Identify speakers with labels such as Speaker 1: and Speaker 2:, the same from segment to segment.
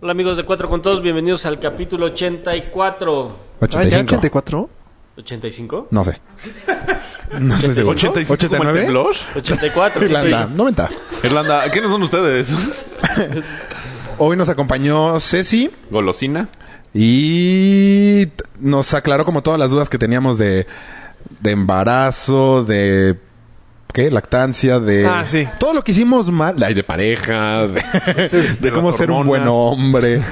Speaker 1: Hola amigos de Cuatro con Todos, bienvenidos al capítulo 84.
Speaker 2: ¿85?
Speaker 3: 84?
Speaker 1: ¿85?
Speaker 2: No sé. No estoy seguro.
Speaker 3: 85 como el
Speaker 2: 89.
Speaker 3: temblor.
Speaker 1: 84.
Speaker 2: Irlanda, 90.
Speaker 3: Irlanda, ¿quiénes son ustedes?
Speaker 2: Hoy nos acompañó Ceci
Speaker 3: Golosina.
Speaker 2: y t- nos aclaró como todas las dudas que teníamos de, de embarazo, de... ¿Qué? Lactancia, de...
Speaker 3: Ah, sí.
Speaker 2: Todo lo que hicimos mal. Ay, de pareja, de, de
Speaker 3: de
Speaker 2: cómo
Speaker 3: las
Speaker 2: ser un buen
Speaker 3: hormonas.
Speaker 2: hombre.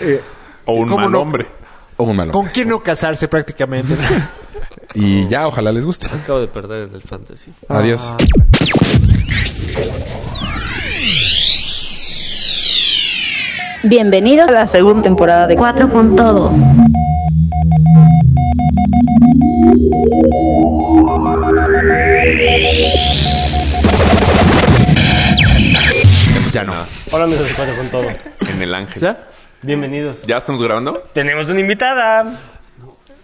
Speaker 2: eh,
Speaker 3: O un
Speaker 4: ¿Cómo
Speaker 3: mal
Speaker 4: no?
Speaker 3: hombre.
Speaker 2: o un mal
Speaker 4: ¿Con
Speaker 2: hombre.
Speaker 4: quién no casarse prácticamente?
Speaker 2: Y ya, ojalá les guste.
Speaker 1: Acabo de perder el del fantasy.
Speaker 2: Adiós.
Speaker 5: Bienvenidos a la segunda temporada de Cuatro con Todo.
Speaker 3: Ya no.
Speaker 1: Hola amigos de Cuatro con Todo.
Speaker 3: En el ángel. ¿Ya?
Speaker 1: ¿Ya? Bienvenidos.
Speaker 3: estamos grabando?
Speaker 1: Tenemos una invitada.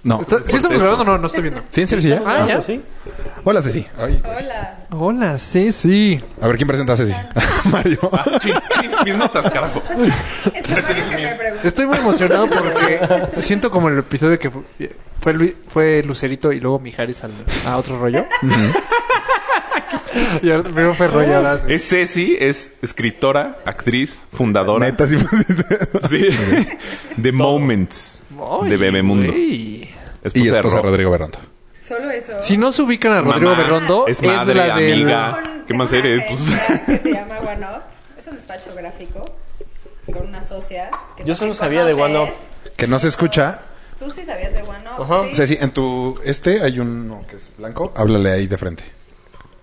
Speaker 2: No.
Speaker 4: ¿Sí estamos grabando o no? No estoy viendo.
Speaker 2: ¿Sí, en serio, sí, ya?
Speaker 4: Ah, ya.
Speaker 1: ¿Sí?
Speaker 2: Hola, Ceci. Ay,
Speaker 4: Hola, sí, sí.
Speaker 2: A ver, ¿quién presenta a Ceci? Mario.
Speaker 3: Chin, chin, mis notas, carajo.
Speaker 4: Estoy muy emocionado porque siento como el episodio que fu- fue, Lu- fue Lucerito y luego Mijares al, a otro rollo. y ahora primero fue rollo. ahora-
Speaker 3: Es Ceci, es escritora, actriz, fundadora.
Speaker 2: Neta, sí pusiste.
Speaker 3: Sí. The Moments.
Speaker 4: Ay,
Speaker 3: de Bebemundo.
Speaker 4: güey.
Speaker 2: Y
Speaker 3: de
Speaker 2: esposa de
Speaker 3: Ro-
Speaker 2: Rodrigo Berranto.
Speaker 6: Solo eso.
Speaker 4: Si no se ubican a Rodrigo
Speaker 3: Mamá,
Speaker 4: Berrondo,
Speaker 3: es
Speaker 4: es,
Speaker 3: madre,
Speaker 4: de la del...
Speaker 3: amiga. ah, ¿Qué
Speaker 6: Tengo
Speaker 3: más
Speaker 6: una
Speaker 3: eres?
Speaker 6: agencia
Speaker 3: Pues-
Speaker 6: que se llama One Up. Es un despacho gráfico con una socia. que
Speaker 1: Yo
Speaker 6: no
Speaker 1: solo
Speaker 6: te
Speaker 1: sabía de
Speaker 6: conoces.
Speaker 1: One Up.
Speaker 2: Que no se escucha.
Speaker 6: Tú sí sabías de One Up.
Speaker 1: Ajá.
Speaker 6: sí.
Speaker 2: Ceci, en tu este hay uno que es blanco. Háblale ahí de frente.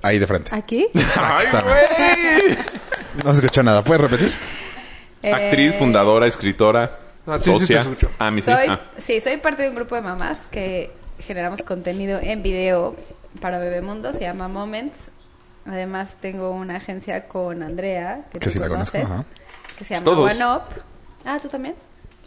Speaker 2: Ahí de frente.
Speaker 6: Aquí.
Speaker 3: ¡Ay, güey!
Speaker 2: No se escucha nada. ¿Puedes repetir?
Speaker 3: Actriz,
Speaker 6: Eh,
Speaker 3: fundadora, escritora,
Speaker 4: Ah, sí, sí, te
Speaker 3: socia.
Speaker 4: escucho.
Speaker 3: ah, mi sí.
Speaker 6: Soy,
Speaker 3: Ah.
Speaker 6: Sí, soy parte de un grupo de mamás que generamos contenido en video para Bebemundo. Se llama Moments. Además, tengo una agencia con Andrea. Que,
Speaker 2: Que
Speaker 6: tú
Speaker 2: sí la conozco,
Speaker 6: conoces,
Speaker 2: ajá.
Speaker 6: Que se llama
Speaker 3: Todos.
Speaker 6: One Up. Ah, ¿tú también?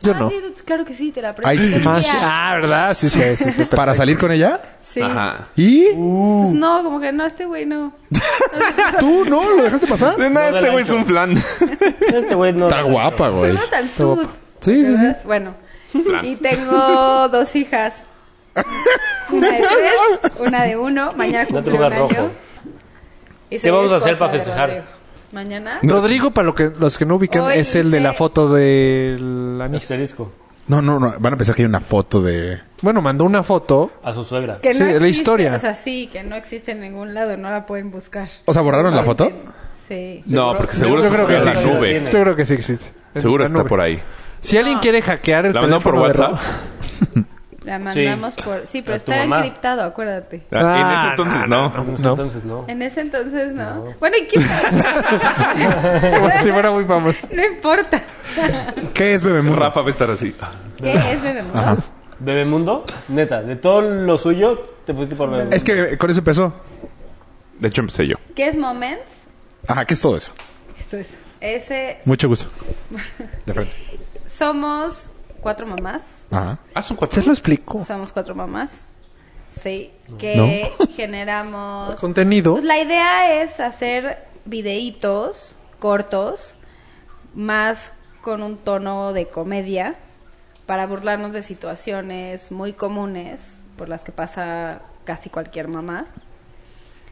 Speaker 4: Yo
Speaker 6: Ah,
Speaker 4: no.
Speaker 6: sí, tú- claro que sí, te la
Speaker 2: Ay, sí.
Speaker 6: presenté.
Speaker 4: Ah, sí. Ah, ¿verdad? Sí, sí, sí, sí.
Speaker 2: Para salir con ella.
Speaker 6: Sí.
Speaker 3: Ajá.
Speaker 2: Y
Speaker 6: Pues
Speaker 4: Mm.
Speaker 6: no, como que no, este güey no.
Speaker 2: tú no lo dejaste pasar.
Speaker 3: De nada,
Speaker 1: No
Speaker 3: este güey es
Speaker 1: adelanto.
Speaker 3: un plan.
Speaker 1: Este güey no...
Speaker 2: Está guapa, güey.
Speaker 6: Pues No tan sud.
Speaker 4: Sí, sí, sí.
Speaker 6: ¿verdad? Bueno.
Speaker 3: Plan.
Speaker 6: Y tengo dos hijas. Una de tres, una de uno. Mañana
Speaker 1: No te
Speaker 6: cumple un
Speaker 1: pongas rojo.
Speaker 6: año. Y soy
Speaker 1: ¿Qué vamos a hacer
Speaker 6: esposa
Speaker 1: para
Speaker 6: de
Speaker 1: festejar?
Speaker 6: Rodrigo. Mañana.
Speaker 4: Rodrigo, para lo que, los que no ubican,
Speaker 6: Hoy
Speaker 4: es el de la
Speaker 6: hice-
Speaker 4: foto del anís.
Speaker 1: Asterisco.
Speaker 2: No, no, no. Van a pensar que hay una foto de.
Speaker 4: Bueno, mandó una foto.
Speaker 1: A su suegra.
Speaker 6: Que no
Speaker 4: Sí, la
Speaker 6: existe,
Speaker 4: historia.
Speaker 6: O sea, sí, que no existe en ningún lado, no la pueden buscar.
Speaker 2: O sea, borraron la foto.
Speaker 6: Sí.
Speaker 3: No, porque seguro
Speaker 4: Yo
Speaker 3: se
Speaker 4: creo
Speaker 3: fue a
Speaker 4: que
Speaker 3: la
Speaker 4: sí.
Speaker 3: nube.
Speaker 4: Yo creo que sí existe. En
Speaker 3: Seguro
Speaker 4: la
Speaker 3: está
Speaker 4: nube.
Speaker 3: por ahí.
Speaker 4: Si alguien quiere hackear el
Speaker 3: ¿La mandó por
Speaker 4: teléfono de
Speaker 3: WhatsApp?
Speaker 4: Ro-
Speaker 6: La mandamos por. Sí, pero
Speaker 1: A tu
Speaker 6: está
Speaker 1: mamá.
Speaker 6: encriptado, acuérdate.
Speaker 3: Ah, en ese
Speaker 4: Ah,
Speaker 3: entonces
Speaker 4: no,
Speaker 3: no.
Speaker 4: no,
Speaker 1: Pues
Speaker 4: No.
Speaker 1: Entonces no.
Speaker 6: En ese entonces no. Bueno, ¿y quién
Speaker 4: Como si fuera muy famoso.
Speaker 6: No importa.
Speaker 2: ¿Qué es Bebemundo?
Speaker 3: Rafa va a estar así.
Speaker 6: ¿Qué es Bebemundo?
Speaker 1: Bebemundo, neta, de todo lo suyo te fuiste por Bebemundo.
Speaker 2: Es que con eso empezó.
Speaker 3: De hecho, empecé yo.
Speaker 6: ¿Qué es Moments?
Speaker 2: Ajá, ¿qué es todo eso?
Speaker 6: Esto es. Ese.
Speaker 2: Mucho gusto. De frente.
Speaker 6: Somos cuatro mamás.
Speaker 2: Ajá.
Speaker 3: Haz un cuatro.
Speaker 4: explico.
Speaker 6: Somos cuatro mamás. Sí. Que
Speaker 2: No.
Speaker 6: generamos.
Speaker 4: Contenido.
Speaker 6: Pues la idea es hacer videitos cortos, más con un tono de comedia, para burlarnos de situaciones muy comunes por las que pasa casi cualquier mamá.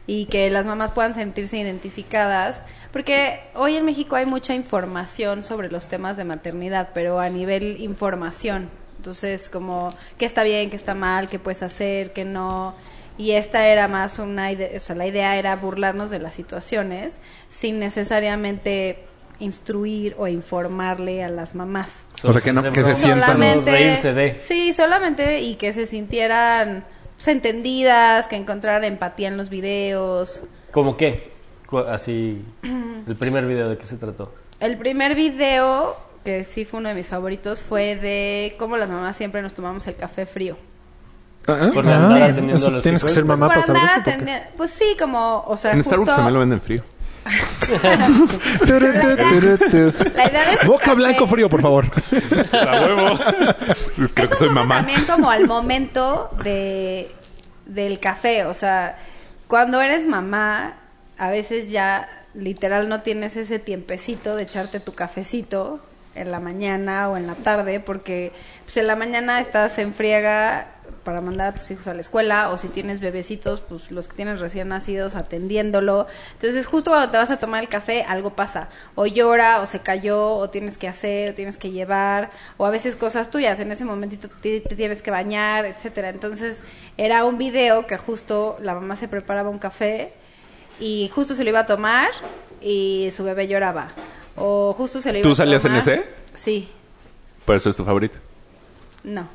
Speaker 6: Y que las mamás puedan sentirse identificadas, porque hoy en México hay mucha información sobre los temas de maternidad, pero a nivel información. Entonces, como qué está bien, qué está mal, qué puedes hacer, qué no. Y esta era más una idea, o sea, la idea era burlarnos de las situaciones sin necesariamente instruir o informarle a las mamás.
Speaker 2: O sea, que no- que se sientan-
Speaker 1: Solamente... Reírse de...
Speaker 6: Sí, solamente y que se sintieran pues, entendidas, que encontraran empatía en los videos.
Speaker 1: ¿Cómo qué? Cu- Así, el primer video de qué se trató.
Speaker 6: El primer video, que sí fue uno de mis favoritos, fue de cómo las mamás siempre nos tomamos el café frío.
Speaker 2: Ajá.
Speaker 1: Por
Speaker 4: Ah,
Speaker 1: andar
Speaker 4: sí.
Speaker 1: atendiendo
Speaker 4: Eso
Speaker 1: a los
Speaker 4: tienes
Speaker 1: hijos.
Speaker 4: que ser
Speaker 6: Pues
Speaker 4: mamá
Speaker 6: por
Speaker 4: para saber
Speaker 6: andar
Speaker 4: eso. porque-
Speaker 6: atendiendo- Pues sí, como, o sea,
Speaker 3: En
Speaker 6: Ah, justo...
Speaker 3: Starbucks también lo venden frío.
Speaker 4: Turu, turu, turu.
Speaker 6: La idea del
Speaker 2: Boca
Speaker 6: café-
Speaker 2: blanco frío, por favor.
Speaker 3: A huevo. Creo
Speaker 6: es
Speaker 3: que
Speaker 6: un
Speaker 3: soy
Speaker 6: poco
Speaker 3: mamá.
Speaker 6: También como al momento de del café, o sea, cuando eres mamá, a veces ya literal no tienes ese tiempecito de echarte tu cafecito en la mañana o en la tarde, porque pues, en la mañana estás en friega para mandar a tus hijos a la escuela, o si tienes bebecitos, pues los que tienes recién nacidos atendiéndolo. Entonces, justo cuando te vas a tomar el café, algo pasa. O llora, o se cayó, o tienes que hacer, o tienes que llevar, o a veces cosas tuyas. En ese momentito ti- te tienes que bañar, etcétera. Entonces, era un video que justo la mamá se preparaba un café y justo se lo iba a tomar y su bebé lloraba. O justo se lo iba
Speaker 3: ¿Tú
Speaker 6: a
Speaker 3: salías en
Speaker 6: tomar-
Speaker 3: ese?
Speaker 6: Sí,
Speaker 3: Por eso es tu favorito.
Speaker 6: no.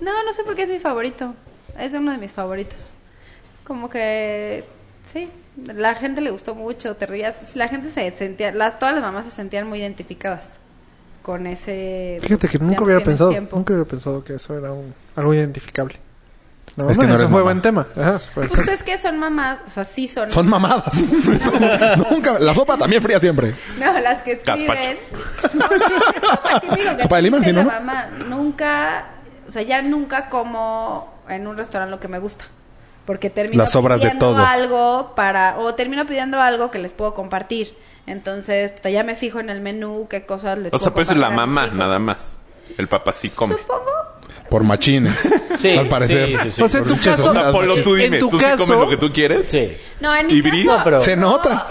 Speaker 6: no, no sé por qué es mi favorito. Es de uno de mis favoritos. Como que, sí, la gente le gustó mucho, te rías. La gente se sentía, la- todas las mamás se sentían muy identificadas con ese...
Speaker 4: Fíjate que
Speaker 6: pues, ya
Speaker 4: nunca
Speaker 6: no
Speaker 4: hubiera
Speaker 6: tienes
Speaker 4: pensado,
Speaker 6: tiempo.
Speaker 4: nunca hubiera pensado que eso era un- algo identificable. No,
Speaker 2: Es que
Speaker 4: no,
Speaker 2: no
Speaker 4: eso
Speaker 2: eres
Speaker 4: fue
Speaker 2: mamá.
Speaker 4: buen tema. Ajá, fue-
Speaker 6: Pues es que son mamás, o sea, sí son...
Speaker 2: Son mamadas. Nunca. La sopa también fría siempre.
Speaker 6: No, las que escriben.
Speaker 2: Sopa de limón,
Speaker 6: si
Speaker 2: sí,
Speaker 6: no.
Speaker 2: ¿no?
Speaker 6: La mamá nunca, o sea, ya nunca como en un restaurante lo que me gusta. Porque termino
Speaker 2: Las obras de
Speaker 6: pidiendo
Speaker 2: todos.
Speaker 6: algo para, o termino pidiendo algo que les puedo compartir. Entonces, puta, ya me fijo en el menú, qué cosas les
Speaker 3: O sea,
Speaker 6: puedo
Speaker 3: pues es la
Speaker 6: compartir a mis
Speaker 3: mamá,
Speaker 6: hijos.
Speaker 3: nada más. El papá sí come.
Speaker 6: Supongo,
Speaker 2: Por machines.
Speaker 1: Sí,
Speaker 2: Al parecer.
Speaker 1: sí, sí, sí.
Speaker 4: O sea, en tu
Speaker 2: Pinches
Speaker 4: caso,
Speaker 3: O sea, Polo, tú
Speaker 4: en
Speaker 3: dime,
Speaker 4: tu
Speaker 3: ¿tú sí
Speaker 4: caso,
Speaker 3: comes lo que tú quieres?
Speaker 1: Sí.
Speaker 6: no, en mi
Speaker 3: ¿Y Viri?
Speaker 6: caso,
Speaker 1: No, pero
Speaker 2: Se nota.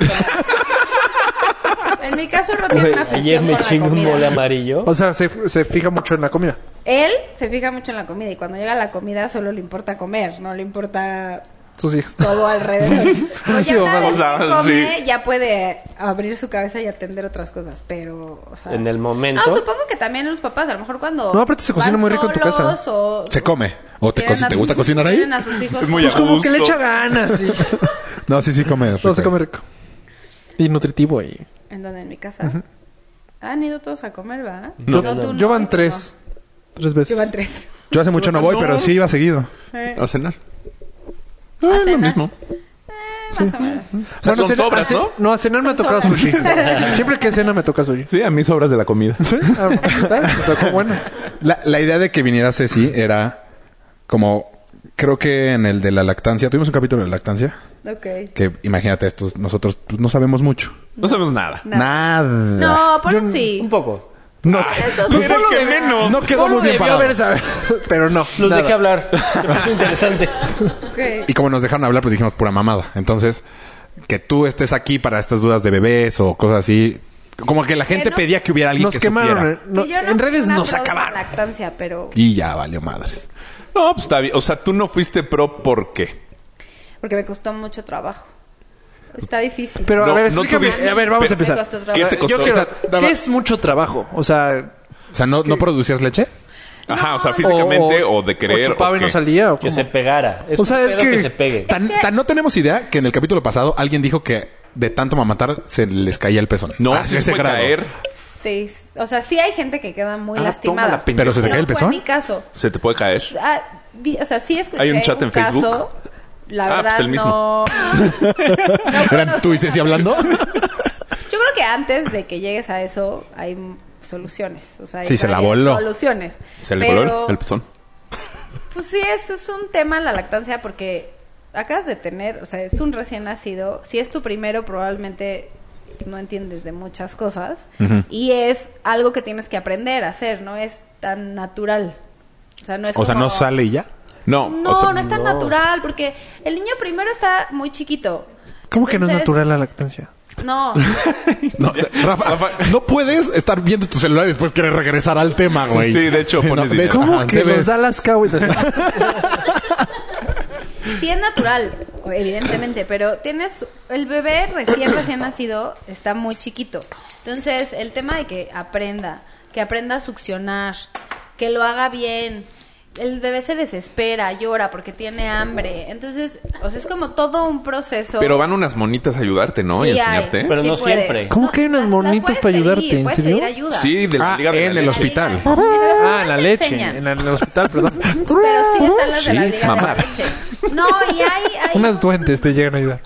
Speaker 6: en mi caso no tiene
Speaker 1: güey,
Speaker 6: una
Speaker 1: ayer
Speaker 6: obsesión
Speaker 1: me
Speaker 6: con la
Speaker 1: chingo un
Speaker 6: comida.
Speaker 1: mole amarillo.
Speaker 4: o sea, se, se fija mucho en la comida.
Speaker 6: Él se fija mucho en la comida y cuando llega la comida solo le importa comer, no le importa
Speaker 4: Sus hijos.
Speaker 6: todo alrededor. O ya
Speaker 4: Digo,
Speaker 6: una
Speaker 4: bueno,
Speaker 6: vez
Speaker 3: o sea,
Speaker 6: que come,
Speaker 3: sí.
Speaker 6: ya puede abrir su cabeza y atender otras cosas, pero, o sea...
Speaker 1: En el momento.
Speaker 6: No, supongo que también los papás, a lo mejor cuando...
Speaker 4: No, aparte se
Speaker 6: van
Speaker 4: cocina muy rico en tu casa.
Speaker 6: solos o-
Speaker 2: Se come. ¿O te, co-
Speaker 6: tienen a
Speaker 2: te
Speaker 6: sus-
Speaker 2: gusta cocinar ahí?
Speaker 6: tienen a sus hijos-
Speaker 3: Es muy
Speaker 4: Pues como que le
Speaker 3: gusto.
Speaker 4: echa ganas. y-
Speaker 2: No, sí, sí come.
Speaker 4: No, se
Speaker 2: rico.
Speaker 4: come rico. Y nutritivo. Y...
Speaker 6: ¿En donde? ¿En mi casa? Han ido todos a comer, ¿verdad?
Speaker 1: No.
Speaker 6: No, tú
Speaker 4: Yo
Speaker 6: no,
Speaker 4: van
Speaker 6: tú
Speaker 4: tres. Tres
Speaker 6: no. Yo
Speaker 4: veces.
Speaker 6: van tres.
Speaker 2: Yo hace mucho no voy, pero sí iba seguido.
Speaker 4: Ah,
Speaker 6: Eh,
Speaker 3: A cenar.
Speaker 6: a cenar. Eh, más o menos.
Speaker 3: sea, son
Speaker 4: a cenar-
Speaker 3: sobras,
Speaker 4: a ce-
Speaker 3: ¿no?
Speaker 4: a cenar me ha tocado sushi. Siempre que cena me toca sushi.
Speaker 3: Sí, a mí sobras de la comida.
Speaker 4: ¿Sí? Ah, está, tocó bueno.
Speaker 2: La, la idea de que viniera Ceci era como. Creo que en el de la lactancia. Tuvimos un capítulo de lactancia.
Speaker 6: Ok.
Speaker 2: Que imagínate, estos, nosotros pues, no sabemos mucho.
Speaker 3: No sabemos nada.
Speaker 6: No.
Speaker 2: Nada.
Speaker 6: No, por
Speaker 4: Yo-
Speaker 6: sí.
Speaker 1: Un poco.
Speaker 2: No,
Speaker 6: Eso sí.
Speaker 2: no,
Speaker 3: Pero que menos.
Speaker 2: no quedó
Speaker 4: Polo
Speaker 2: muy bien
Speaker 4: debió
Speaker 2: parado.
Speaker 4: haber sabido, Pero no.
Speaker 1: Los
Speaker 4: nada.
Speaker 1: dejé hablar. Se puso interesante.
Speaker 6: Ok.
Speaker 2: Y como nos dejaron hablar, pues dijimos pura mamada. Entonces, que tú estés aquí para estas dudas de bebés o cosas así. Como que la gente
Speaker 6: no-
Speaker 2: pedía que hubiera alguien
Speaker 4: Nos
Speaker 2: que
Speaker 4: quemaron.
Speaker 2: supiera.
Speaker 4: eh. No,
Speaker 6: Que yo no
Speaker 4: en
Speaker 6: fui
Speaker 4: redes
Speaker 6: una
Speaker 4: nos
Speaker 6: pro de la
Speaker 4: acabaron.
Speaker 6: lactancia, pero...
Speaker 2: Y ya valió madres.
Speaker 3: No, pues está bien. O sea, tú no fuiste pro, ¿por qué?
Speaker 6: Porque me costó mucho trabajo. Está difícil.
Speaker 4: Pero
Speaker 3: No,
Speaker 4: a ver,
Speaker 3: no
Speaker 4: explícame.
Speaker 3: tuviste-
Speaker 4: a ver, vamos a
Speaker 3: Pero-
Speaker 4: empezar.
Speaker 6: Me costó trabajo.
Speaker 3: ¿Qué te costó?
Speaker 4: Yo quiero...
Speaker 2: daba-
Speaker 4: ¿Qué es mucho trabajo? O sea...
Speaker 2: O sea, ¿no, ¿no producías leche?
Speaker 3: Ajá, o sea, físicamente o, de creer.
Speaker 4: O chupaba
Speaker 3: o
Speaker 4: y no
Speaker 3: qué.
Speaker 4: salía. ¿o
Speaker 1: Que
Speaker 4: cómo?
Speaker 1: se pegara. Es
Speaker 4: O sea,
Speaker 1: un
Speaker 4: es
Speaker 1: pedo
Speaker 4: que-
Speaker 1: se pegue.
Speaker 2: Tan, tan no tenemos idea que en el capítulo pasado alguien dijo que de tanto mamatar se les caía el pezón. Ah,
Speaker 3: No,
Speaker 2: A
Speaker 3: sí se puede caer.
Speaker 6: Sí, o sea, sí hay gente que queda muy
Speaker 3: Ah, toma
Speaker 6: lastimada.
Speaker 3: la pe-
Speaker 2: Pero se te
Speaker 6: Pero
Speaker 2: cae el
Speaker 6: fue
Speaker 2: pezón.
Speaker 6: mi caso.
Speaker 3: Se te puede caer.
Speaker 6: Ah, di- o sea, sí escuché
Speaker 3: Hay un chat en Facebook.
Speaker 6: caso. La
Speaker 3: Ah,
Speaker 6: verdad,
Speaker 3: pues el mismo.
Speaker 6: no...
Speaker 2: Eran tú y Ceci hablando.
Speaker 6: Yo creo que antes de que llegues a eso hay m- soluciones. O sea, hay
Speaker 2: Sí, se la
Speaker 6: varias
Speaker 2: voló.
Speaker 6: Soluciones.
Speaker 3: Se le
Speaker 6: Pero,
Speaker 3: voló el- el pezón.
Speaker 6: Pues sí, es, es un tema la lactancia porque acabas de tener, o sea, es un recién nacido. Si es tu primero, probablemente no entiendes de muchas cosas.
Speaker 2: Ujú.
Speaker 6: Y es algo que tienes que aprender a hacer, no es tan natural. O sea, no, es
Speaker 2: O sea,
Speaker 6: como-
Speaker 2: no sale y ya.
Speaker 3: No,
Speaker 6: No,
Speaker 3: o sea,
Speaker 6: no es tan natural porque el niño primero está muy chiquito.
Speaker 4: ¿Cómo que no es
Speaker 6: Entonces,
Speaker 4: natural la lactancia?
Speaker 6: No,
Speaker 2: No, Rafa,
Speaker 3: Rafa.
Speaker 2: no puedes estar viendo tu celular y después querer regresar al tema, güey.
Speaker 3: sí, de hecho, pones
Speaker 2: de-
Speaker 3: dinero.
Speaker 2: ¿cómo
Speaker 4: ¿Cómo que
Speaker 2: debes-
Speaker 4: los Dallas Cowboys?
Speaker 6: sí es natural, evidentemente, pero tienes el bebé recién recién nacido está muy chiquito. Entonces, el tema de que aprenda, que aprenda a succionar, que lo haga bien. El bebé se desespera, llora porque tiene hambre. Entonces, o sea, es como todo un proceso.
Speaker 3: Pero van unas monitas a ayudarte, ¿no? y a
Speaker 6: Sí hay,
Speaker 3: enseñarte.
Speaker 1: Pero
Speaker 6: sí
Speaker 1: no
Speaker 6: puedes.
Speaker 1: siempre.
Speaker 4: ¿Cómo que hay unas
Speaker 6: las- las
Speaker 4: monitas
Speaker 6: puedes
Speaker 4: para ayudarte,
Speaker 6: pedir,
Speaker 4: en
Speaker 6: puedes
Speaker 4: serio?
Speaker 6: pedir ayuda.
Speaker 3: Sí, de la
Speaker 2: Ah,
Speaker 3: Liga de la
Speaker 2: en el
Speaker 3: Leche.
Speaker 2: hospital.
Speaker 6: En el hospital
Speaker 4: Ah, en la
Speaker 6: te
Speaker 4: leche.
Speaker 6: enseñan.
Speaker 4: En el hospital, perdón.
Speaker 6: Pero sí están las de la
Speaker 3: Sí,
Speaker 6: Liga
Speaker 3: mamá.
Speaker 6: de la Leche. No, y hay, hay,
Speaker 4: Unas duendes te llegan a ayudar.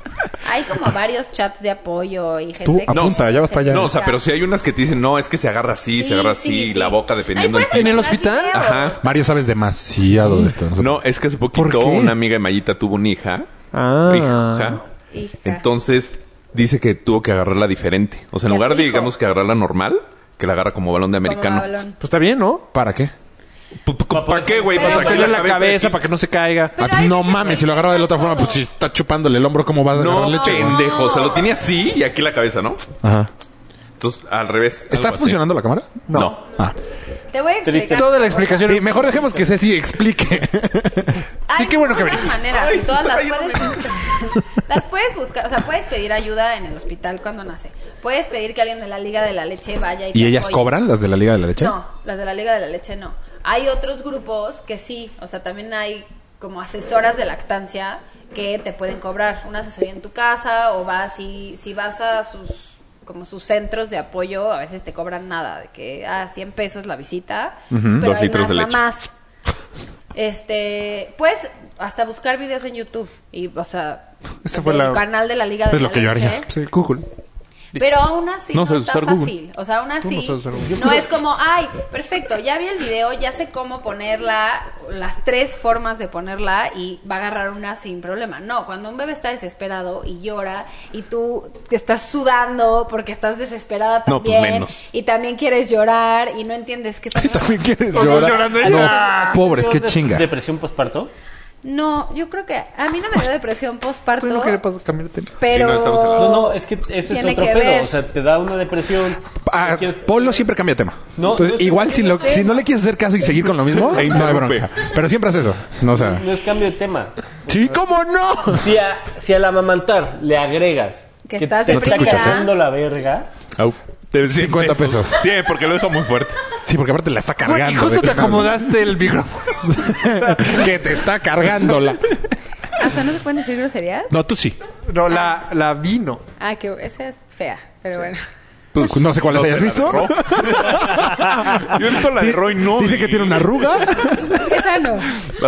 Speaker 6: hay como varios chats de apoyo y gente
Speaker 2: Tú
Speaker 6: que- Ah,
Speaker 2: apunta, ya vas para allá.
Speaker 3: No, o sea, pero sí hay unas que te dicen, no, es que se agarra así, se agarra así,
Speaker 6: sí, sí.
Speaker 3: la boca dependiendo
Speaker 6: Ahí
Speaker 3: del
Speaker 6: puedes
Speaker 4: ¿En el
Speaker 6: encontrar
Speaker 4: hospital?
Speaker 6: videos.
Speaker 3: Ajá.
Speaker 2: Mario, sabes demasiado de esto.
Speaker 3: No, es que hace
Speaker 4: ¿Por qué?
Speaker 3: poquito una amiga de Mayita tuvo una hija.
Speaker 4: Ah.
Speaker 3: Hija.
Speaker 6: Hija.
Speaker 3: Entonces dice que tuvo que agarrarla diferente. O sea, en
Speaker 6: Y a
Speaker 3: lugar
Speaker 6: su
Speaker 3: de,
Speaker 6: hijo.
Speaker 3: digamos, que agarrarla normal, que la agarra como balón de americano.
Speaker 6: Como balón.
Speaker 4: Pues está bien, ¿no?
Speaker 2: ¿Para qué?
Speaker 3: Pu- pu- ¿Para qué, güey? Pues Para
Speaker 6: Pero sacarle
Speaker 4: Sacarle
Speaker 3: sacarle
Speaker 4: la cabeza para que no se caiga.
Speaker 6: Pero
Speaker 2: Ah,
Speaker 6: hay
Speaker 2: no
Speaker 6: veces
Speaker 2: mames,
Speaker 6: que
Speaker 2: si lo agarraba de la otra forma,
Speaker 6: todo.
Speaker 2: pues si está chupándole el hombro, ¿cómo va a
Speaker 3: No,
Speaker 2: agarrar leche? güey?
Speaker 3: pendejo. Se lo tiene así y aquí la cabeza, ¿no?
Speaker 2: Ajá.
Speaker 3: Entonces, al revés. algo
Speaker 2: ¿Está
Speaker 3: así.
Speaker 2: funcionando la cámara?
Speaker 3: No.
Speaker 2: Ah.
Speaker 6: Te voy a explicar.
Speaker 4: Toda la explicación.
Speaker 2: Sí, mejor dejemos que Ceci explique.
Speaker 6: Hay
Speaker 4: qué bueno que
Speaker 6: muchas
Speaker 4: viniste.
Speaker 6: maneras y
Speaker 3: Ay,
Speaker 6: todas las
Speaker 3: ay,
Speaker 6: puedes, las puedes buscar. O sea, puedes pedir ayuda en el hospital cuando nace. Puedes pedir que alguien de la Liga de la Leche vaya y
Speaker 2: ¿Y
Speaker 6: te
Speaker 2: ellas
Speaker 6: apoye.
Speaker 2: cobran las de la Liga de la Leche?
Speaker 6: No, las de la Liga de la Leche no. Hay otros grupos que sí, o sea, también hay como asesoras de lactancia que te pueden cobrar una asesoría en tu casa o vas y si vas a sus como sus centros de apoyo, a veces te cobran nada, de que a 100 pesos la visita, pero
Speaker 3: Dos
Speaker 6: hay
Speaker 3: litros
Speaker 6: más
Speaker 3: de leche.
Speaker 6: mamás. Este, pues hasta buscar videos en YouTube y o sea,
Speaker 4: Esa fue
Speaker 6: del
Speaker 4: la-
Speaker 6: canal de la Liga de
Speaker 2: Es
Speaker 6: la
Speaker 2: pues lo que yo
Speaker 6: Leche. ¿eh?
Speaker 2: haría.
Speaker 4: Sí, Google.
Speaker 6: Pero aún así
Speaker 3: No
Speaker 6: no,
Speaker 3: sabes
Speaker 6: está
Speaker 3: usar
Speaker 6: fácil.
Speaker 3: Google.
Speaker 6: O sea, aún
Speaker 4: Tú no
Speaker 6: así
Speaker 4: sabes usar Google.
Speaker 6: no es como, ay, perfecto, ya vi el video, ya sé cómo ponerla, las tres formas de ponerla y va a agarrar una sin problema. No, cuando un bebé está desesperado y llora y tú te estás sudando porque estás desesperada
Speaker 3: No, pues,
Speaker 6: también
Speaker 3: menos.
Speaker 6: y también quieres llorar y no entiendes qué está
Speaker 2: ¿También quieres
Speaker 4: Estás
Speaker 2: llorar?
Speaker 4: llorando
Speaker 2: No,
Speaker 4: ya.
Speaker 2: pobres, qué
Speaker 1: ¿De-
Speaker 2: chinga.
Speaker 1: ¿Depresión postparto?
Speaker 6: No, yo creo que a mí no me dio depresión
Speaker 4: Tú no
Speaker 6: postparto,
Speaker 4: quieres pas- cambiarte.
Speaker 6: pero
Speaker 3: Sí, no, estamos hablando.
Speaker 1: No, no, es que ese es
Speaker 6: Tiene
Speaker 1: otro
Speaker 6: que
Speaker 1: pedo.
Speaker 6: ver.
Speaker 1: O sea, te da una depresión.
Speaker 2: Ah,
Speaker 1: no quieres-
Speaker 2: Polo siempre cambia tema.
Speaker 1: No,
Speaker 2: Entonces,
Speaker 1: no sé
Speaker 2: igual
Speaker 1: qué
Speaker 2: si, lo-
Speaker 1: tema.
Speaker 2: si no le quieres hacer caso y seguir con lo mismo,
Speaker 3: E
Speaker 2: no hay
Speaker 3: interrumpe.
Speaker 2: bronca. Pero siempre haces eso. No, o sea,
Speaker 1: No es cambio de tema.
Speaker 2: sí, ¿cómo no?
Speaker 1: Si, a- si al amamantar le agregas
Speaker 6: Que estás
Speaker 1: te está
Speaker 6: deprimida.
Speaker 1: cagando la verga,
Speaker 3: Au. Debe ser
Speaker 2: 50 pesos.
Speaker 3: Sí, porque lo deja muy fuerte.
Speaker 2: Sí, porque aparte la está cargando.
Speaker 4: Güey, justo
Speaker 2: de-
Speaker 4: te acomodaste el micrófono.
Speaker 2: que te está cargándola.
Speaker 6: Ah, o sea, no se pueden decir groserías.
Speaker 2: No, tú sí.
Speaker 4: No, la, la vino.
Speaker 6: Ah, que esa es fea, pero bueno.
Speaker 2: no sé cuáles
Speaker 3: No
Speaker 2: hayas
Speaker 3: sé, la
Speaker 2: visto.
Speaker 3: de Ro. Yo he visto la de Roy, no.
Speaker 2: Dice que tiene una arruga.
Speaker 6: Esa no.
Speaker 3: La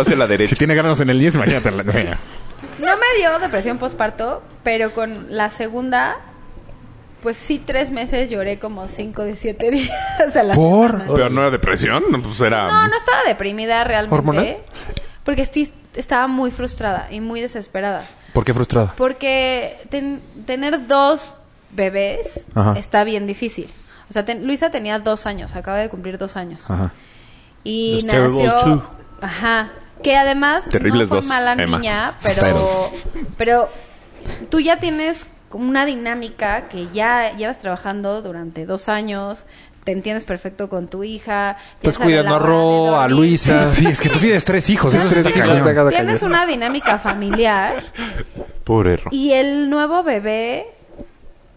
Speaker 3: hace la
Speaker 2: si
Speaker 3: derecha.
Speaker 2: tiene granos en el 10, imagínate. La...
Speaker 6: No me dio depresión postparto, pero con la segunda, pues sí, tres meses lloré como cinco de siete días a la
Speaker 2: ¿Por?
Speaker 6: semana.
Speaker 3: Pero no era depresión, no, pues era...
Speaker 6: No, no estaba deprimida realmente.
Speaker 4: ¿Hormonal?
Speaker 6: Porque sí estaba muy frustrada y muy desesperada.
Speaker 2: ¿Por qué frustrada?
Speaker 6: Porque ten- tener dos bebés
Speaker 2: Ajá.
Speaker 6: está bien difícil. O sea, ten- Luisa tenía dos años, acaba de cumplir dos años.
Speaker 2: Ajá.
Speaker 6: Y
Speaker 1: Los Terrible
Speaker 6: nació.
Speaker 1: Two.
Speaker 6: Ajá. Que además
Speaker 3: Terribles
Speaker 6: no fue
Speaker 3: dos,
Speaker 6: mala
Speaker 3: Emma.
Speaker 6: niña, pero, pero tú ya tienes como una dinámica que ya llevas trabajando durante dos años, te entiendes perfecto con tu hija. ya
Speaker 4: Estás
Speaker 6: sabe la
Speaker 4: cuidando a
Speaker 6: hora de
Speaker 4: Ro, a
Speaker 6: dormir.
Speaker 4: Luisa.
Speaker 2: Sí, es que tú tienes tres hijos. Eso
Speaker 4: Tres
Speaker 2: está
Speaker 4: hijos,
Speaker 2: cañón.
Speaker 4: está cañón.
Speaker 6: Tienes una dinámica familiar
Speaker 3: Pobre Ro.
Speaker 6: y el nuevo bebé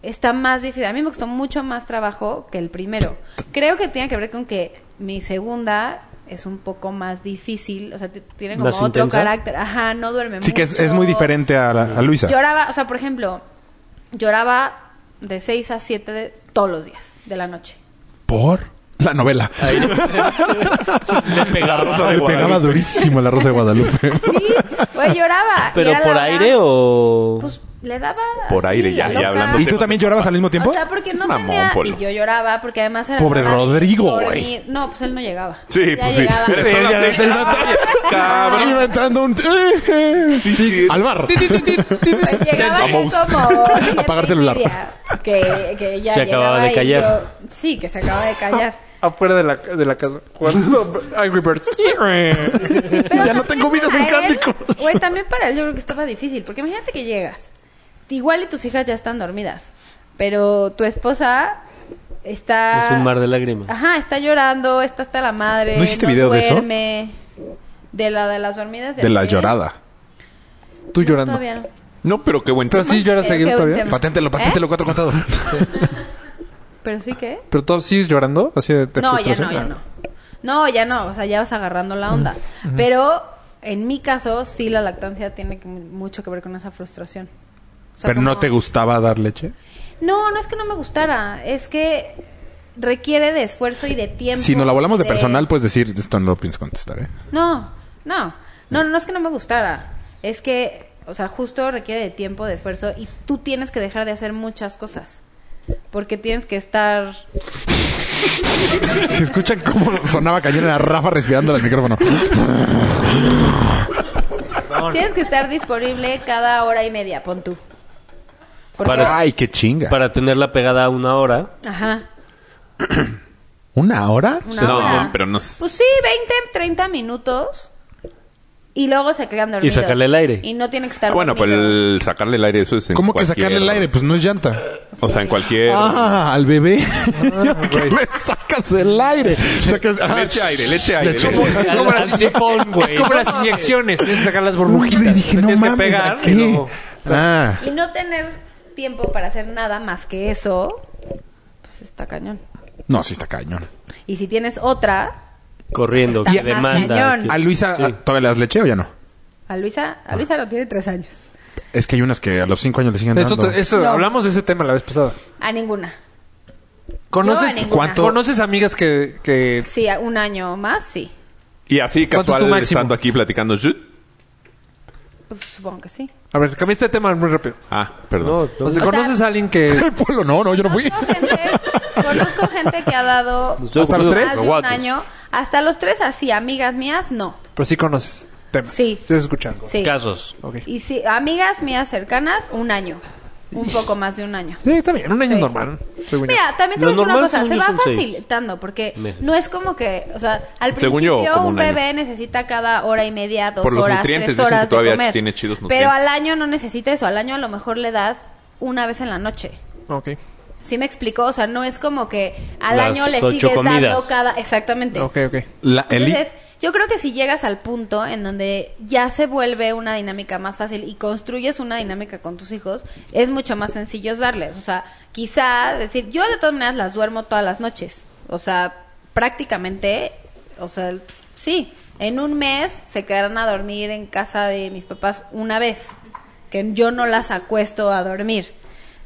Speaker 6: está más difícil. A mí me costó mucho más trabajo que el primero. Creo que tiene que ver con que mi segunda es un poco más difícil, o sea, t- tiene como
Speaker 1: ¿Más
Speaker 6: otro
Speaker 1: intensa?
Speaker 6: carácter. Ajá, no duerme mucho.
Speaker 2: Sí, que es, es muy diferente a, la- a Luisa.
Speaker 6: Lloraba, o sea, por ejemplo, lloraba de 6 a 7 de, todos los días de la noche.
Speaker 2: ¿Por? La novela.
Speaker 1: le pegaba.
Speaker 2: Le pegaba durísimo a la Rosa de Guadalupe.
Speaker 6: Sí, güey, lloraba. y
Speaker 1: ¿Pero
Speaker 6: era la
Speaker 1: por
Speaker 6: hora-
Speaker 1: aire o...?
Speaker 6: Pues le daba.
Speaker 3: Por
Speaker 6: así,
Speaker 3: aire, ya-
Speaker 6: la
Speaker 3: ya
Speaker 6: loca.
Speaker 3: hablando
Speaker 2: ¿Y tú también llorabas al mismo tiempo?
Speaker 6: O sea, porque
Speaker 3: Es
Speaker 6: no
Speaker 3: mamón,
Speaker 6: tenía...
Speaker 3: Polo.
Speaker 6: Y yo lloraba porque además era...
Speaker 2: Pobre
Speaker 6: mamá,
Speaker 2: Rodrigo,
Speaker 6: dormir-
Speaker 2: güey.
Speaker 6: No, pues él no llegaba.
Speaker 3: Sí,
Speaker 6: Ya
Speaker 3: pues sí.
Speaker 6: llegaba.
Speaker 3: Pero son las seis de la tarde.
Speaker 2: Cabrón.
Speaker 3: Cabrón.
Speaker 2: Iba entrando un... Sí,
Speaker 3: sí.
Speaker 2: Al bar.
Speaker 6: Pues llegaba él
Speaker 3: Vamos.
Speaker 6: como... siete
Speaker 2: Apagar
Speaker 6: y
Speaker 2: celular.
Speaker 6: media, Que, que ya
Speaker 1: Se acababa
Speaker 6: llegaba
Speaker 1: de
Speaker 6: y
Speaker 1: callar.
Speaker 6: yo- sí, que se acaba de callar.
Speaker 4: Afuera de la, de la casa. Jugando Angry Birds.
Speaker 6: Pero
Speaker 2: Ya no
Speaker 6: también
Speaker 2: tengo vidas en
Speaker 6: para él-
Speaker 2: cándicos.
Speaker 6: Güey, también para él yo creo que estaba difícil. Porque imagínate que llegas. Igual y tus hijas ya están dormidas. Pero tu esposa está...
Speaker 1: Es un mar de lágrimas.
Speaker 6: Ajá, está llorando, está hasta la madre.
Speaker 2: ¿No hiciste video de eso?
Speaker 6: duerme. De la de las dormidas.
Speaker 2: De la
Speaker 6: ayer.
Speaker 2: llorada.
Speaker 4: Tú
Speaker 6: No,
Speaker 4: llorando.
Speaker 6: todavía no.
Speaker 3: No, pero qué buen
Speaker 4: Pero
Speaker 3: tema.
Speaker 4: sí lloras
Speaker 6: Eh,
Speaker 4: seguido
Speaker 6: qué buen
Speaker 4: todavía.
Speaker 6: tema.
Speaker 2: Paténtelo, paténtelo, cuatro contado.
Speaker 6: Pero sí que...
Speaker 4: Pero tú sigues llorando. Así de de
Speaker 6: No, ya no,
Speaker 4: frustración.
Speaker 6: ya
Speaker 4: Ah.
Speaker 6: no. No, ya no, o sea, ya vas agarrando
Speaker 2: Mm.
Speaker 6: la onda. Pero en mi caso, sí, la lactancia tiene que- mucho que ver con esa frustración. O sea,
Speaker 2: ¿Pero no
Speaker 6: como-
Speaker 2: te gustaba dar leche?
Speaker 6: No, no es que no me gustara, es que requiere de esfuerzo y de tiempo.
Speaker 2: Si nos la volamos de
Speaker 6: y
Speaker 2: personal, puedes decir, esto no lo pienso contestar, ¿eh?
Speaker 6: No, no, no, no es que no me gustara, es que, o sea, justo requiere de tiempo, de esfuerzo y tú tienes que dejar de hacer muchas cosas. Porque tienes que estar...
Speaker 2: Si escuchan cómo sonaba cañón era Rafa respirando el micrófono.
Speaker 6: Tienes que estar disponible cada hora y media, pon tú. Porque-
Speaker 1: Para-
Speaker 2: Ay, qué chinga.
Speaker 1: Para tenerla pegada una hora.
Speaker 6: Ajá.
Speaker 2: ¿Una hora?
Speaker 6: Una
Speaker 3: No,
Speaker 6: hora.
Speaker 3: pero no-
Speaker 6: Pues sí, 20, 30 minutos. Y luego se quedan dormidos.
Speaker 1: sacarle el aire.
Speaker 6: Y no tienen que estar
Speaker 3: Ah, bueno, pues
Speaker 6: dormidos.
Speaker 3: el sacarle el aire, eso es en
Speaker 2: ¿Cómo que
Speaker 3: cualquier-
Speaker 2: sacarle el aire? Pues no es llanta.
Speaker 3: O sea, en cualquier...
Speaker 2: Ah, al bebé. Ah,
Speaker 4: güey.
Speaker 2: le sacas el aire? Sacas-
Speaker 3: Ah, leche aire, leche aire.
Speaker 2: Leche-
Speaker 3: leche-
Speaker 4: Es como las inyecciones. Es como las inyecciones. Tienes que sacar las burbujitas.
Speaker 2: Y dije,
Speaker 4: Le
Speaker 2: no
Speaker 4: tienes
Speaker 2: mames,
Speaker 4: que pegar.
Speaker 2: ¿a
Speaker 4: y
Speaker 2: qué?
Speaker 4: luego-
Speaker 2: Ah,
Speaker 6: Y no tener tiempo para hacer nada más que eso, pues está cañón.
Speaker 2: no, sí está cañón.
Speaker 6: Y si tienes otra,
Speaker 1: Corriendo,
Speaker 6: Está
Speaker 1: que
Speaker 6: más
Speaker 1: demanda.
Speaker 6: cañón.
Speaker 1: que-
Speaker 2: ¿A Luisa
Speaker 1: Sí.
Speaker 2: todavía le das leche o ya no?
Speaker 6: a Luisa, a Luisa lo tiene tres años.
Speaker 2: Es que hay unas que a los cinco años le siguen
Speaker 4: Eso,
Speaker 2: dando.
Speaker 4: te- eso
Speaker 6: No.
Speaker 4: hablamos de ese tema la vez pasada.
Speaker 6: A ninguna. Yo a
Speaker 4: ¿Conoces
Speaker 6: ninguna. ¿Cuánto?
Speaker 4: ¿Conoces amigas que, que
Speaker 6: Sí, a un año más, sí.
Speaker 3: Y así,
Speaker 4: ¿Cuánto es tu
Speaker 3: casual,
Speaker 4: máximo?
Speaker 3: estando aquí platicando... ¡zut!
Speaker 6: Pues supongo que sí.
Speaker 4: A ver, cambiaste de tema muy rápido.
Speaker 3: Ah, perdón.
Speaker 4: O sea,
Speaker 6: O sea-
Speaker 4: ¿conoces a alguien que
Speaker 2: El pueblo, no, no, yo no fui.
Speaker 6: Conozco gente, conozco gente que ha dado
Speaker 1: Estoy
Speaker 6: más
Speaker 1: ocupado
Speaker 6: de
Speaker 1: con
Speaker 6: un
Speaker 1: guatos.
Speaker 6: año. Hasta los tres así, amigas mías, no.
Speaker 4: Pero sí conoces temas.
Speaker 6: Sí.
Speaker 4: Sí has escuchado.
Speaker 6: Sí.
Speaker 1: Casos.
Speaker 4: Ok.
Speaker 6: Y sí, amigas mías cercanas, un año. Un poco más de un año.
Speaker 4: Sí, está bien. Un año
Speaker 6: Sí.
Speaker 4: normal. según yo.
Speaker 6: Mira, también te
Speaker 1: Lo
Speaker 6: voy a decir una
Speaker 1: normal,
Speaker 6: cosa, se
Speaker 1: según yo,
Speaker 6: va
Speaker 1: son seis
Speaker 6: facilitando porque
Speaker 1: meses.
Speaker 6: no es como que, o sea, al
Speaker 3: Según
Speaker 6: principio
Speaker 3: yo, como
Speaker 6: un
Speaker 3: un año.
Speaker 6: bebé necesita cada hora y media, dos
Speaker 3: Por los
Speaker 6: horas,
Speaker 3: nutrientes,
Speaker 6: tres
Speaker 3: dicen que
Speaker 6: horas
Speaker 3: todavía
Speaker 6: de comer.
Speaker 3: tiene chidos nutrientes.
Speaker 6: Pero al año no necesita eso, al año a lo mejor le das una vez en la noche.
Speaker 4: Ok.
Speaker 6: ¿Sí me explico? O sea, no es como que al
Speaker 1: Las
Speaker 6: año le
Speaker 1: ocho
Speaker 6: sigues dando
Speaker 1: comidas.
Speaker 6: cada, exactamente.
Speaker 4: Ok, ok.
Speaker 2: La, el-
Speaker 6: Entonces, yo creo que si llegas al punto en donde ya se vuelve una dinámica más fácil y construyes una dinámica con tus hijos, es mucho más sencillo darles. O sea, quizá decir, yo de todas maneras las duermo todas las noches. O sea, prácticamente, o sea, sí, en un mes se quedarán a dormir en casa de mis papás una vez, que yo no las acuesto a dormir.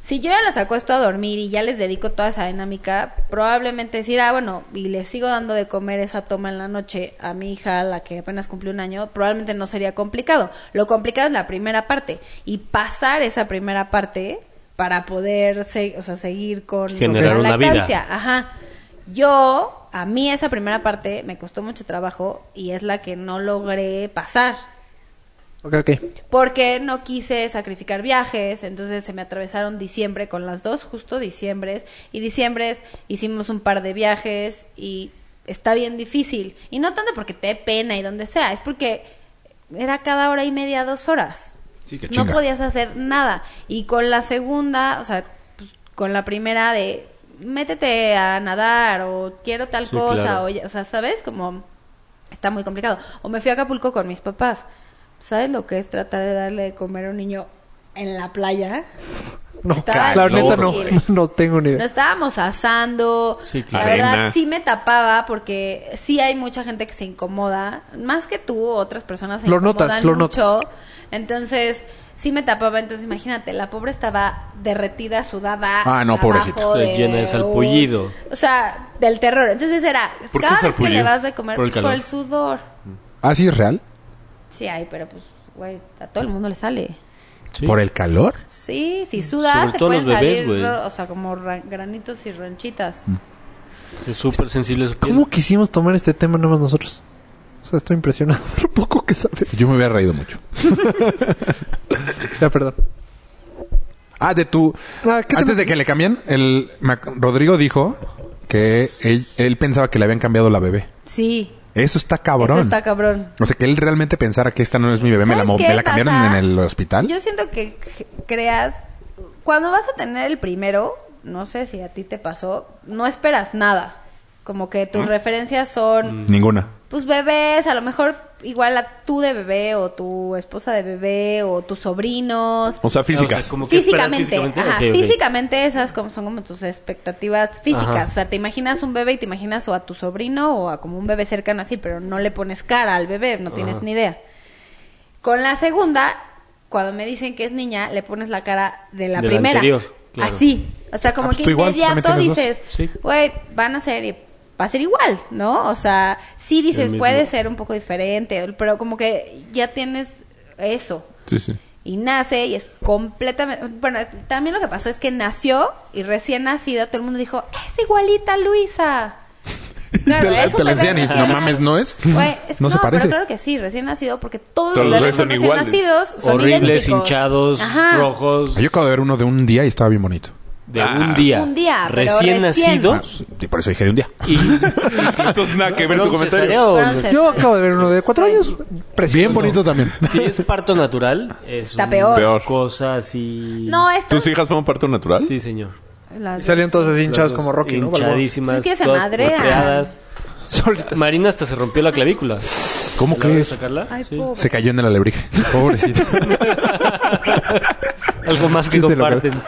Speaker 6: Si yo ya las acuesto a dormir y ya les dedico toda esa dinámica, probablemente decir, ah, bueno, y le sigo dando de comer esa toma en la noche a mi hija, la que apenas cumplió un año, probablemente no sería complicado. Lo complicado es la primera parte y pasar esa primera parte para poder se- o sea, seguir con
Speaker 1: Generar
Speaker 6: con la
Speaker 1: una vida.
Speaker 6: lactancia. Ajá. Yo, a mí esa primera parte me costó mucho trabajo y es la que no logré pasar
Speaker 4: Ok, ok.
Speaker 6: porque no quise sacrificar viajes, entonces se me atravesaron diciembre con las dos, justo diciembre, y diciembre hicimos un par de viajes y está bien difícil, y no tanto porque te dé pena y donde sea, es porque era cada hora y media, dos horas.
Speaker 2: Sí, qué
Speaker 6: no
Speaker 2: chinga.
Speaker 6: podías hacer nada. Y con la segunda, o sea, pues, con la primera de métete a nadar o quiero tal
Speaker 1: Sí,
Speaker 6: cosa,
Speaker 1: claro.
Speaker 6: o, ya- o sea, ¿sabes? Como está muy complicado. O me fui a Acapulco con mis papás. ¿Sabes lo que es tratar de darle de comer a un niño en la playa?
Speaker 4: No,
Speaker 6: Está
Speaker 4: la neta no.
Speaker 6: difícil.
Speaker 4: No tengo ni
Speaker 6: Nos
Speaker 4: idea.
Speaker 6: estábamos asando.
Speaker 1: Sí,
Speaker 6: La
Speaker 1: claro.
Speaker 6: verdad
Speaker 3: Arena.
Speaker 6: sí me tapaba porque sí hay mucha gente que se incomoda. Más que tú, otras personas se
Speaker 4: Lo
Speaker 6: incomodan
Speaker 4: notas, lo
Speaker 6: mucho.
Speaker 4: notas.
Speaker 6: Entonces sí me tapaba. Entonces imagínate, la pobre estaba derretida, sudada.
Speaker 2: Ah, no,
Speaker 6: abajo
Speaker 2: pobrecita.
Speaker 6: de
Speaker 1: Llena de
Speaker 6: un-
Speaker 1: salpullido.
Speaker 6: O sea, del terror. Entonces era,
Speaker 3: ¿Por qué
Speaker 6: cada vez que
Speaker 3: salpullido?
Speaker 6: le vas de comer
Speaker 1: Por el calor.
Speaker 6: por el sudor.
Speaker 2: ¿Ah, sí es real?
Speaker 6: Sí hay, pero pues, güey, a todo el mundo le sale.
Speaker 1: Sí.
Speaker 2: ¿Por el calor?
Speaker 6: Sí, si sudas,
Speaker 1: Mm, Sobre
Speaker 6: te
Speaker 1: todo los
Speaker 6: pueden
Speaker 1: bebés,
Speaker 6: salir,
Speaker 1: güey. Mm.
Speaker 6: ro- o sea, como ra- granitos y ronchitas.
Speaker 1: Es súper sensible su piel.
Speaker 4: ¿Cómo quisimos tomar este tema nomás nosotros? O sea, estoy impresionado por lo poco que sabe.
Speaker 2: Yo me hubiera reído mucho.
Speaker 4: Ya, perdón.
Speaker 2: Ah, de tu...
Speaker 4: Ah, ¿qué te-
Speaker 2: Antes de que le cambien, el... ma- Rodrigo dijo que él, él pensaba que le habían cambiado la bebé.
Speaker 6: Sí,
Speaker 2: Eso está
Speaker 6: Esto
Speaker 2: cabrón.
Speaker 6: está cabrón.
Speaker 2: O sea, que él realmente pensara que esta no es mi bebé, me la,
Speaker 6: ¿Sabes
Speaker 2: mo-
Speaker 6: qué
Speaker 2: me la cambiaron
Speaker 6: pasa?
Speaker 2: en el hospital.
Speaker 6: Yo siento que c- creas, cuando vas a tener el primero, no sé si a ti te pasó, no esperas nada. Como que
Speaker 1: Ah.
Speaker 6: tus referencias son,
Speaker 1: Mm.
Speaker 2: Ninguna.
Speaker 6: pues bebés, a lo mejor igual a tú de bebé o tu esposa de bebé o tus sobrinos.
Speaker 3: O sea, físicas.
Speaker 1: O sea, como que esperas
Speaker 6: Físicamente,
Speaker 1: físicamente.
Speaker 6: ajá,
Speaker 1: Ok, ok.
Speaker 6: físicamente esas como son como tus expectativas físicas,
Speaker 1: Ajá.
Speaker 6: o sea, te imaginas un bebé y te imaginas o a tu sobrino o a como un bebé cercano así, pero no le pones cara al bebé, no tienes ni idea. Con la segunda, cuando me dicen que es niña, le pones la cara de la
Speaker 1: De la
Speaker 6: primera,
Speaker 1: anterior, claro.
Speaker 6: así, o sea, como
Speaker 2: Ah, pues
Speaker 6: que
Speaker 2: tú igual, tú
Speaker 6: inmediato
Speaker 2: también tienes
Speaker 6: dices,
Speaker 1: dos. Sí.
Speaker 6: güey, van a ser, va a ser igual, ¿no? O sea, sí dices
Speaker 1: mismo.
Speaker 6: puede ser un poco diferente, pero como que ya tienes eso,
Speaker 3: Sí, sí.
Speaker 6: y nace y es completamente... Bueno, también lo que pasó es que nació y recién nacida todo el mundo dijo, es igualita a Luisa.
Speaker 2: Te la- te la
Speaker 6: bebé
Speaker 2: enseñan y,
Speaker 6: recién
Speaker 2: "No mames, ¿no es?"
Speaker 6: Güey, es-
Speaker 2: No se parece.
Speaker 6: Pero claro que sí, recién nacido porque todos,
Speaker 3: Todos
Speaker 6: los
Speaker 3: los
Speaker 6: bebés son
Speaker 3: bebés
Speaker 6: recién
Speaker 3: son iguales.
Speaker 6: nacidos. Son
Speaker 1: Horribles,
Speaker 6: idénticos.
Speaker 1: hinchados,
Speaker 6: Ajá.
Speaker 1: rojos.
Speaker 2: Yo acabo de ver uno de un día y estaba bien bonito. Ah,
Speaker 1: de
Speaker 3: Ah.
Speaker 1: un día.
Speaker 6: Un día, pero
Speaker 1: Recién
Speaker 6: recién.
Speaker 1: nacidos.
Speaker 2: Y por eso dije de un día.
Speaker 1: Y
Speaker 3: Entonces nada que ver tu
Speaker 1: ¿Fueron
Speaker 3: comentario.
Speaker 1: cesárea o-
Speaker 6: Fueron cesárea.
Speaker 4: Yo acabo de ver uno de cuatro años. Precioso.
Speaker 2: Bien bonito también.
Speaker 1: Si es parto natural, es
Speaker 6: Está
Speaker 1: una
Speaker 6: peor.
Speaker 3: Peor.
Speaker 1: cosa así.
Speaker 6: No, estas...
Speaker 3: ¿Tus hijas fueron parto natural?
Speaker 1: Sí, señor.
Speaker 6: las-
Speaker 4: Y salían todos así hinchados
Speaker 1: Las
Speaker 4: como
Speaker 1: dos
Speaker 4: Rocky, ¿no?
Speaker 1: Hinchadísimas.
Speaker 6: Es que se
Speaker 1: todas
Speaker 6: madrean.
Speaker 1: golpeadas.
Speaker 4: Solitas.
Speaker 1: Marina hasta se rompió la clavícula.
Speaker 2: ¿Cómo
Speaker 1: ¿A la hora de
Speaker 2: crees?
Speaker 1: sacarla?
Speaker 6: Ay,
Speaker 1: Sí.
Speaker 6: pobre.
Speaker 2: Se cayó en el alebrije. Pobrecito.
Speaker 1: Algo más que
Speaker 4: Chiste local.
Speaker 1: comparten.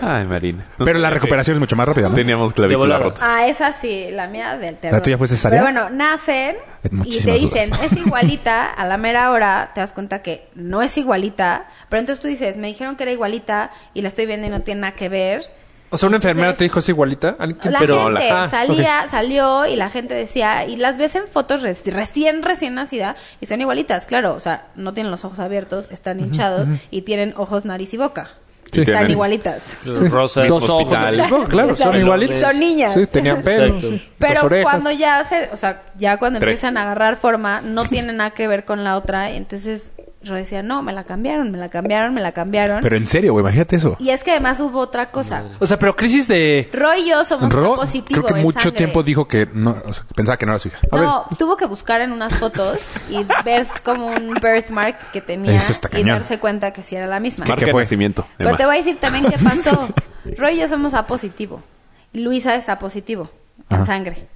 Speaker 3: Ay, Marina.
Speaker 2: Pero la recuperación es mucho más rápida, ¿no?
Speaker 3: Teníamos
Speaker 1: De
Speaker 3: clavícula
Speaker 1: volada.
Speaker 3: rota.
Speaker 6: Ah, esa sí, la mía del terror.
Speaker 2: ¿La tuya fue cesárea?
Speaker 6: Pero bueno, nacen y te
Speaker 2: Muchísimas
Speaker 6: dicen,
Speaker 2: dudas.
Speaker 6: es igualita, a la mera hora te das cuenta que no es igualita, pero entonces tú dices, me dijeron que era igualita y la estoy viendo y no tiene nada que ver.
Speaker 4: O sea, una enfermera
Speaker 6: Entonces-
Speaker 4: te dijo es igualita. ¿Alguien?
Speaker 6: La
Speaker 3: Pero-
Speaker 6: gente
Speaker 3: la-
Speaker 4: ah,
Speaker 6: salía, salió y la gente decía, y las ves en fotos res- recién, recién nacida y son igualitas, claro, o sea, no tienen los ojos abiertos, están hinchados y tienen ojos, nariz y boca.
Speaker 3: Sí,
Speaker 6: están
Speaker 3: tienen-
Speaker 6: igualitas.
Speaker 4: Sí.
Speaker 1: Rosas,
Speaker 3: Dos
Speaker 1: mismo
Speaker 3: ojos.
Speaker 1: hospital.
Speaker 3: Dos
Speaker 4: Oh, claro, son
Speaker 6: Exacto.
Speaker 4: igualitos.
Speaker 6: Son niñas.
Speaker 4: Sí, tenían pelo.
Speaker 1: Exacto.
Speaker 4: sí.
Speaker 6: Pero
Speaker 4: Las orejas.
Speaker 6: cuando ya se, o sea, ya cuando
Speaker 3: Tres.
Speaker 6: empiezan a agarrar forma, no tiene nada que ver con la otra. y entonces yo decía, no, me la cambiaron, me la cambiaron, me la cambiaron.
Speaker 2: Pero en serio, güey, imagínate eso.
Speaker 6: Y es que además hubo otra cosa.
Speaker 4: O sea, pero crisis de...
Speaker 6: Roy y yo somos
Speaker 2: Ro,
Speaker 6: positivos.
Speaker 2: creo que mucho tiempo dijo que no, o sea, que pensaba que no era su hija.
Speaker 4: A
Speaker 6: No, tuvo que buscar en unas fotos y ver como un birthmark que tenía
Speaker 2: Eso está
Speaker 6: y
Speaker 2: cañón.
Speaker 6: darse cuenta que sí era la misma.
Speaker 3: Marca
Speaker 2: ¿Qué
Speaker 3: de
Speaker 2: fue?
Speaker 3: nacimiento.
Speaker 6: Pero
Speaker 3: Emma.
Speaker 6: te voy a decir también qué pasó. Roy y yo somos A positivo. Luisa es A positivo en
Speaker 2: Ajá.
Speaker 6: sangre.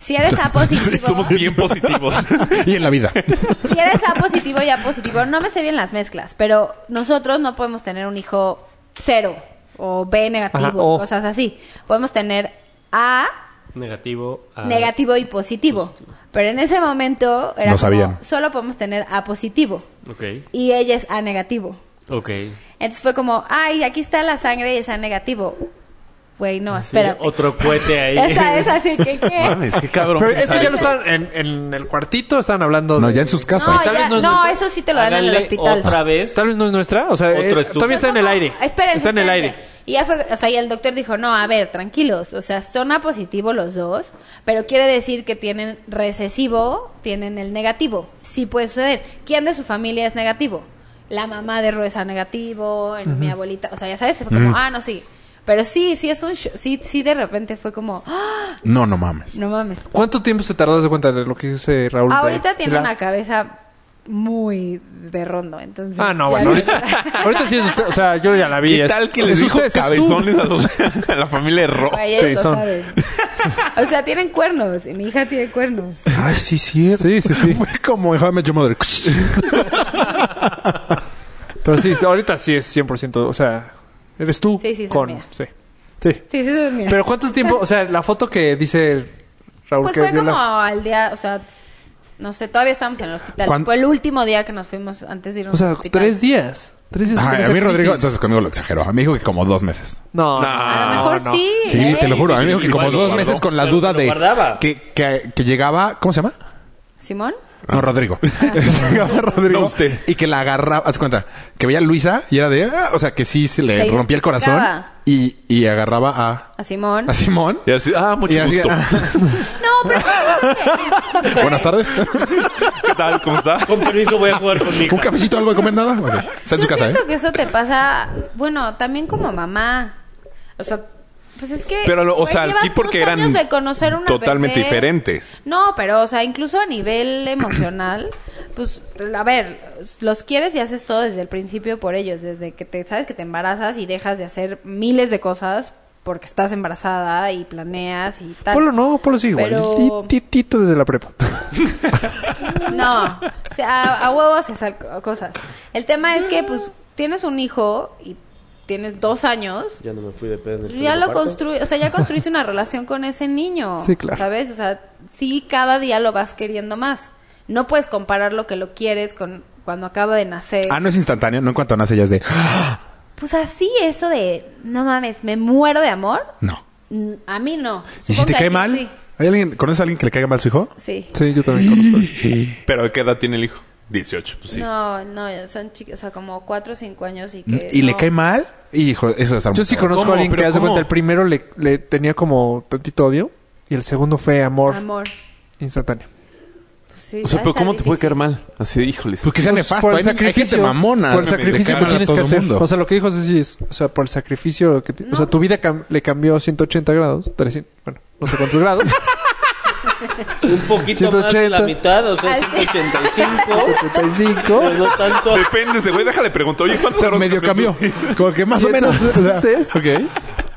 Speaker 6: Si eres A positivo,
Speaker 3: Somos bien positivos.
Speaker 2: y en la vida.
Speaker 6: si eres A positivo y A positivo, no me sé bien las mezclas, pero nosotros no podemos tener un hijo cero o B negativo,
Speaker 4: Ajá, o.
Speaker 6: cosas así. Podemos tener A
Speaker 1: Negativo. a-
Speaker 6: negativo y positivo. Pero en ese momento era
Speaker 2: No
Speaker 6: como,
Speaker 2: sabían.
Speaker 6: solo podemos tener A positivo
Speaker 1: Ok.
Speaker 6: y ella es A negativo.
Speaker 1: Ok.
Speaker 6: Entonces fue como, ay, aquí está la sangre y es A negativo. Güey, no,
Speaker 1: Sí,
Speaker 6: espera.
Speaker 1: otro cohete ahí.
Speaker 6: Esa es así que qué.
Speaker 3: Mames, qué cabrón.
Speaker 4: Pero esto ya lo están en, en el cuartito, están hablando
Speaker 2: No,
Speaker 4: de-
Speaker 2: ya en sus casas.
Speaker 6: No,
Speaker 1: Tal
Speaker 6: ya-
Speaker 1: vez no es
Speaker 6: no,
Speaker 1: nuestra.
Speaker 6: eso sí te lo dan en el
Speaker 1: Háganle
Speaker 6: hospital.
Speaker 1: Otra vez.
Speaker 4: Tal vez no es nuestra, o sea,
Speaker 1: Otro
Speaker 4: es-
Speaker 1: estudio.
Speaker 4: todavía está en el
Speaker 6: No, no,
Speaker 4: aire.
Speaker 6: espérense,
Speaker 4: está en el
Speaker 6: espérense.
Speaker 4: aire.
Speaker 6: Y ya fue, o sea, y el doctor dijo, no, a ver, tranquilos, o sea, son a positivo los dos, pero quiere decir que tienen recesivo, tienen el negativo. Sí puede suceder. ¿Quién de su familia es negativo? La mamá de Ruesa negativo, en mi abuelita, o sea, ya sabes, fue como, ah, no, sí. Pero sí, sí es un, sho- sí, sí de repente fue como, ¡Ah!
Speaker 2: No, no mames.
Speaker 6: no mames.
Speaker 4: ¿Cuánto tiempo se tardó de cuenta de lo que dice Raúl? de-
Speaker 6: Ahorita tiene
Speaker 4: la-
Speaker 6: una cabeza muy de rondo, entonces.
Speaker 4: Ah, no,
Speaker 6: ya
Speaker 4: bueno,
Speaker 6: vi-
Speaker 4: ahorita, ahorita sí es usted, o sea, yo ya la vi.
Speaker 3: ¿Qué
Speaker 4: es-
Speaker 3: tal que
Speaker 4: es
Speaker 3: les dijo
Speaker 4: usted, es tú.
Speaker 3: cabezones a, los- a la familia de Ro?
Speaker 6: Ay, ellos
Speaker 4: Sí,
Speaker 6: lo
Speaker 4: son.
Speaker 6: saben. O sea, tienen cuernos. Y mi hija tiene cuernos.
Speaker 2: Ay, sí, cierto.
Speaker 4: Sí, sí, sí.
Speaker 2: Fue como en How I Met Your Mother.
Speaker 4: Pero sí, ahorita sí es 100%, o sea, eres tú
Speaker 6: Sí, sí, son
Speaker 4: con...
Speaker 6: mías.
Speaker 4: Sí, sí.
Speaker 6: Sí, sí, son mías.
Speaker 4: Pero ¿cuánto tiempo? O sea, la foto que dice Raúl
Speaker 6: Pues
Speaker 4: que
Speaker 6: fue
Speaker 4: vio la-
Speaker 6: como al día, o sea, no sé, todavía estábamos en el hospital.
Speaker 2: ¿Cuán-
Speaker 6: Fue el último día que nos fuimos antes de irnos
Speaker 4: O sea,
Speaker 6: al hospital.
Speaker 4: tres días. Tres días.
Speaker 2: Ay,
Speaker 4: con
Speaker 2: a
Speaker 4: esa
Speaker 2: mí Rodrigo,
Speaker 4: crisis.
Speaker 2: entonces conmigo lo exageró. A mí dijo que como dos meses.
Speaker 4: No,
Speaker 3: No.
Speaker 6: A
Speaker 4: no,
Speaker 6: lo
Speaker 4: no,
Speaker 6: mejor
Speaker 4: no.
Speaker 6: sí.
Speaker 2: Sí,
Speaker 6: ¿eh?
Speaker 2: te lo juro. A mí me dijo que
Speaker 1: Igual
Speaker 2: como
Speaker 1: lo
Speaker 2: dos
Speaker 1: guardó,
Speaker 2: meses con la
Speaker 1: pero
Speaker 2: duda
Speaker 1: se lo
Speaker 2: de
Speaker 1: guardaba.
Speaker 2: que, que, que llegaba, ¿cómo se llama?
Speaker 6: ¿Simón?
Speaker 1: Ah.
Speaker 2: No, Rodrigo. llegaba Rodrigo
Speaker 3: No, usted.
Speaker 2: y que la agarraba, haz cuenta, que veía a Luisa y era de, ah, o sea, que sí se le
Speaker 6: Se
Speaker 2: rompía el corazón
Speaker 6: identificaba.
Speaker 2: y, y agarraba a,
Speaker 6: ¿A Simón?
Speaker 2: a Simón.
Speaker 3: Y así, ah, mucho
Speaker 2: Y así-
Speaker 3: gusto.
Speaker 6: No, pero...
Speaker 2: Buenas tardes.
Speaker 3: ¿Qué tal? ¿Cómo está?
Speaker 1: Con permiso voy a jugar con mi hija.
Speaker 2: ¿Un cafecito, algo de comer, nada? Ok. Está en
Speaker 6: Yo
Speaker 2: su casa, ¿eh?
Speaker 6: siento que eso te pasa, bueno, también como mamá. O sea, pues es que...
Speaker 3: Pero, lo- o
Speaker 6: güey,
Speaker 3: sea,
Speaker 6: llevas
Speaker 3: aquí porque
Speaker 6: dos
Speaker 3: eran
Speaker 6: años de conocer una
Speaker 3: totalmente
Speaker 6: bebé.
Speaker 3: diferentes.
Speaker 6: No, pero, o sea, incluso a nivel emocional, pues, a ver, los quieres y haces todo desde el principio por ellos, desde que te sabes que te embarazas y dejas de hacer miles de cosas porque estás embarazada y planeas y tal.
Speaker 4: Polo no, Polo sí, igual.
Speaker 6: Pero-
Speaker 4: Titito desde la prepa.
Speaker 6: No, o sea, a, a huevos se sal- cosas. El tema es que, pues, tienes un hijo y tienes dos años.
Speaker 1: Ya no me fui de pedo en el
Speaker 6: Ya lo
Speaker 1: segundo parto.
Speaker 6: construí, o sea, ya construiste una relación con ese niño.
Speaker 4: Sí, claro.
Speaker 6: ¿Sabes? O sea, sí, cada día lo vas queriendo más. No puedes comparar lo que lo quieres con cuando acaba de nacer.
Speaker 2: Ah, no es instantáneo, no en cuanto nace ya es de, "Ah,
Speaker 6: Pues así, eso de, no mames, me muero de amor.
Speaker 2: no.
Speaker 6: Mm, A mí no.
Speaker 2: ¿Y si
Speaker 6: Supongo
Speaker 2: te
Speaker 6: que a
Speaker 2: cae
Speaker 6: ti
Speaker 2: mal?
Speaker 6: Sí.
Speaker 2: ¿Hay alguien, conoces a alguien que le caiga mal su hijo?
Speaker 6: Sí.
Speaker 4: Sí, yo también conozco.
Speaker 3: ¿Pero qué edad tiene el hijo? 18, pues sí.
Speaker 6: No, no, son chicos, o sea, como cuatro o cinco años y que...
Speaker 2: Mm, ¿Y le
Speaker 6: no.
Speaker 2: cae mal? Hijo, eso está
Speaker 4: Yo sí conozco
Speaker 3: ¿Cómo?
Speaker 4: a alguien que
Speaker 3: ¿Pero
Speaker 4: hace
Speaker 3: cómo?
Speaker 4: cuenta, el primero le, le tenía como tantito odio y el segundo fue amor,
Speaker 6: Amor.
Speaker 4: instantáneo.
Speaker 6: Pues Sí,
Speaker 3: O sea,
Speaker 6: va a
Speaker 3: pero
Speaker 6: estar
Speaker 3: ¿cómo te puede
Speaker 6: difícil.
Speaker 3: caer mal? Así, híjoles.
Speaker 2: Porque sea
Speaker 4: Pues,
Speaker 2: nefasto.
Speaker 4: por el
Speaker 2: Hay, hay gente
Speaker 4: sacrificio,
Speaker 2: mamona.
Speaker 4: Por el
Speaker 2: de- de
Speaker 4: sacrificio que
Speaker 2: cámara a
Speaker 4: tienes
Speaker 2: todo
Speaker 4: que hacer.
Speaker 2: mundo.
Speaker 4: O sea, lo que dijo Ceci es, o sea, por el sacrificio que... ti- O sea,
Speaker 6: No.
Speaker 4: tu vida cam- le cambió 180 grados, 300... Bueno, no sé cuántos grados.
Speaker 7: Un poquito más de
Speaker 4: 180.
Speaker 7: la mitad, o sea,
Speaker 6: Así.
Speaker 7: 185.
Speaker 4: 35.
Speaker 8: Pues
Speaker 7: pero no tanto.
Speaker 3: Depende, ese güey, déjale pregunto. Oye, ¿cuántos
Speaker 2: Pero
Speaker 3: arroz
Speaker 2: medio cambió.
Speaker 3: cambió?
Speaker 2: Como que más o
Speaker 4: Y
Speaker 2: menos. O sea,
Speaker 4: entonces-
Speaker 2: ok.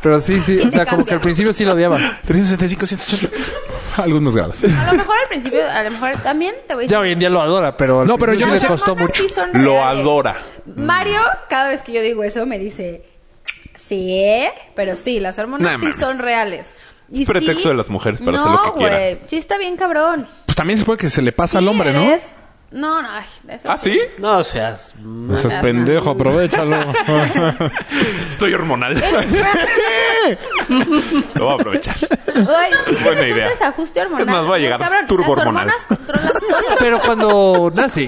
Speaker 4: Pero sí, sí.
Speaker 6: Sí
Speaker 4: O
Speaker 6: te
Speaker 4: sea, como
Speaker 6: cambia.
Speaker 4: que al principio sí lo odiaba.
Speaker 2: 365, 180. Algunos grados.
Speaker 6: A lo mejor al principio, a lo mejor también te voy a decir.
Speaker 4: Ya hoy en día lo adora, pero... al
Speaker 2: No, pero
Speaker 4: principio
Speaker 2: yo
Speaker 4: sí
Speaker 2: no sé-
Speaker 4: le costó
Speaker 6: Monas
Speaker 4: mucho.
Speaker 6: sí son
Speaker 3: Lo
Speaker 6: reales.
Speaker 3: adora.
Speaker 6: Mario, cada vez que yo digo eso, me dice, sí, ¿eh? pero sí, las hormonas
Speaker 3: Nah,
Speaker 6: sí
Speaker 3: mames.
Speaker 6: son reales. Y
Speaker 3: Es pretexto
Speaker 6: sí-
Speaker 3: de las mujeres para
Speaker 6: no,
Speaker 3: hacer lo que quieran.
Speaker 6: güey, sí está bien cabrón.
Speaker 2: Pues también se puede que se le pasa al
Speaker 6: Sí
Speaker 2: hombre, ¿no?
Speaker 6: eres- No, no, ay, eso
Speaker 3: ¿Ah, sí?
Speaker 7: No seas.
Speaker 2: No seas pendejo, aprovechalo.
Speaker 3: Estoy hormonal. Lo voy a aprovechar.
Speaker 6: Ay, sí
Speaker 3: Buena
Speaker 6: tienes
Speaker 3: idea.
Speaker 6: un desajuste hormonal.
Speaker 3: Es más, voy a
Speaker 6: muy
Speaker 3: llegar
Speaker 6: cabrón.
Speaker 3: turbohormonal.
Speaker 6: Las hormonas controlan todo.
Speaker 4: Pero cuando nace.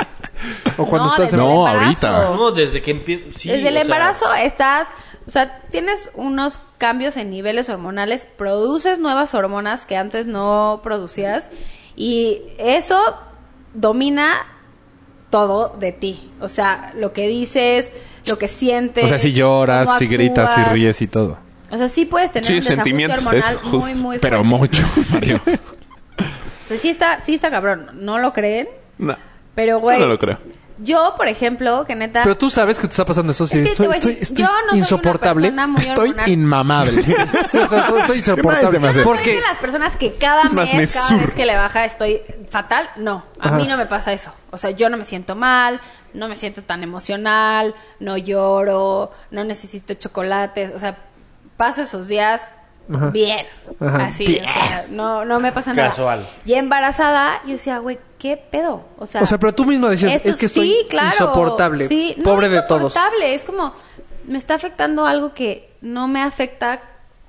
Speaker 4: O cuando
Speaker 6: no,
Speaker 4: estás...
Speaker 6: desde
Speaker 4: en-
Speaker 2: No,
Speaker 6: el embarazo.
Speaker 2: ahorita.
Speaker 7: No, desde que empieza. sí,
Speaker 6: Desde el
Speaker 7: o sea,
Speaker 6: embarazo estás, o sea, tienes unos cambios en niveles hormonales, produces nuevas hormonas que antes no producías y eso domina todo de ti. O sea, lo que dices, lo que sientes.
Speaker 2: O sea, si lloras,
Speaker 6: cómo
Speaker 2: si gritas, si
Speaker 6: actúas.
Speaker 2: ríes y todo.
Speaker 6: O sea, sí puedes tener
Speaker 3: Sí,
Speaker 6: un desajuste
Speaker 3: sentimientos, es
Speaker 6: hormonal muy,
Speaker 3: justo,
Speaker 6: muy
Speaker 2: Pero
Speaker 6: fuerte.
Speaker 2: mucho, Mario.
Speaker 6: O sea, sí está, sí está cabrón. ¿No lo creen?
Speaker 3: No.
Speaker 6: Pero, güey.
Speaker 3: Yo no lo creo.
Speaker 6: Yo, por ejemplo, que neta...
Speaker 4: Pero tú sabes que te está pasando eso. Sí,
Speaker 6: Es que te
Speaker 4: estoy,
Speaker 6: voy a
Speaker 4: estoy,
Speaker 6: decir,
Speaker 4: estoy
Speaker 6: yo no soy una
Speaker 4: insoportable.
Speaker 6: persona muy
Speaker 2: Estoy
Speaker 6: hormonal.
Speaker 2: inmamable.
Speaker 4: Sí, o sea, estoy- estoy
Speaker 2: se me
Speaker 4: insoportable.
Speaker 2: hace?
Speaker 6: Yo no soy
Speaker 4: Porque...
Speaker 6: de las personas que cada
Speaker 2: Es más, me
Speaker 6: mes, cada vez
Speaker 2: zurro.
Speaker 6: que le baja estoy fatal. No, a mí no me pasa eso. O sea, yo no me siento mal, no me siento tan emocional, no lloro, no necesito chocolates. O sea, paso esos días
Speaker 4: Ajá.
Speaker 6: bien.
Speaker 4: Ajá.
Speaker 6: Así, o sea, no, no me pasa
Speaker 7: Casual.
Speaker 6: nada. Y embarazada, yo decía, güey, ¿qué pedo? O sea,
Speaker 4: O sea, pero tú misma decías,
Speaker 6: esto
Speaker 4: es que estoy insoportable,
Speaker 6: Sí, no,
Speaker 4: pobre de todos.
Speaker 6: insoportable, Es como, me está afectando algo que no me afecta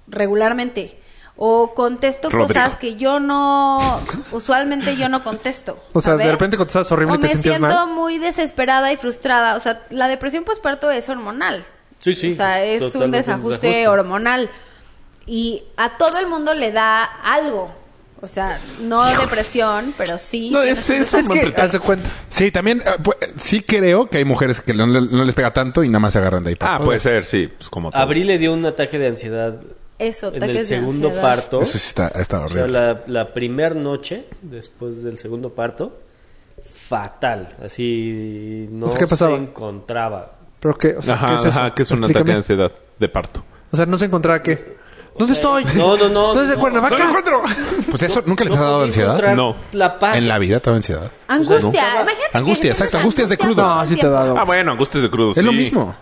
Speaker 6: regularmente. O contesto
Speaker 3: Rodrigo.
Speaker 6: cosas que yo no, usualmente yo no contesto.
Speaker 4: O sea,
Speaker 6: ¿sabes?
Speaker 4: de repente contestabas horrible y
Speaker 6: O
Speaker 4: te
Speaker 6: me
Speaker 4: sentías
Speaker 6: siento
Speaker 4: mal.
Speaker 6: muy desesperada y frustrada. O sea, la depresión postparto es hormonal.
Speaker 7: Sí, sí,
Speaker 6: O sea, es un
Speaker 7: totalmente un
Speaker 6: desajuste,
Speaker 7: desajuste.
Speaker 6: hormonal. Y a todo el mundo le da algo. O sea, no depresión, pero sí.
Speaker 3: No,
Speaker 6: tienes
Speaker 3: es eso.
Speaker 6: un
Speaker 4: Es que, haz de cuenta.
Speaker 2: Sí, también eh, pues, sí creo que hay mujeres que no, le- no les pega tanto y nada más se agarran de ahí.
Speaker 3: Ah, puede ser, sí. Pues como todo.
Speaker 7: Abril le dio un ataque de ansiedad
Speaker 6: Eso,
Speaker 7: en
Speaker 6: ataques de
Speaker 7: el segundo
Speaker 6: ansiedad.
Speaker 7: parto.
Speaker 2: Eso sí está, está
Speaker 7: O sea,
Speaker 2: horrible.
Speaker 7: la, la primer noche después del segundo parto, fatal. Así no
Speaker 4: O sea, ¿qué
Speaker 7: se
Speaker 4: pasaba?
Speaker 7: encontraba.
Speaker 4: Pero que, o sea,
Speaker 3: Ajá,
Speaker 4: ¿qué es eso?
Speaker 3: ajá, que es un ataque
Speaker 4: Explícame.
Speaker 3: de ansiedad de parto.
Speaker 4: O sea, no se encontraba qué. ¿Dónde estoy?
Speaker 7: no, no, no,
Speaker 4: ¿Dónde es de
Speaker 7: no,
Speaker 4: Cuernavaca?
Speaker 2: Pues eso, ¿nunca les
Speaker 7: No
Speaker 2: ha dado
Speaker 7: podía
Speaker 2: ansiedad?
Speaker 7: encontrar
Speaker 3: No.
Speaker 7: La paz.
Speaker 2: En la vida te da ansiedad.
Speaker 6: Angustia,
Speaker 7: O sea, ¿no?
Speaker 6: imagínate. que
Speaker 2: Angustia,
Speaker 6: sientes
Speaker 2: exacto, angustias de
Speaker 6: angustia
Speaker 2: crudo.
Speaker 6: todo
Speaker 4: No,
Speaker 6: el
Speaker 4: sí te
Speaker 6: tiempo.
Speaker 4: da.
Speaker 3: Ah, bueno, angustias de crudo.
Speaker 2: Es lo
Speaker 3: sí.
Speaker 2: mismo.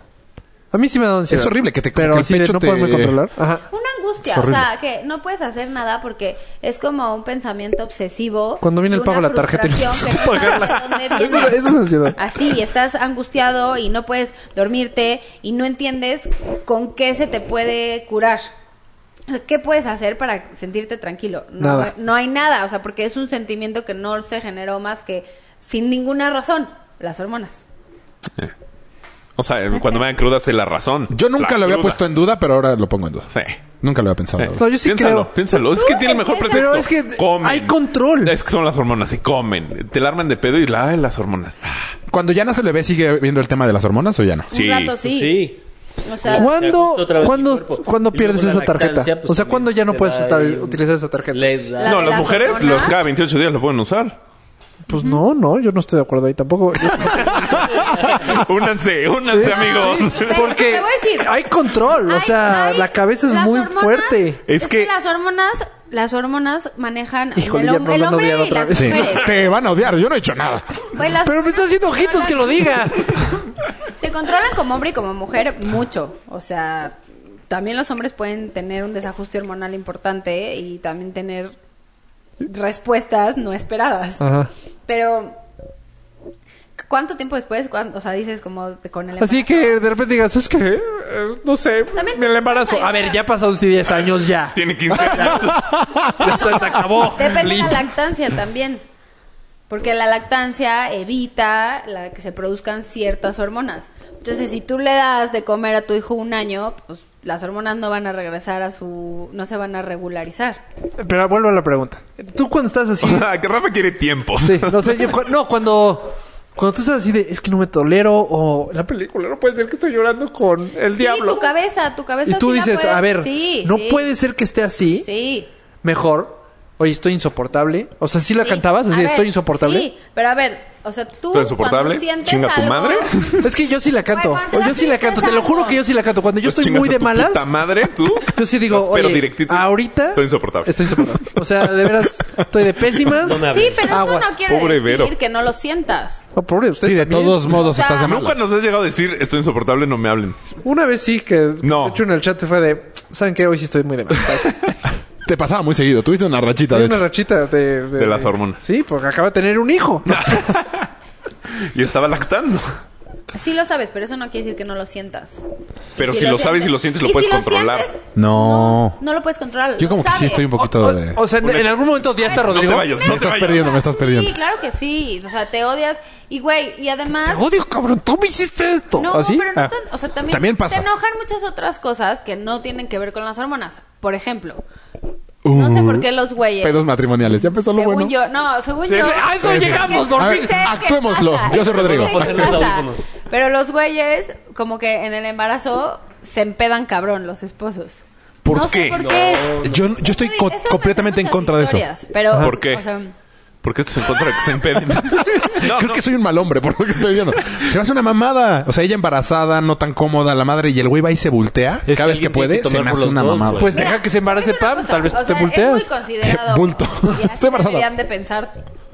Speaker 4: A mí sí me da ansiedad.
Speaker 2: Es horrible que te-
Speaker 4: Pero
Speaker 2: que el
Speaker 4: así de
Speaker 2: pecho
Speaker 4: no
Speaker 2: te-
Speaker 4: poderme controlar. Ajá.
Speaker 6: Una angustia,
Speaker 2: Es
Speaker 6: o
Speaker 2: horrible.
Speaker 6: sea, que no puedes hacer nada porque es como un pensamiento obsesivo.
Speaker 4: Cuando viene
Speaker 6: y
Speaker 4: el pago
Speaker 6: una
Speaker 4: de la tarjeta y no
Speaker 6: frustración
Speaker 4: sabes
Speaker 6: que no sabes de dónde
Speaker 4: Eso,
Speaker 6: viene.
Speaker 4: eso es ansiedad.
Speaker 6: Así, estás angustiado y no puedes dormirte y no entiendes con qué se te puede curar. O sea, ¿Qué puedes hacer para sentirte tranquilo? No,
Speaker 4: Nada.
Speaker 6: no hay nada, o sea, porque es un sentimiento que no se generó más que sin ninguna razón, las hormonas.
Speaker 3: O sea, cuando me dan cruda, sé la razón.
Speaker 2: Yo nunca
Speaker 3: La
Speaker 2: lo había
Speaker 3: cruda.
Speaker 2: puesto en duda, pero ahora lo pongo en duda.
Speaker 3: Sí.
Speaker 2: Nunca lo había pensado. la verdad.
Speaker 4: No, yo sí
Speaker 3: Eh, piénsalo,
Speaker 4: creo.
Speaker 3: piénsalo. Es que tiene el mejor pretexto.
Speaker 4: Pero es que
Speaker 3: Comen.
Speaker 4: hay control.
Speaker 3: Es que son las hormonas y comen. Te la arman de pedo y la, ay, las hormonas. Ah,
Speaker 2: Cuando ya nace el bebé, ¿sigue viendo el tema de las hormonas o ya no?
Speaker 3: Sí.
Speaker 6: Un rato
Speaker 7: Sí.
Speaker 6: sí. O sea,
Speaker 4: ¿Cuándo,
Speaker 7: ajustó otra vez
Speaker 4: ¿cuándo,
Speaker 7: el cuerpo.
Speaker 4: ¿cuándo
Speaker 7: Y luego
Speaker 4: pierdes
Speaker 7: la
Speaker 4: esa
Speaker 7: lactancia,
Speaker 4: tarjeta?
Speaker 7: pues,
Speaker 4: o sea,
Speaker 7: también
Speaker 4: ¿cuándo ya no
Speaker 7: te
Speaker 4: puedes
Speaker 7: da
Speaker 4: utilizar-
Speaker 7: ahí un-
Speaker 4: utilizar esa tarjeta?
Speaker 7: Les da-
Speaker 6: La
Speaker 3: no,
Speaker 6: de
Speaker 3: las,
Speaker 6: las
Speaker 3: mujeres,
Speaker 6: hormonas.
Speaker 3: los cada 28 días lo pueden usar.
Speaker 4: Pues no, no, yo no estoy de acuerdo ahí tampoco.
Speaker 3: únanse, únanse, amigos.
Speaker 6: Pero
Speaker 4: Porque
Speaker 6: te voy a decir.
Speaker 4: hay control, o
Speaker 6: Hay-
Speaker 4: sea,
Speaker 6: hay-
Speaker 4: la cabeza es
Speaker 6: las
Speaker 4: muy
Speaker 6: hormonas-
Speaker 4: fuerte.
Speaker 3: Es
Speaker 6: Es, que,
Speaker 3: que-
Speaker 6: las hormonas, las hormonas manejan
Speaker 4: Híjole,
Speaker 6: el,
Speaker 4: ya
Speaker 6: hom-
Speaker 4: nos van
Speaker 6: el
Speaker 4: a
Speaker 6: hombre
Speaker 4: odiar
Speaker 6: y
Speaker 4: otra
Speaker 6: las
Speaker 4: vez. Sí.
Speaker 6: mujeres.
Speaker 2: Te van a odiar, yo no he hecho nada.
Speaker 6: Güey, las
Speaker 4: Pero pues, me está
Speaker 6: hormonas
Speaker 4: haciendo
Speaker 6: te
Speaker 4: ojitos que lo
Speaker 6: controlan-
Speaker 4: diga.
Speaker 6: Te controlan como hombre y como mujer mucho, o sea, también los hombres pueden tener un desajuste hormonal importante y también tener respuestas no esperadas.
Speaker 4: Ajá.
Speaker 6: Pero ¿cuánto tiempo después? Cuán- o sea, dices como con el
Speaker 4: Así que de repente digas, es que, eh, no sé,
Speaker 6: También
Speaker 4: el embarazo.
Speaker 6: pasa
Speaker 4: A ver, ya pasaron 10 años ya.
Speaker 3: Tiene 15 años.
Speaker 4: Ya se se acabó.
Speaker 6: Depende de la
Speaker 4: Listo.
Speaker 6: lactancia también. Porque la lactancia evita la que se produzcan ciertas hormonas. Entonces, si tú le das de comer a tu hijo un año, pues las hormonas no van a regresar a su, no se van a regularizar.
Speaker 4: Pero vuelvo a la pregunta. Tú cuando estás así...
Speaker 3: que Rafa quiere tiempos.
Speaker 4: Sí, no sé, yo cu- no, cuando... Cuando tú estás así de, es que no me tolero, o la película, no puede ser que estoy llorando con el diablo.
Speaker 6: Sí, tu cabeza, tu cabeza.
Speaker 4: y tú
Speaker 6: sí la
Speaker 4: dices,
Speaker 6: puedes-
Speaker 4: a ver,
Speaker 6: sí,
Speaker 4: no
Speaker 6: sí,
Speaker 4: puede ser que esté así,
Speaker 6: Sí.
Speaker 4: mejor. Oye, estoy insoportable. O sea, ¿sí la
Speaker 6: sí.
Speaker 4: cantabas?
Speaker 6: A
Speaker 4: Así,
Speaker 6: ver,
Speaker 4: estoy insoportable.
Speaker 6: Sí, pero a ver, o sea, tú.
Speaker 3: ¿Estoy insoportable?
Speaker 6: cuando sientes
Speaker 3: ¿Chinga tu
Speaker 6: algo-
Speaker 3: madre?
Speaker 4: Es que yo sí la canto.
Speaker 6: Güey, cuando
Speaker 4: yo
Speaker 6: la
Speaker 4: sí la canto. Te lo
Speaker 6: tristeza,
Speaker 4: juro
Speaker 6: algo.
Speaker 4: que yo sí la canto. Cuando yo
Speaker 3: Pues
Speaker 4: estoy
Speaker 3: chingas
Speaker 4: muy
Speaker 3: a
Speaker 4: de
Speaker 3: tu
Speaker 4: malas.
Speaker 3: Puta madre, tú.
Speaker 4: Yo sí digo,
Speaker 3: Vas,
Speaker 4: oye,
Speaker 3: pero directito.
Speaker 4: ahorita
Speaker 3: Estoy insoportable. Ah,
Speaker 4: Estoy insoportable. O sea, de veras, estoy de pésimas.
Speaker 7: No me hables.
Speaker 6: Sí, pero eso
Speaker 4: Aguas.
Speaker 6: no quiere
Speaker 3: Pobre
Speaker 6: decir
Speaker 3: Vero.
Speaker 6: que no lo sientas.
Speaker 4: Oh, pobre, usted
Speaker 2: Sí, de
Speaker 4: también.
Speaker 2: todos modos
Speaker 6: sea,
Speaker 2: estás de
Speaker 3: Nunca
Speaker 2: malas.
Speaker 3: nos has llegado a decir, estoy insoportable, no me hablen.
Speaker 4: Una vez sí que
Speaker 3: No.
Speaker 4: de hecho en el chat fue de, ¿saben qué? Hoy sí estoy muy de malas.
Speaker 2: Te pasaba muy seguido. Tuviste una rachita,
Speaker 4: Tenía
Speaker 2: de
Speaker 4: una
Speaker 2: hecho.
Speaker 4: rachita de,
Speaker 3: De las hormonas.
Speaker 4: Sí, porque acaba de tener un hijo.
Speaker 3: Y estaba lactando.
Speaker 6: Sí lo sabes, pero eso no quiere decir que no lo sientas.
Speaker 3: Pero si, lo, sabes y lo sientes, lo
Speaker 6: ¿Y
Speaker 3: puedes
Speaker 6: si
Speaker 3: controlar.
Speaker 6: sientes?
Speaker 2: No.
Speaker 6: no. No lo puedes controlar.
Speaker 2: Yo
Speaker 6: lo
Speaker 2: como que sí
Speaker 6: sabes.
Speaker 2: estoy un
Speaker 4: O-
Speaker 2: poquito de...
Speaker 4: O sea, en, en algún mommomento ya está
Speaker 3: no
Speaker 4: Rodrigo.
Speaker 3: te vayas, no te
Speaker 2: estás
Speaker 3: vayas.
Speaker 2: perdiendo, me estás
Speaker 6: Sí,
Speaker 2: perdiendo.
Speaker 6: claro que sí. O sea, te odias. Y güey, y además.
Speaker 4: Odio, cabrón, tú me hiciste esto.
Speaker 6: No,
Speaker 4: ¿Así?
Speaker 6: pero no
Speaker 4: Ah.
Speaker 6: tan- o sea, también,
Speaker 2: También pasa.
Speaker 6: te enojan muchas otras cosas que no tienen que ver con las hormonas. Por ejemplo, no sé por qué los güeyes.
Speaker 2: Uh, Pedos matrimoniales. Ya empezó lo
Speaker 6: según
Speaker 2: bueno.
Speaker 6: yo, no, según
Speaker 4: Sí,
Speaker 6: yo.
Speaker 4: a eso
Speaker 6: Sé
Speaker 4: llegamos,
Speaker 6: que-
Speaker 4: por
Speaker 6: sé
Speaker 2: fin.
Speaker 6: que
Speaker 2: Actuémoslo.
Speaker 6: pasa,
Speaker 2: Yo soy Rodrigo.
Speaker 6: sé que
Speaker 7: Ponte los
Speaker 6: pasa.
Speaker 7: audífonos.
Speaker 6: Pero los güeyes, como que en el embarazo, se empedan cabrón los esposos.
Speaker 3: ¿Por
Speaker 6: no
Speaker 3: qué?
Speaker 6: Sé por qué.
Speaker 2: Yo, yo estoy
Speaker 6: Eso
Speaker 2: co-
Speaker 6: me sé
Speaker 2: completamente en
Speaker 6: muchas
Speaker 2: contra de eso.
Speaker 6: historias, Pero,
Speaker 3: ¿Por qué?
Speaker 6: o sea,
Speaker 3: Porque esto se encuentra que se impeden. No,
Speaker 2: Creo
Speaker 3: no.
Speaker 2: que soy un mal hombre por lo que estoy viendo. Se me hace una mamada. O sea, ella embarazada, no tan cómoda, la madre, y el güey va y se voltea
Speaker 7: que
Speaker 2: cada vez que
Speaker 7: alguien tiene
Speaker 2: puede.
Speaker 7: que
Speaker 2: se
Speaker 7: tomar
Speaker 2: me
Speaker 7: por
Speaker 2: hace
Speaker 7: los
Speaker 2: una
Speaker 7: dos,
Speaker 2: mamada.
Speaker 7: güey.
Speaker 4: Pues deja que se embarace
Speaker 6: Es una
Speaker 4: Pam,
Speaker 6: cosa,
Speaker 4: tal vez
Speaker 6: o
Speaker 4: te
Speaker 6: sea,
Speaker 4: volteas.
Speaker 6: Es muy considerado.
Speaker 2: Bulto.
Speaker 6: Y así
Speaker 2: Estoy embarazada.
Speaker 6: deberían de pensar.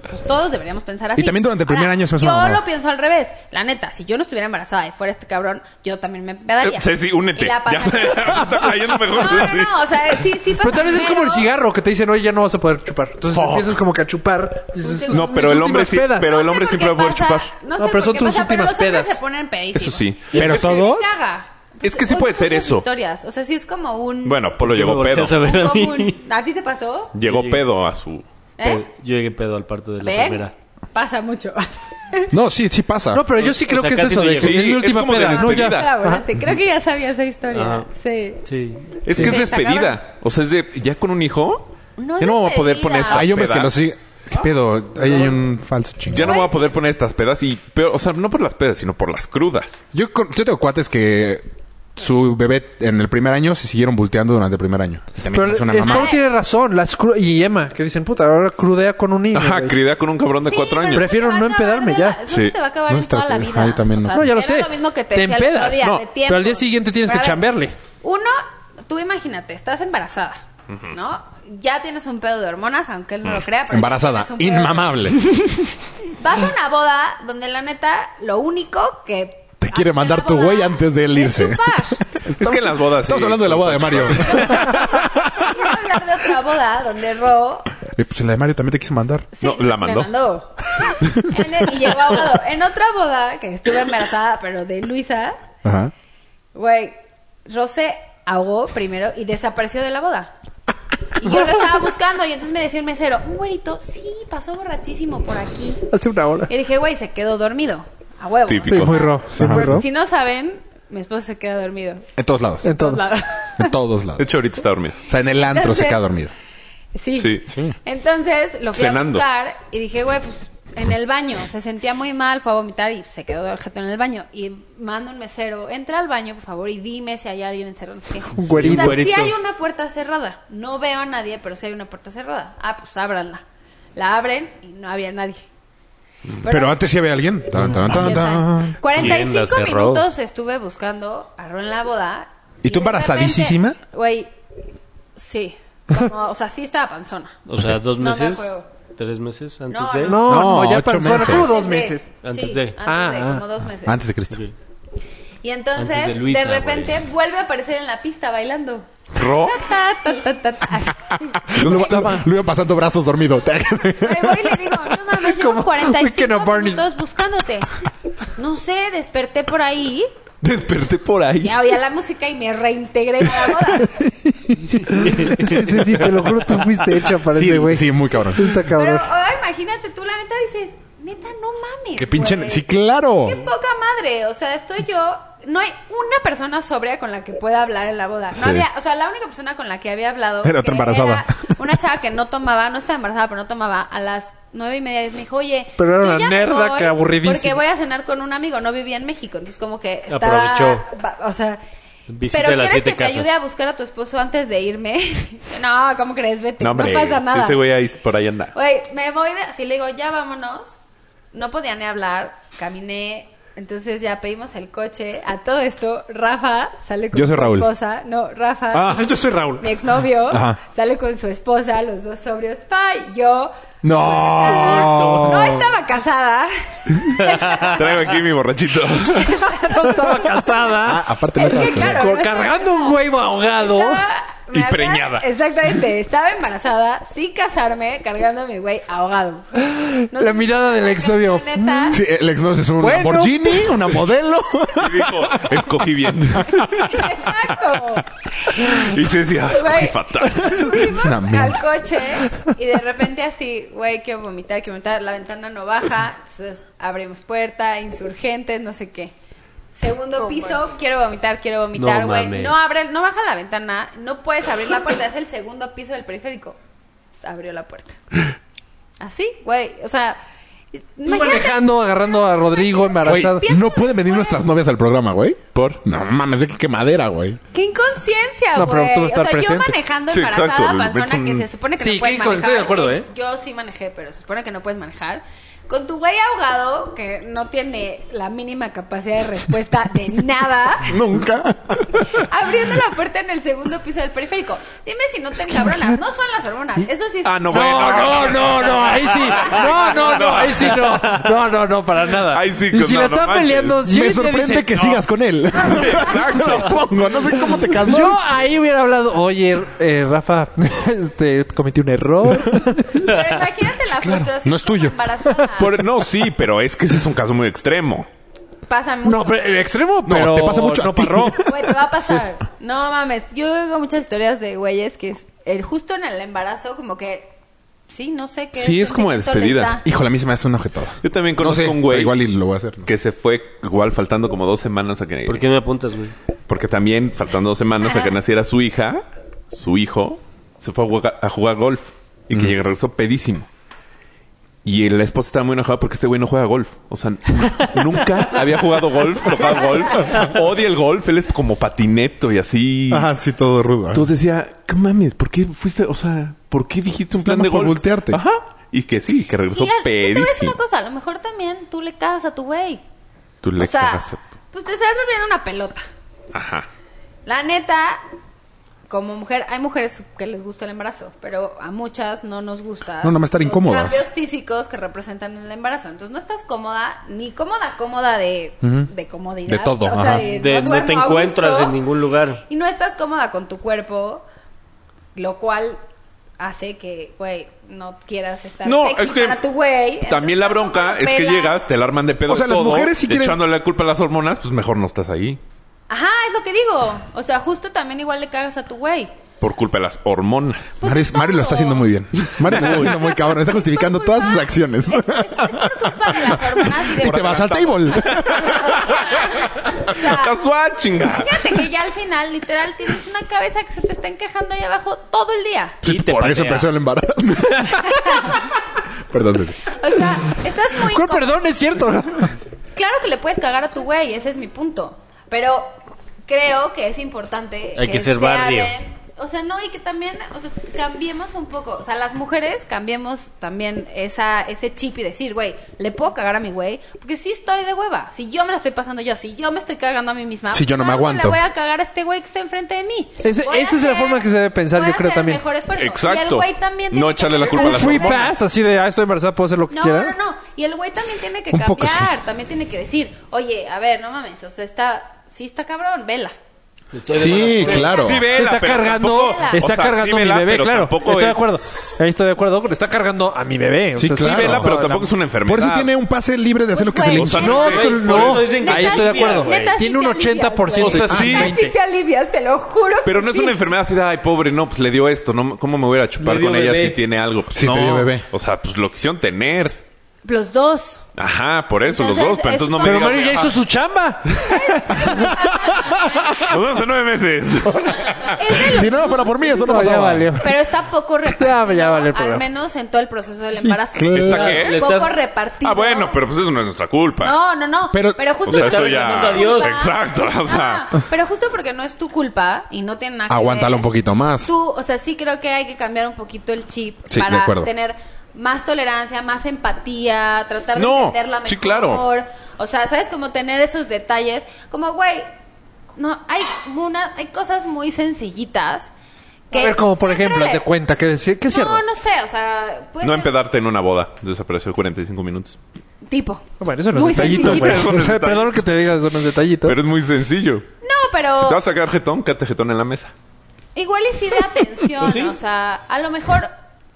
Speaker 6: Pues todos deberíamos pensar así.
Speaker 2: Y también durante el primer
Speaker 6: Ahora,
Speaker 2: año se me hace
Speaker 6: Yo
Speaker 2: una mamada.
Speaker 6: lo pienso al revés. La neta, si yo no estuviera embarazada y fuera este cabrón, yo también me pedaría.
Speaker 3: Eh, Ceci, únete.
Speaker 6: Y la
Speaker 3: Ya
Speaker 6: pasaría.
Speaker 3: me está cayendo mejor
Speaker 6: No, no,
Speaker 3: así.
Speaker 6: no, o sea, sí, sí pasa,
Speaker 4: Pero tal vez es como el cigarro que te dicen, oye, ya no vas a poder chupar. Entonces empiezas como que a chupar. Dices,
Speaker 6: No,
Speaker 4: "Son
Speaker 3: pero
Speaker 4: mis
Speaker 3: el hombre
Speaker 4: últimas
Speaker 3: sí-
Speaker 4: pedas".
Speaker 3: pero el
Speaker 6: sé
Speaker 3: hombre
Speaker 6: por
Speaker 3: siempre
Speaker 6: qué
Speaker 3: va a poder
Speaker 6: pasa,
Speaker 3: chupar.
Speaker 6: No,
Speaker 4: No,
Speaker 6: sé
Speaker 4: pero
Speaker 6: por
Speaker 4: son
Speaker 6: qué
Speaker 4: tus
Speaker 6: pasa, pero
Speaker 4: últimas
Speaker 6: los hombres
Speaker 4: pedas.
Speaker 6: se ponen pedísimos.
Speaker 3: Eso sí.
Speaker 6: Y
Speaker 2: Pero
Speaker 6: es que
Speaker 2: todos-
Speaker 6: me caga.
Speaker 3: Es que sí
Speaker 6: Hay
Speaker 3: puede ser
Speaker 6: muchas
Speaker 3: eso.
Speaker 6: historias. O sea, sí es como un.
Speaker 3: Bueno, Polo
Speaker 7: Me
Speaker 3: llegó pedo.
Speaker 7: volteas a ver a
Speaker 6: un
Speaker 7: mí.
Speaker 6: común. ¿A ti te pasó?
Speaker 3: Llegó pedo a su...
Speaker 6: ¿Eh?
Speaker 7: Yo llegué pedo al parto de la
Speaker 6: ¿Ven?
Speaker 7: primera.
Speaker 6: Pasa mucho.
Speaker 2: No, sí, sí pasa.
Speaker 4: No, pero yo sí creo
Speaker 7: sea,
Speaker 4: que es
Speaker 7: casi
Speaker 4: eso.
Speaker 7: no
Speaker 4: de
Speaker 7: llegó.
Speaker 4: que es
Speaker 3: Sí,
Speaker 4: mi
Speaker 3: es
Speaker 4: última
Speaker 3: como de
Speaker 4: peda. Ah, No,
Speaker 3: despedida.
Speaker 4: ya.
Speaker 6: Colaboraste. Creo que ya sabía esa historia.
Speaker 7: Ajá.
Speaker 6: Sí.
Speaker 7: Sí.
Speaker 3: Es que es
Speaker 6: Sí.
Speaker 3: despedida. O sea, es de... Ya con un hijo...
Speaker 6: No
Speaker 3: ya no me voy a poder
Speaker 6: despedida.
Speaker 3: poner esta
Speaker 2: Hay hombres que
Speaker 3: peda.
Speaker 2: lo siguen. ¿Qué pedo? Ahí hay un falso
Speaker 3: Ya
Speaker 2: chingón.
Speaker 3: no voy a poder poner estas pedas y... Peor, o sea, no por las pedas, sino por las crudas.
Speaker 2: Yo, con- yo tengo cuates que su bebé en el primer año se siguieron volteando durante el primer año. También
Speaker 4: Pero
Speaker 2: es una
Speaker 4: el Paul
Speaker 2: mamada.
Speaker 4: tiene razón. Las cru- y Emma, que dicen, puta, ahora crudea con un niño.
Speaker 3: Ajá,
Speaker 4: güey".
Speaker 3: crida con un cabrón de
Speaker 6: Sí,
Speaker 3: cuatro
Speaker 6: pero
Speaker 3: años.
Speaker 6: eso
Speaker 4: Prefiero
Speaker 6: te va a
Speaker 4: no
Speaker 6: acabar
Speaker 4: empedarme,
Speaker 6: en la-
Speaker 4: ya.
Speaker 6: Eso se
Speaker 3: Sí.
Speaker 6: te va a acabar
Speaker 2: No
Speaker 6: en
Speaker 2: está
Speaker 6: toda la
Speaker 2: cool.
Speaker 6: vida.
Speaker 2: Ahí también no.
Speaker 4: No, ya lo
Speaker 6: era
Speaker 4: sé.
Speaker 6: Lo mismo que te,
Speaker 4: Te
Speaker 6: decía el otro
Speaker 4: empedas.
Speaker 6: día,
Speaker 4: No,
Speaker 6: de
Speaker 4: pero
Speaker 6: tiempos.
Speaker 4: al día siguiente tienes que
Speaker 6: Pero a ver,
Speaker 4: chambearle.
Speaker 6: Uno, tú imagínate, estás embarazada, ¿no? Ya tienes un pedo de hormonas, aunque él no lo crea. pero
Speaker 2: Embarazada,
Speaker 6: tienes un pedo de-
Speaker 2: inmamable.
Speaker 6: Vas a una boda donde la neta, lo único que...
Speaker 2: Te quiere
Speaker 6: hace
Speaker 2: mandar
Speaker 6: la
Speaker 2: tu
Speaker 6: boda
Speaker 2: güey antes de él
Speaker 6: es
Speaker 2: irse.
Speaker 6: chupar.
Speaker 3: Es que en las bodas...
Speaker 2: Estamos
Speaker 3: sí.
Speaker 2: hablando de la boda de Mario.
Speaker 6: Quiero hablar de otra boda donde Ro
Speaker 2: Eh, pues la de Mario también te quiso mandar.
Speaker 6: Sí,
Speaker 3: No, la mandó.
Speaker 6: Me mandó. En el- y llegó abogado. En otra boda, que estuve embarazada, pero de Luisa,
Speaker 2: Ajá.
Speaker 6: güey, Rose ahogó primero y desapareció de la boda. Y yo lo estaba buscando y entonces me decía un mesero, un güerito, sí, pasó borrachísimo por aquí.
Speaker 4: Hace una hora.
Speaker 6: Y dije, güey, se quedó dormido. A huevo.
Speaker 3: Típico.
Speaker 4: Sí, muy ro. Sí,
Speaker 2: Ajá.
Speaker 4: muy ro.
Speaker 6: Si no saben, mi esposo se queda dormido.
Speaker 2: En todos lados.
Speaker 4: En todos.
Speaker 2: En todos lados.
Speaker 3: De hecho, ahorita está dormido.
Speaker 2: O sea, en el antro se queda dormido.
Speaker 6: Sí.
Speaker 3: Sí.
Speaker 6: Entonces lo fui
Speaker 3: Cenando.
Speaker 6: a buscar y dije, güey, pues en el baño. Se sentía muy mal, fue a vomitar y se quedó el jeto en el baño. Y mando un mesero, entra al baño, por favor, y dime si hay alguien encerrado. No sé qué.
Speaker 4: Un güerito.
Speaker 6: Puta,
Speaker 4: Un güerito.
Speaker 6: Sí hay una puerta cerrada. No veo a nadie, pero sí hay una puerta cerrada. Ah, pues ábranla. La abren y no había nadie.
Speaker 2: Pero, antes sí había alguien. Tan, tan, tan,
Speaker 6: ya sabes,
Speaker 2: tan.
Speaker 7: ¿Quién la
Speaker 6: 45
Speaker 7: cerró?
Speaker 6: minutos estuve buscando a Ro en la boda.
Speaker 2: ¿Y tú
Speaker 6: de repente,
Speaker 2: embarazadísima?
Speaker 6: Güey, sí. Como, o sea, sí estaba panzona.
Speaker 7: O sea, dos
Speaker 6: No me
Speaker 7: meses.
Speaker 6: acuerdo.
Speaker 7: tres meses antes
Speaker 6: No,
Speaker 7: de.
Speaker 6: no.
Speaker 4: No,
Speaker 2: No,
Speaker 4: no, ya
Speaker 2: ocho
Speaker 4: pasó.
Speaker 2: meses.
Speaker 4: Como dos
Speaker 6: Sí,
Speaker 4: meses.
Speaker 7: Antes
Speaker 6: sí,
Speaker 7: de.
Speaker 6: Antes
Speaker 4: Ah,
Speaker 6: de,
Speaker 4: ah.
Speaker 6: como dos meses.
Speaker 2: Antes de Cristo.
Speaker 7: Ok.
Speaker 6: Y entonces,
Speaker 7: Antes de
Speaker 6: de,
Speaker 7: Luisa,
Speaker 6: repente,
Speaker 7: güey.
Speaker 6: vuelve a aparecer en la pista bailando.
Speaker 3: Ro.
Speaker 6: Ta, ta, ta, ta, ta. Así.
Speaker 2: Luego, luego iba pasando brazos dormido.
Speaker 6: Me voy y le digo, no mames,
Speaker 4: Como
Speaker 6: llevo
Speaker 4: Weekend at
Speaker 6: 45
Speaker 4: Bernie's.
Speaker 6: minutos buscándote. No sé, desperté por ahí
Speaker 3: Desperté por ahí.
Speaker 6: y oía la música y me reintegré a la boda.
Speaker 4: Sí, sí, sí, te lo juro, tú fuiste hecha para
Speaker 2: Sí,
Speaker 4: ese güey.
Speaker 2: sí, muy cabrón.
Speaker 4: Está
Speaker 6: Pero
Speaker 4: cabrón.
Speaker 6: ahora imagínate, tú la neta dices, neta, no mames.
Speaker 2: Que pinchen.
Speaker 6: güey.
Speaker 2: Sí, claro.
Speaker 6: Qué poca madre. O sea, estoy yo. no hay una persona sobria con la que pueda hablar en la boda. No
Speaker 2: Sí.
Speaker 6: había, o sea, la única persona con la que había hablado
Speaker 2: Era otra
Speaker 6: que
Speaker 2: embarazada.
Speaker 6: era una chava que no tomaba, no estaba embarazada, pero no tomaba a las nueve y media. Me dijo, oye,
Speaker 4: Pero era
Speaker 6: yo
Speaker 4: una
Speaker 6: ya me
Speaker 4: nerda
Speaker 6: voy
Speaker 4: que aburridísima.
Speaker 6: Porque voy a cenar con un amigo, no vivía en México, entonces como que estaba-
Speaker 7: Aprovechó.
Speaker 6: va- O sea,
Speaker 1: Visita
Speaker 6: pero
Speaker 1: de las
Speaker 6: quieres
Speaker 1: siete
Speaker 6: que
Speaker 1: casas.
Speaker 6: te ayude a buscar a tu esposo antes de irme. no, ¿cómo crees? Vete, no,
Speaker 3: hombre,
Speaker 6: pasa nada.
Speaker 3: si ese güey ahí por ahí anda.
Speaker 6: Oye, me voy de... Así le digo, ya vámonos. No podía ni hablar, caminé. Entonces ya pedimos el coche. A todo esto, Rafa sale con
Speaker 2: Yo soy
Speaker 6: su
Speaker 2: Raúl.
Speaker 6: esposa. No, Rafa,
Speaker 4: Ah, yo soy Raúl.
Speaker 6: mi exnovio,
Speaker 2: Ajá.
Speaker 6: sale con su esposa, los dos sobrios. Bye, yo...
Speaker 2: No.
Speaker 6: No estaba casada.
Speaker 3: Traigo aquí mi borrachito.
Speaker 4: No estaba casada.
Speaker 2: Ah, aparte
Speaker 6: Es
Speaker 2: no
Speaker 6: que
Speaker 2: estaba-
Speaker 6: claro,
Speaker 4: con-
Speaker 6: no estaba
Speaker 4: cargando un huevo ahogado.
Speaker 6: Estaba-
Speaker 3: Y
Speaker 6: me acuerdo-
Speaker 3: preñada.
Speaker 6: Exactamente. Estaba embarazada, sin casarme, cargando a mi güey ahogado. Nos
Speaker 4: La mirada del
Speaker 6: subimos
Speaker 4: exnovio.
Speaker 6: a la camioneta.
Speaker 2: Sí, el ex no es un
Speaker 4: Bueno.
Speaker 2: Lamborghini, una modelo.
Speaker 3: Y dijo, escogí bien.
Speaker 6: Exacto.
Speaker 3: Y se decía, escogí
Speaker 6: Güey.
Speaker 3: fatal.
Speaker 6: Subimos
Speaker 2: Una
Speaker 6: al
Speaker 2: mierda.
Speaker 6: coche y de repente así, güey, quiero vomitar, quiero vomitar. La ventana no baja. Entonces abrimos puerta, insurgentes, no sé qué. Segundo piso, quiero vomitar, quiero vomitar,
Speaker 1: No
Speaker 6: güey.
Speaker 1: mames.
Speaker 6: No, abre, no baja la ventana, no puedes abrir la puerta, es el segundo piso del periférico. Abrió la puerta. Así, güey, o sea,
Speaker 4: Tú
Speaker 6: imagínate
Speaker 4: manejando, agarrando a Rodrigo
Speaker 2: Güey,
Speaker 4: embarazada.
Speaker 2: no pueden venir nuestras novias al programa, güey.
Speaker 3: Por.
Speaker 2: No mames, de qué quemadera, güey.
Speaker 6: qué inconsciencia, güey.
Speaker 4: No, pero tú
Speaker 6: o sea,
Speaker 4: estar
Speaker 6: yo
Speaker 4: presente.
Speaker 6: manejando
Speaker 3: Sí,
Speaker 6: embarazada
Speaker 3: exacto, güey.
Speaker 6: panzona
Speaker 3: Vete
Speaker 6: que
Speaker 3: un-
Speaker 6: se supone que
Speaker 4: Sí,
Speaker 6: no
Speaker 4: qué
Speaker 6: puedes
Speaker 4: incon-
Speaker 6: manejar.
Speaker 4: estoy de acuerdo, ¿eh?
Speaker 6: Yo sí manejé, pero se supone que no puedes manejar. Con tu güey ahogado que no tiene la mínima capacidad de respuesta de nada.
Speaker 2: Nunca.
Speaker 6: abriendo la puerta en el segundo piso del periférico. Dime si no te encabronas. No son las hormonas. Eso sí es...
Speaker 3: Ah,
Speaker 4: No,
Speaker 3: no, bueno.
Speaker 4: no, no, no, ahí sí. No, no, no, ahí sí no. No, no, no, para nada.
Speaker 3: Ahí sí,
Speaker 4: y
Speaker 3: con-
Speaker 4: si
Speaker 3: no,
Speaker 4: la
Speaker 3: no
Speaker 4: está
Speaker 3: manches.
Speaker 4: peleando, si
Speaker 2: Me
Speaker 4: él te
Speaker 2: sorprende
Speaker 4: dice,
Speaker 2: que
Speaker 4: "No".
Speaker 2: sigas con él.
Speaker 3: Exacto.
Speaker 2: Supongo, no sé cómo te casó.
Speaker 4: Yo ahí hubiera hablado, oye, eh, Rafa, este, cometí un error.
Speaker 6: Pero imagínate la frustración
Speaker 2: no es
Speaker 6: como
Speaker 2: tuyo.
Speaker 6: embarazada.
Speaker 3: Por- no, sí, pero es que ese es un caso muy extremo.
Speaker 6: Pasa mucho.
Speaker 4: No, pero el extremo, pero
Speaker 2: te pasa mucho a
Speaker 4: no
Speaker 2: ti.
Speaker 4: parró.
Speaker 6: Güey, te va a pasar. No mames. Yo oigo muchas historias de güeyes que es- el, justo en el embarazo como que... Sí, no sé qué...
Speaker 3: Sí, es como
Speaker 6: sentimiento
Speaker 3: despedida.
Speaker 6: les da.
Speaker 2: Híjole, a mí se me hace una ojetada.
Speaker 3: Yo también
Speaker 2: No
Speaker 3: conozco
Speaker 2: sé,
Speaker 3: un güey
Speaker 2: pero Igual y lo voy a hacer. ¿no?
Speaker 3: que se fue igual faltando como dos semanas a que...
Speaker 1: ¿Por qué me apuntas, güey?
Speaker 3: Porque también faltando dos semanas a que naciera su hija, su hijo, se fue a jugar, a jugar golf. Y que llegó- regresó pedísimo. Y la esposa estaba muy enojada porque este güey no juega golf. O sea, nunca había jugado golf, tocado golf. Odia el golf, él es como patineto y así.
Speaker 2: Ajá, sí, todo rudo. ¿eh?
Speaker 3: Entonces decía, ¿qué mames? ¿Por qué fuiste? O sea, ¿por qué dijiste un
Speaker 2: Nada
Speaker 3: plan de
Speaker 2: más por
Speaker 3: golf?
Speaker 2: voltearte.
Speaker 3: Ajá. Y que sí, que regresó
Speaker 6: Y al- te voy a decir
Speaker 3: pedísimo.
Speaker 6: una cosa. A lo mejor también tú le cagas a tu güey.
Speaker 3: Tú le
Speaker 6: o sea,
Speaker 3: cagas a-
Speaker 6: pues te estás volviendo una pelota.
Speaker 3: Ajá.
Speaker 6: La neta, como mujer, hay mujeres que les gusta el embarazo, pero a muchas no nos gusta.
Speaker 2: No, nada más estar
Speaker 6: los
Speaker 2: incómodas.
Speaker 6: Cambios físicos que representan el embarazo. Entonces no estás cómoda, ni cómoda, cómoda de, de comodidad.
Speaker 2: De todo,
Speaker 6: o sea,
Speaker 2: ajá.
Speaker 6: de
Speaker 1: De- no
Speaker 6: duermo
Speaker 1: te
Speaker 6: a gusto,
Speaker 1: encuentras en ningún lugar.
Speaker 6: Y no estás cómoda con tu cuerpo, lo cual hace que, güey, no quieras estar
Speaker 3: No,
Speaker 6: sexy
Speaker 3: es que
Speaker 6: para tu güey.
Speaker 3: También la
Speaker 6: Entonces,
Speaker 3: bronca es
Speaker 6: tampoco
Speaker 3: que
Speaker 6: pelas.
Speaker 3: llegas, te la arman de pedo.
Speaker 2: O sea,
Speaker 3: de
Speaker 2: las
Speaker 3: todo,
Speaker 2: mujeres sí quieren-
Speaker 3: Echándole la culpa a las hormonas, pues mejor no estás ahí.
Speaker 6: Ajá, es lo que digo. O sea, justo también igual le cagas a tu güey.
Speaker 3: Por culpa de las hormonas.
Speaker 6: Pues
Speaker 2: Mari,
Speaker 6: de
Speaker 2: Mari lo
Speaker 6: todo.
Speaker 2: está haciendo muy bien. Mari lo está haciendo muy cabrón. Está justificando
Speaker 6: Por
Speaker 2: todas
Speaker 6: culpa-
Speaker 2: sus acciones.
Speaker 6: Es, es- es por culpa de las hormonas y de...
Speaker 2: Y te vas al table.
Speaker 6: O sea,
Speaker 3: Casual, chinga.
Speaker 6: Fíjate que ya al final, literal, tienes una cabeza que se te está encajando ahí abajo todo el día.
Speaker 2: Sí,
Speaker 1: Y te
Speaker 2: por eso
Speaker 1: patea.
Speaker 2: empezó el embarazo. Perdón, Ceci.
Speaker 6: O sea, estás
Speaker 4: ¿Cuál
Speaker 6: muy... incómodo.
Speaker 4: perdón? Es cierto. ¿no?
Speaker 6: Claro que le puedes cagar a tu güey, ese es mi punto. Pero creo que es importante...
Speaker 1: Hay que ser
Speaker 6: se
Speaker 1: barrio.
Speaker 6: hablen. O sea, no, y que también, o sea, cambiemos un poco. O sea, las mujeres cambiemos también esa, ese chip y decir, güey, ¿le puedo cagar a mi güey? Porque sí estoy de hueva. Si yo me la estoy pasando yo, si yo me estoy cagando a mí misma...
Speaker 2: Si yo no me
Speaker 6: ¿cómo
Speaker 2: aguanto?
Speaker 6: Le voy a cagar a este güey que está enfrente de mí.
Speaker 4: Ese-
Speaker 6: Voy a
Speaker 4: esa es la
Speaker 6: hacer-
Speaker 4: forma que se debe pensar,
Speaker 6: voy
Speaker 4: yo
Speaker 6: a
Speaker 4: creo
Speaker 6: hacer
Speaker 4: también.
Speaker 6: mejor esfuerzo. Y el
Speaker 3: Exacto.
Speaker 6: güey también
Speaker 3: No
Speaker 6: tiene que
Speaker 3: echarle la
Speaker 6: cambiar
Speaker 3: culpa a
Speaker 6: su
Speaker 4: Un free
Speaker 3: las
Speaker 6: forma.
Speaker 4: pass, así de, ah, estoy embarazada, puedo hacer lo que
Speaker 6: No,
Speaker 4: quiera.
Speaker 6: no, no. Y el güey también tiene que
Speaker 2: Un
Speaker 6: cambiar.
Speaker 2: poco
Speaker 6: También tiene que decir, oye, a ver, no mames. O sea, está... Sí está cabrón, vela.
Speaker 7: Estoy de
Speaker 2: Sí,
Speaker 7: malas-
Speaker 2: claro.
Speaker 3: Sí, vela,
Speaker 4: se está
Speaker 3: pero
Speaker 4: cargando,
Speaker 3: tampoco-
Speaker 4: está
Speaker 3: o sea,
Speaker 4: cargando
Speaker 3: sí vela,
Speaker 4: a mi bebé,
Speaker 3: pero
Speaker 4: claro.
Speaker 3: tampoco
Speaker 4: Estoy de
Speaker 3: es-
Speaker 4: acuerdo. Ahí estoy de acuerdo. Le está cargando a mi bebé. O
Speaker 2: Sí,
Speaker 4: sea,
Speaker 2: claro.
Speaker 3: vela, pero tampoco es una enfermedad.
Speaker 2: Por eso tiene un pase libre de hacer lo que se le
Speaker 6: Güey,
Speaker 2: hinche.
Speaker 3: sea,
Speaker 6: neta,
Speaker 3: no,
Speaker 6: sí.
Speaker 3: tú
Speaker 4: no.
Speaker 6: Por eso
Speaker 4: Ahí
Speaker 6: neta
Speaker 4: estoy de
Speaker 6: sí te
Speaker 4: acuerdo.
Speaker 6: alivias, neta sí
Speaker 4: Tiene
Speaker 6: te
Speaker 4: un
Speaker 6: alivias,
Speaker 4: 80%
Speaker 6: güey.
Speaker 3: O sea, sí.
Speaker 6: Neta sí te alivias, te lo juro. que
Speaker 3: Pero no es
Speaker 6: sí.
Speaker 3: una enfermedad así de, ay, pobre, no, pues le dio esto. No, ¿Cómo me voy a ir a chupar
Speaker 1: Le dio
Speaker 3: con ella
Speaker 1: bebé.
Speaker 3: si tiene algo? Pues
Speaker 2: Sí,
Speaker 3: no.
Speaker 2: te dio bebé.
Speaker 3: O sea, pues lo quisieron tener.
Speaker 6: Los dos.
Speaker 3: Ajá, por eso, los
Speaker 6: Entonces,
Speaker 3: dos. Pero
Speaker 6: es
Speaker 3: entonces no me
Speaker 4: Pero
Speaker 3: digas, "Ah,
Speaker 4: Mario ya hizo su chamba.
Speaker 3: Nos vemos en nueve meses. Ah.
Speaker 6: Es de los-
Speaker 2: Si no fuera por mí, eso no,
Speaker 4: No, ya
Speaker 2: pasaba.
Speaker 4: valió.
Speaker 6: Pero está poco repartido.
Speaker 4: Ya- ya valió el
Speaker 6: al
Speaker 4: programa.
Speaker 6: menos en todo el proceso del embarazo.
Speaker 2: claro.
Speaker 3: ¿Está
Speaker 7: Le
Speaker 3: qué?
Speaker 7: estás-
Speaker 6: Poco repartido.
Speaker 3: Ah, bueno, pero pues eso no es nuestra culpa.
Speaker 6: No, no, no.
Speaker 2: Pero-
Speaker 6: Pero,
Speaker 3: O
Speaker 6: justo
Speaker 3: sea,
Speaker 7: Tú
Speaker 3: eso
Speaker 7: estás
Speaker 3: ya.
Speaker 7: reclamando a Dios.
Speaker 3: Exacto, o sea.
Speaker 6: Ah, pero justo porque no es tu culpa y no tiene nada que
Speaker 2: Aguántala
Speaker 6: ver,
Speaker 2: un poquito más.
Speaker 6: Tú, o sea, sí creo que hay que cambiar un poquito el chip
Speaker 2: Sí, de
Speaker 6: para
Speaker 2: acuerdo.
Speaker 6: tener más tolerancia, más empatía, tratar de
Speaker 3: No,
Speaker 6: entenderla mejor.
Speaker 3: sí, claro.
Speaker 6: O sea, sabes como tener esos detalles, como güey, no hay una hay cosas muy sencillitas que
Speaker 4: A ver, como por
Speaker 6: siempre-
Speaker 4: ejemplo, haz de cuenta, ¿qué, decir? ¿Qué cierto?
Speaker 6: No, no sé, o sea, puede
Speaker 3: No
Speaker 6: ser-
Speaker 3: empedarte en una boda. Desapareció 45 minutos.
Speaker 6: tipo.
Speaker 4: Bueno, eso no
Speaker 6: Muy
Speaker 4: es detallito,
Speaker 6: sencillitos.
Speaker 4: güey.
Speaker 3: Eso no
Speaker 4: O
Speaker 3: es
Speaker 4: sea,
Speaker 3: detallito.
Speaker 4: perdón que te digas unos detallitos.
Speaker 3: Pero es muy sencillo.
Speaker 6: No, pero
Speaker 3: Si te vas a sacar jetón, quédate jetón en la mesa.
Speaker 6: Igual y sí de atención,
Speaker 7: Pues sí.
Speaker 6: o sea, a lo mejor,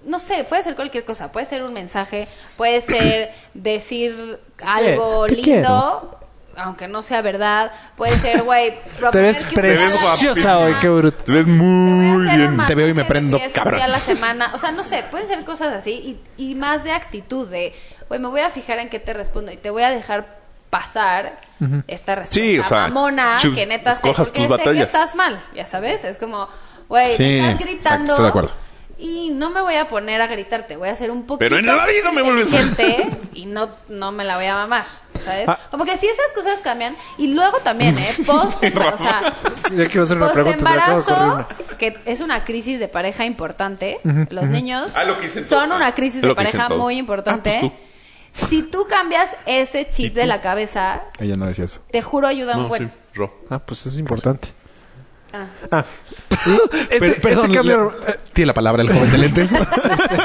Speaker 6: no sé, puede ser cualquier cosa, puede ser un mensaje, puede ser decir algo
Speaker 4: Eh, te
Speaker 6: lindo,
Speaker 4: quiero.
Speaker 6: aunque no sea verdad, puede ser, güey,
Speaker 4: Te
Speaker 6: proponer
Speaker 4: ves
Speaker 6: que un
Speaker 4: preciosa hoy, qué bruto.
Speaker 3: Te ves
Speaker 6: Te voy a
Speaker 3: muy
Speaker 6: hacer un
Speaker 3: bien.
Speaker 6: masaje
Speaker 2: Te veo y me
Speaker 6: de
Speaker 2: prendo,
Speaker 6: 10
Speaker 2: cabrón.
Speaker 6: días a la semana, o sea, no sé, pueden ser cosas así y, y más de actitud de, güey, me voy a fijar en qué te respondo y te voy a dejar pasar esta respuesta
Speaker 3: Sí, o sea,
Speaker 6: mamona
Speaker 3: chu-
Speaker 6: que neta sé,
Speaker 3: escojas
Speaker 6: porque
Speaker 3: tus
Speaker 6: sé que
Speaker 3: batallas.
Speaker 6: estás mal, ya sabes, es como, güey,
Speaker 2: Sí,
Speaker 6: me estás
Speaker 2: exacto,
Speaker 6: gritando
Speaker 2: estoy de acuerdo.
Speaker 6: y no me voy a poner a gritarte, voy a ser un poquito
Speaker 3: Pero en la vida me vuelves a-
Speaker 6: inteligente y no, no me la voy a mamar. ¿Sabes?
Speaker 4: Ah.
Speaker 6: Como que si esas cosas cambian y luego también, ¿eh? Post, o sea,
Speaker 4: Ya quiero hacer una pregunta. se me acaba de
Speaker 6: Post
Speaker 4: ocurrir
Speaker 6: embarazo,
Speaker 4: una.
Speaker 6: que es una crisis de pareja importante. Los niños
Speaker 3: Ah, lo que dicen
Speaker 6: son
Speaker 3: todos.
Speaker 6: una crisis
Speaker 3: Lo
Speaker 6: de
Speaker 3: que dicen
Speaker 6: pareja
Speaker 3: todos.
Speaker 6: muy importante.
Speaker 3: Ah, pues
Speaker 6: si tú cambias ese chip de la cabeza,
Speaker 2: Ella no decía eso.
Speaker 6: te juro ayuda un
Speaker 3: No,
Speaker 6: buen.
Speaker 3: sí, ro.
Speaker 4: Ah, pues es importante.
Speaker 6: Ah.
Speaker 4: Ah. Este-
Speaker 2: Pero-
Speaker 4: este
Speaker 2: perdón,
Speaker 4: cambio,
Speaker 2: le- tiene la palabra el joven de lentes. Ah,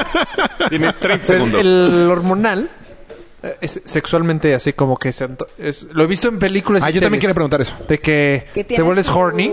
Speaker 3: Tienes 30
Speaker 4: El,
Speaker 3: segundos.
Speaker 4: el hormonal eh, es sexualmente así como que se anto- es- lo he visto en películas. y
Speaker 2: ah, yo también
Speaker 4: series,
Speaker 2: quería preguntar eso.
Speaker 4: De que,
Speaker 6: Que
Speaker 4: te
Speaker 6: tienes
Speaker 4: vuelves
Speaker 6: tu-
Speaker 4: horny.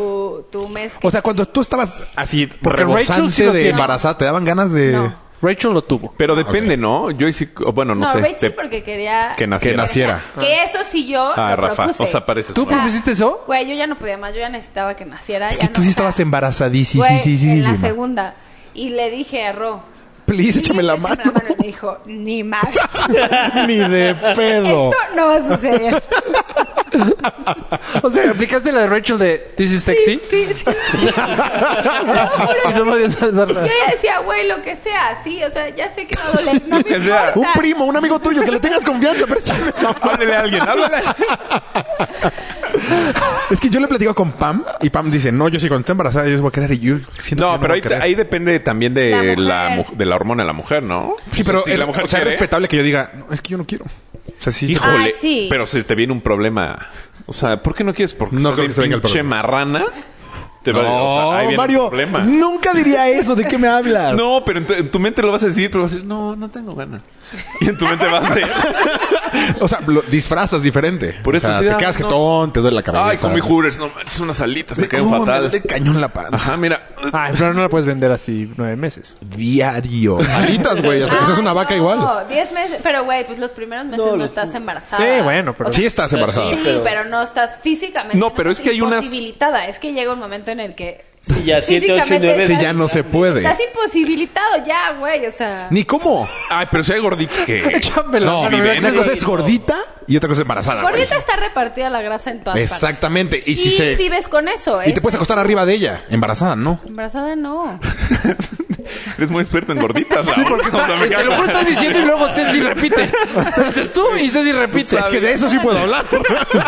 Speaker 6: Tu mes que-
Speaker 2: O sea, cuando tú estabas así
Speaker 4: Porque Rachel sí
Speaker 2: rebosante
Speaker 4: lo
Speaker 2: de
Speaker 4: tiene.
Speaker 2: embarazada, te daban ganas de
Speaker 6: No.
Speaker 4: Rachel lo tuvo.
Speaker 3: Pero depende, ¿no? Yo hice... o Bueno, no,
Speaker 6: no,
Speaker 3: sé.
Speaker 6: Rachel
Speaker 3: de- ah,
Speaker 6: porque quería
Speaker 3: Que naciera.
Speaker 2: que naciera.
Speaker 6: Que eso sí yo
Speaker 3: Ah,
Speaker 6: lo
Speaker 3: Rafa.
Speaker 6: propuse.
Speaker 3: O sea, parece...
Speaker 6: Ah.
Speaker 4: ¿Tú propusiste eso?
Speaker 6: Güey, yo ya no podía más, yo ya necesitaba que naciera.
Speaker 2: Es
Speaker 6: ya
Speaker 2: que
Speaker 6: no,
Speaker 2: tú sí
Speaker 6: o sea,
Speaker 2: estabas embarazadísima.
Speaker 6: güey,
Speaker 2: sí, sí, sí,
Speaker 6: en la
Speaker 2: sí, ma.
Speaker 6: segunda. Y le dije a Ro.
Speaker 2: Please,
Speaker 6: "Please,
Speaker 2: échame la mano.
Speaker 6: Y me dijo, ni más.
Speaker 2: Ni de pedo.
Speaker 6: Esto no va a suceder.
Speaker 4: O sea, aplicaste la de Rachel de This is sexy.
Speaker 6: Sí, sí.
Speaker 4: Y no podías hacerla.
Speaker 6: Yo ya decía, güey, lo que sea, sí, o sea, ya sé que no duele, no me
Speaker 3: Que sea.
Speaker 6: importa.
Speaker 2: Un primo, un amigo tuyo, que le tengas confianza, pero échame la mano.
Speaker 3: Háblele a alguien, háblale.
Speaker 2: Es que yo le platico con Pam y Pam dice, no, yo sí cuando esté embarazada, yo sí voy a querer y yo siento que
Speaker 3: No,
Speaker 2: voy
Speaker 3: pero
Speaker 2: a
Speaker 3: ahí,
Speaker 2: querer".
Speaker 3: ahí depende también
Speaker 6: La
Speaker 3: de
Speaker 6: mujer.
Speaker 3: la, mu- de la hormona de la mujer, ¿no?
Speaker 2: Sí, pero
Speaker 3: Si la
Speaker 2: el-
Speaker 3: mujer
Speaker 2: o sea, es
Speaker 3: quiere-
Speaker 2: respetable que yo diga, no, es que yo no quiero. O sea, Ah, sí,
Speaker 3: Híjole,
Speaker 6: Ay, sí.
Speaker 3: pero si te viene un problema. O sea, ¿por qué no quieres? Porque
Speaker 2: No
Speaker 3: estás
Speaker 2: creo
Speaker 3: bien
Speaker 2: que se venga el
Speaker 3: pinche
Speaker 2: problema.
Speaker 3: marrana. Te va- o
Speaker 2: No,
Speaker 3: sea, ahí viene
Speaker 2: Mario,
Speaker 3: un problema.
Speaker 2: nunca diría eso. ¿De qué me hablas?
Speaker 3: No, pero en tu, en tu mente lo vas a decir, pero vas a decir, no, no tengo ganas. Y en tu mente vas a decir,
Speaker 2: O sea, lo disfrazas diferente.
Speaker 3: Por
Speaker 2: o
Speaker 3: eso
Speaker 2: sea,
Speaker 3: sí
Speaker 2: te
Speaker 3: da-
Speaker 2: quedas
Speaker 3: no.
Speaker 2: jetón, te duele la cabeza.
Speaker 3: ay, comí Hooters, no manches, unas alitas, me quedan
Speaker 2: Oh, me
Speaker 3: fatal.
Speaker 2: duele cañón la panza.
Speaker 3: Ajá, mira.
Speaker 4: Ah, pero no la puedes vender así nueve meses.
Speaker 2: Diario. Alitas, güey. o sea, Esa es una vaca
Speaker 6: Ah, no,
Speaker 2: igual.
Speaker 6: 10 meses, pero güey, pues los primeros meses
Speaker 7: No,
Speaker 6: no,
Speaker 7: los-
Speaker 6: estás embarazada.
Speaker 4: Ah,
Speaker 2: Ah.
Speaker 4: Sí, bueno, pero-
Speaker 6: O sea,
Speaker 2: Sí estás embarazada.
Speaker 6: Sí, pero...
Speaker 7: pero-
Speaker 6: no estás físicamente.
Speaker 3: No, pero es que hay unas-
Speaker 6: Imposibilitada. Es que llega un momento en el que.
Speaker 7: Sí, ya siete, ocho y
Speaker 6: Físicamente
Speaker 7: nueve.
Speaker 6: estás-
Speaker 2: Sí, ya no se puede.
Speaker 6: Estás imposibilitado ya, güey, o sea.
Speaker 2: Ni cómo.
Speaker 3: Ay, pero si hay gorditos que.
Speaker 4: Chámela.
Speaker 2: No,
Speaker 3: viven.
Speaker 2: una cosa es gordita y otra cosa es embarazada. güey.
Speaker 6: Gordita está repartida la grasa en todas partes.
Speaker 2: Exactamente. Pues, Y
Speaker 6: Y,
Speaker 2: si se.
Speaker 6: vives con eso, ¿eh?
Speaker 2: Y te puedes acostar arriba de ella. Embarazada, ¿no?
Speaker 6: Embarazada no.
Speaker 3: Eres muy experto en gorditas,
Speaker 4: Sí, porque está,
Speaker 2: eh,
Speaker 4: te lo juro estás diciendo y luego Ceci repite. Dices tú y Ceci repite.
Speaker 2: Es que de eso sí puedo hablar.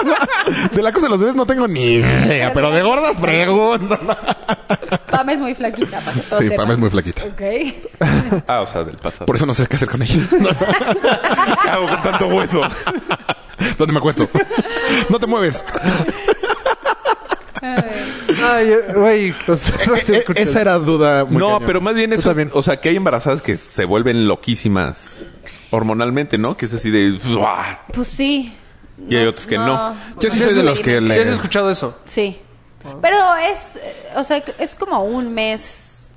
Speaker 2: de la cosa de los bebés no tengo ni idea, pero de gordas pregunto.
Speaker 6: Pam es muy flaquita, para que todos
Speaker 2: Sí, Pam
Speaker 6: sepan.
Speaker 2: es muy flaquita.
Speaker 6: Ok.
Speaker 3: Ah, o sea, del pasado.
Speaker 2: Por eso no sé qué hacer con ella.
Speaker 3: qué hago con tanto hueso?
Speaker 2: ¿Dónde me acuesto? No te mueves.
Speaker 4: Ay, güey. los- los
Speaker 2: E-
Speaker 4: escuchas.
Speaker 2: esa era duda. muy
Speaker 3: no,
Speaker 2: cañón.
Speaker 3: pero más bien eso.
Speaker 4: también.
Speaker 3: O sea, que hay embarazadas que se vuelven loquísimas hormonalmente, ¿no? Que es así de. ¡buah!
Speaker 6: Pues sí.
Speaker 3: Y hay otros que no.
Speaker 2: Yo sí soy de los que
Speaker 4: ¿Sí
Speaker 2: le.
Speaker 4: has escuchado eso?
Speaker 6: Sí. Pero es, eh, o sea, es como un mes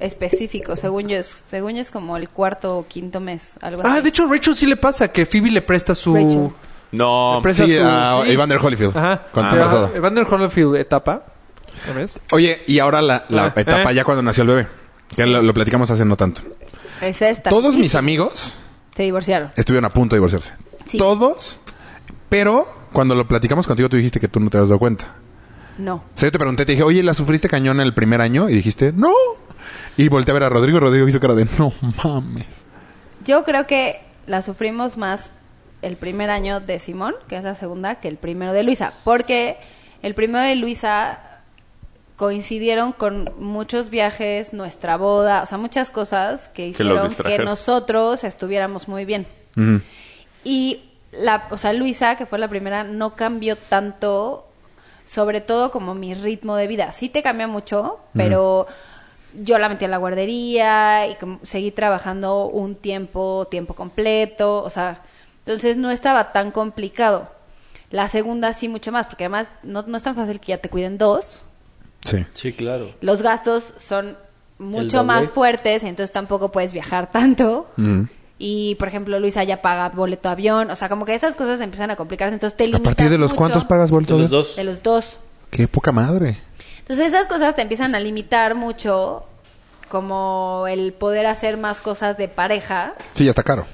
Speaker 6: específico, según yo, es, según yo es como el cuarto o quinto mes, algo así.
Speaker 4: Ah, de hecho, a Rachel sí le pasa que Phoebe le presta su.
Speaker 2: uh,
Speaker 6: Rachel.
Speaker 3: No.
Speaker 4: Pero-
Speaker 2: Sí,
Speaker 4: su-
Speaker 2: a
Speaker 4: sí.
Speaker 2: Evander Holyfield.
Speaker 4: Ajá.
Speaker 2: Cuando
Speaker 4: Ah.
Speaker 2: está embarazada.
Speaker 4: Evander Holyfield etapa. ¿Ya ves?
Speaker 2: Oye, y ahora la, la
Speaker 4: Ah,
Speaker 2: etapa
Speaker 4: ¿eh?
Speaker 2: ya cuando nació el bebé. Que lo, lo platicamos hace no tanto.
Speaker 6: Es esta.
Speaker 2: Todos mis amigos
Speaker 6: Se divorciaron.
Speaker 2: Estuvieron a punto de divorciarse.
Speaker 6: Sí.
Speaker 2: Todos, pero cuando lo platicamos contigo, tú dijiste que tú no te habías dado cuenta.
Speaker 6: No.
Speaker 2: O sea, yo te pregunté, te dije, oye, ¿la sufriste cañón el primer año? Y dijiste, no. Y volteé a ver a Rodrigo y Rodrigo hizo cara de, no mames.
Speaker 6: Yo creo que la sufrimos más el primer año de Simón, que es la segunda, que el primero de Luisa. Porque el primero de Luisa coincidieron con muchos viajes, nuestra boda, o sea, muchas cosas
Speaker 3: Que
Speaker 6: que
Speaker 3: los
Speaker 6: hicieron que,
Speaker 3: distrajeron.
Speaker 6: nosotros estuviéramos muy bien.
Speaker 2: Ujú.
Speaker 6: Y la, o sea, Luisa, que fue la primera, no cambió tanto, sobre todo como mi ritmo de vida. Sí te cambia mucho, pero yo la metí a la guardería y como- seguí trabajando un tiempo, tiempo completo, o sea, entonces no estaba tan complicado. La segunda sí mucho más, porque además no, no es tan fácil que ya te cuiden dos.
Speaker 2: Sí.
Speaker 7: Sí, claro.
Speaker 6: Los gastos son mucho
Speaker 7: doble.
Speaker 6: más fuertes, entonces tampoco puedes viajar tanto.
Speaker 2: Ujú.
Speaker 6: Y, por ejemplo, Luisa ya paga boleto avión. O sea, como que esas cosas empiezan a complicarse. Entonces te
Speaker 2: ¿A
Speaker 6: limitas
Speaker 2: partir de los
Speaker 6: mucho
Speaker 2: cuántos pagas vuelto?
Speaker 7: De los dos.
Speaker 6: De los dos.
Speaker 2: Qué poca madre.
Speaker 6: Entonces esas cosas te empiezan a limitar mucho, como el poder hacer más cosas de pareja.
Speaker 2: Sí, ya está caro.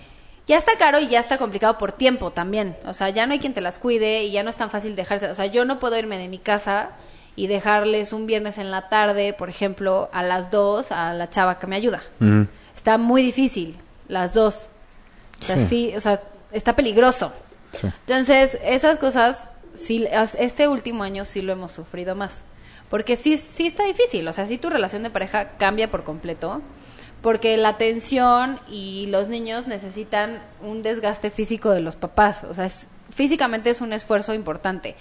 Speaker 6: Ya está caro y ya está complicado por tiempo también. O sea, ya no hay quien te las cuide y ya no es tan fácil dejarse. O sea, yo no puedo irme de mi casa y dejarles un viernes en la tarde, por ejemplo, a las dos a la chava que me ayuda.
Speaker 2: Ujú.
Speaker 6: Está muy difícil, las dos. O sea,
Speaker 2: Sí.
Speaker 6: sí, o sea, está peligroso.
Speaker 2: Sí.
Speaker 6: Entonces, esas cosas, sí, as- este último año sí lo hemos sufrido más. Porque sí, sí está difícil, o sea, sí tu relación de pareja cambia por completo, porque la atención y los niños necesitan un desgaste físico de los papás, o sea, es- físicamente es un esfuerzo importante.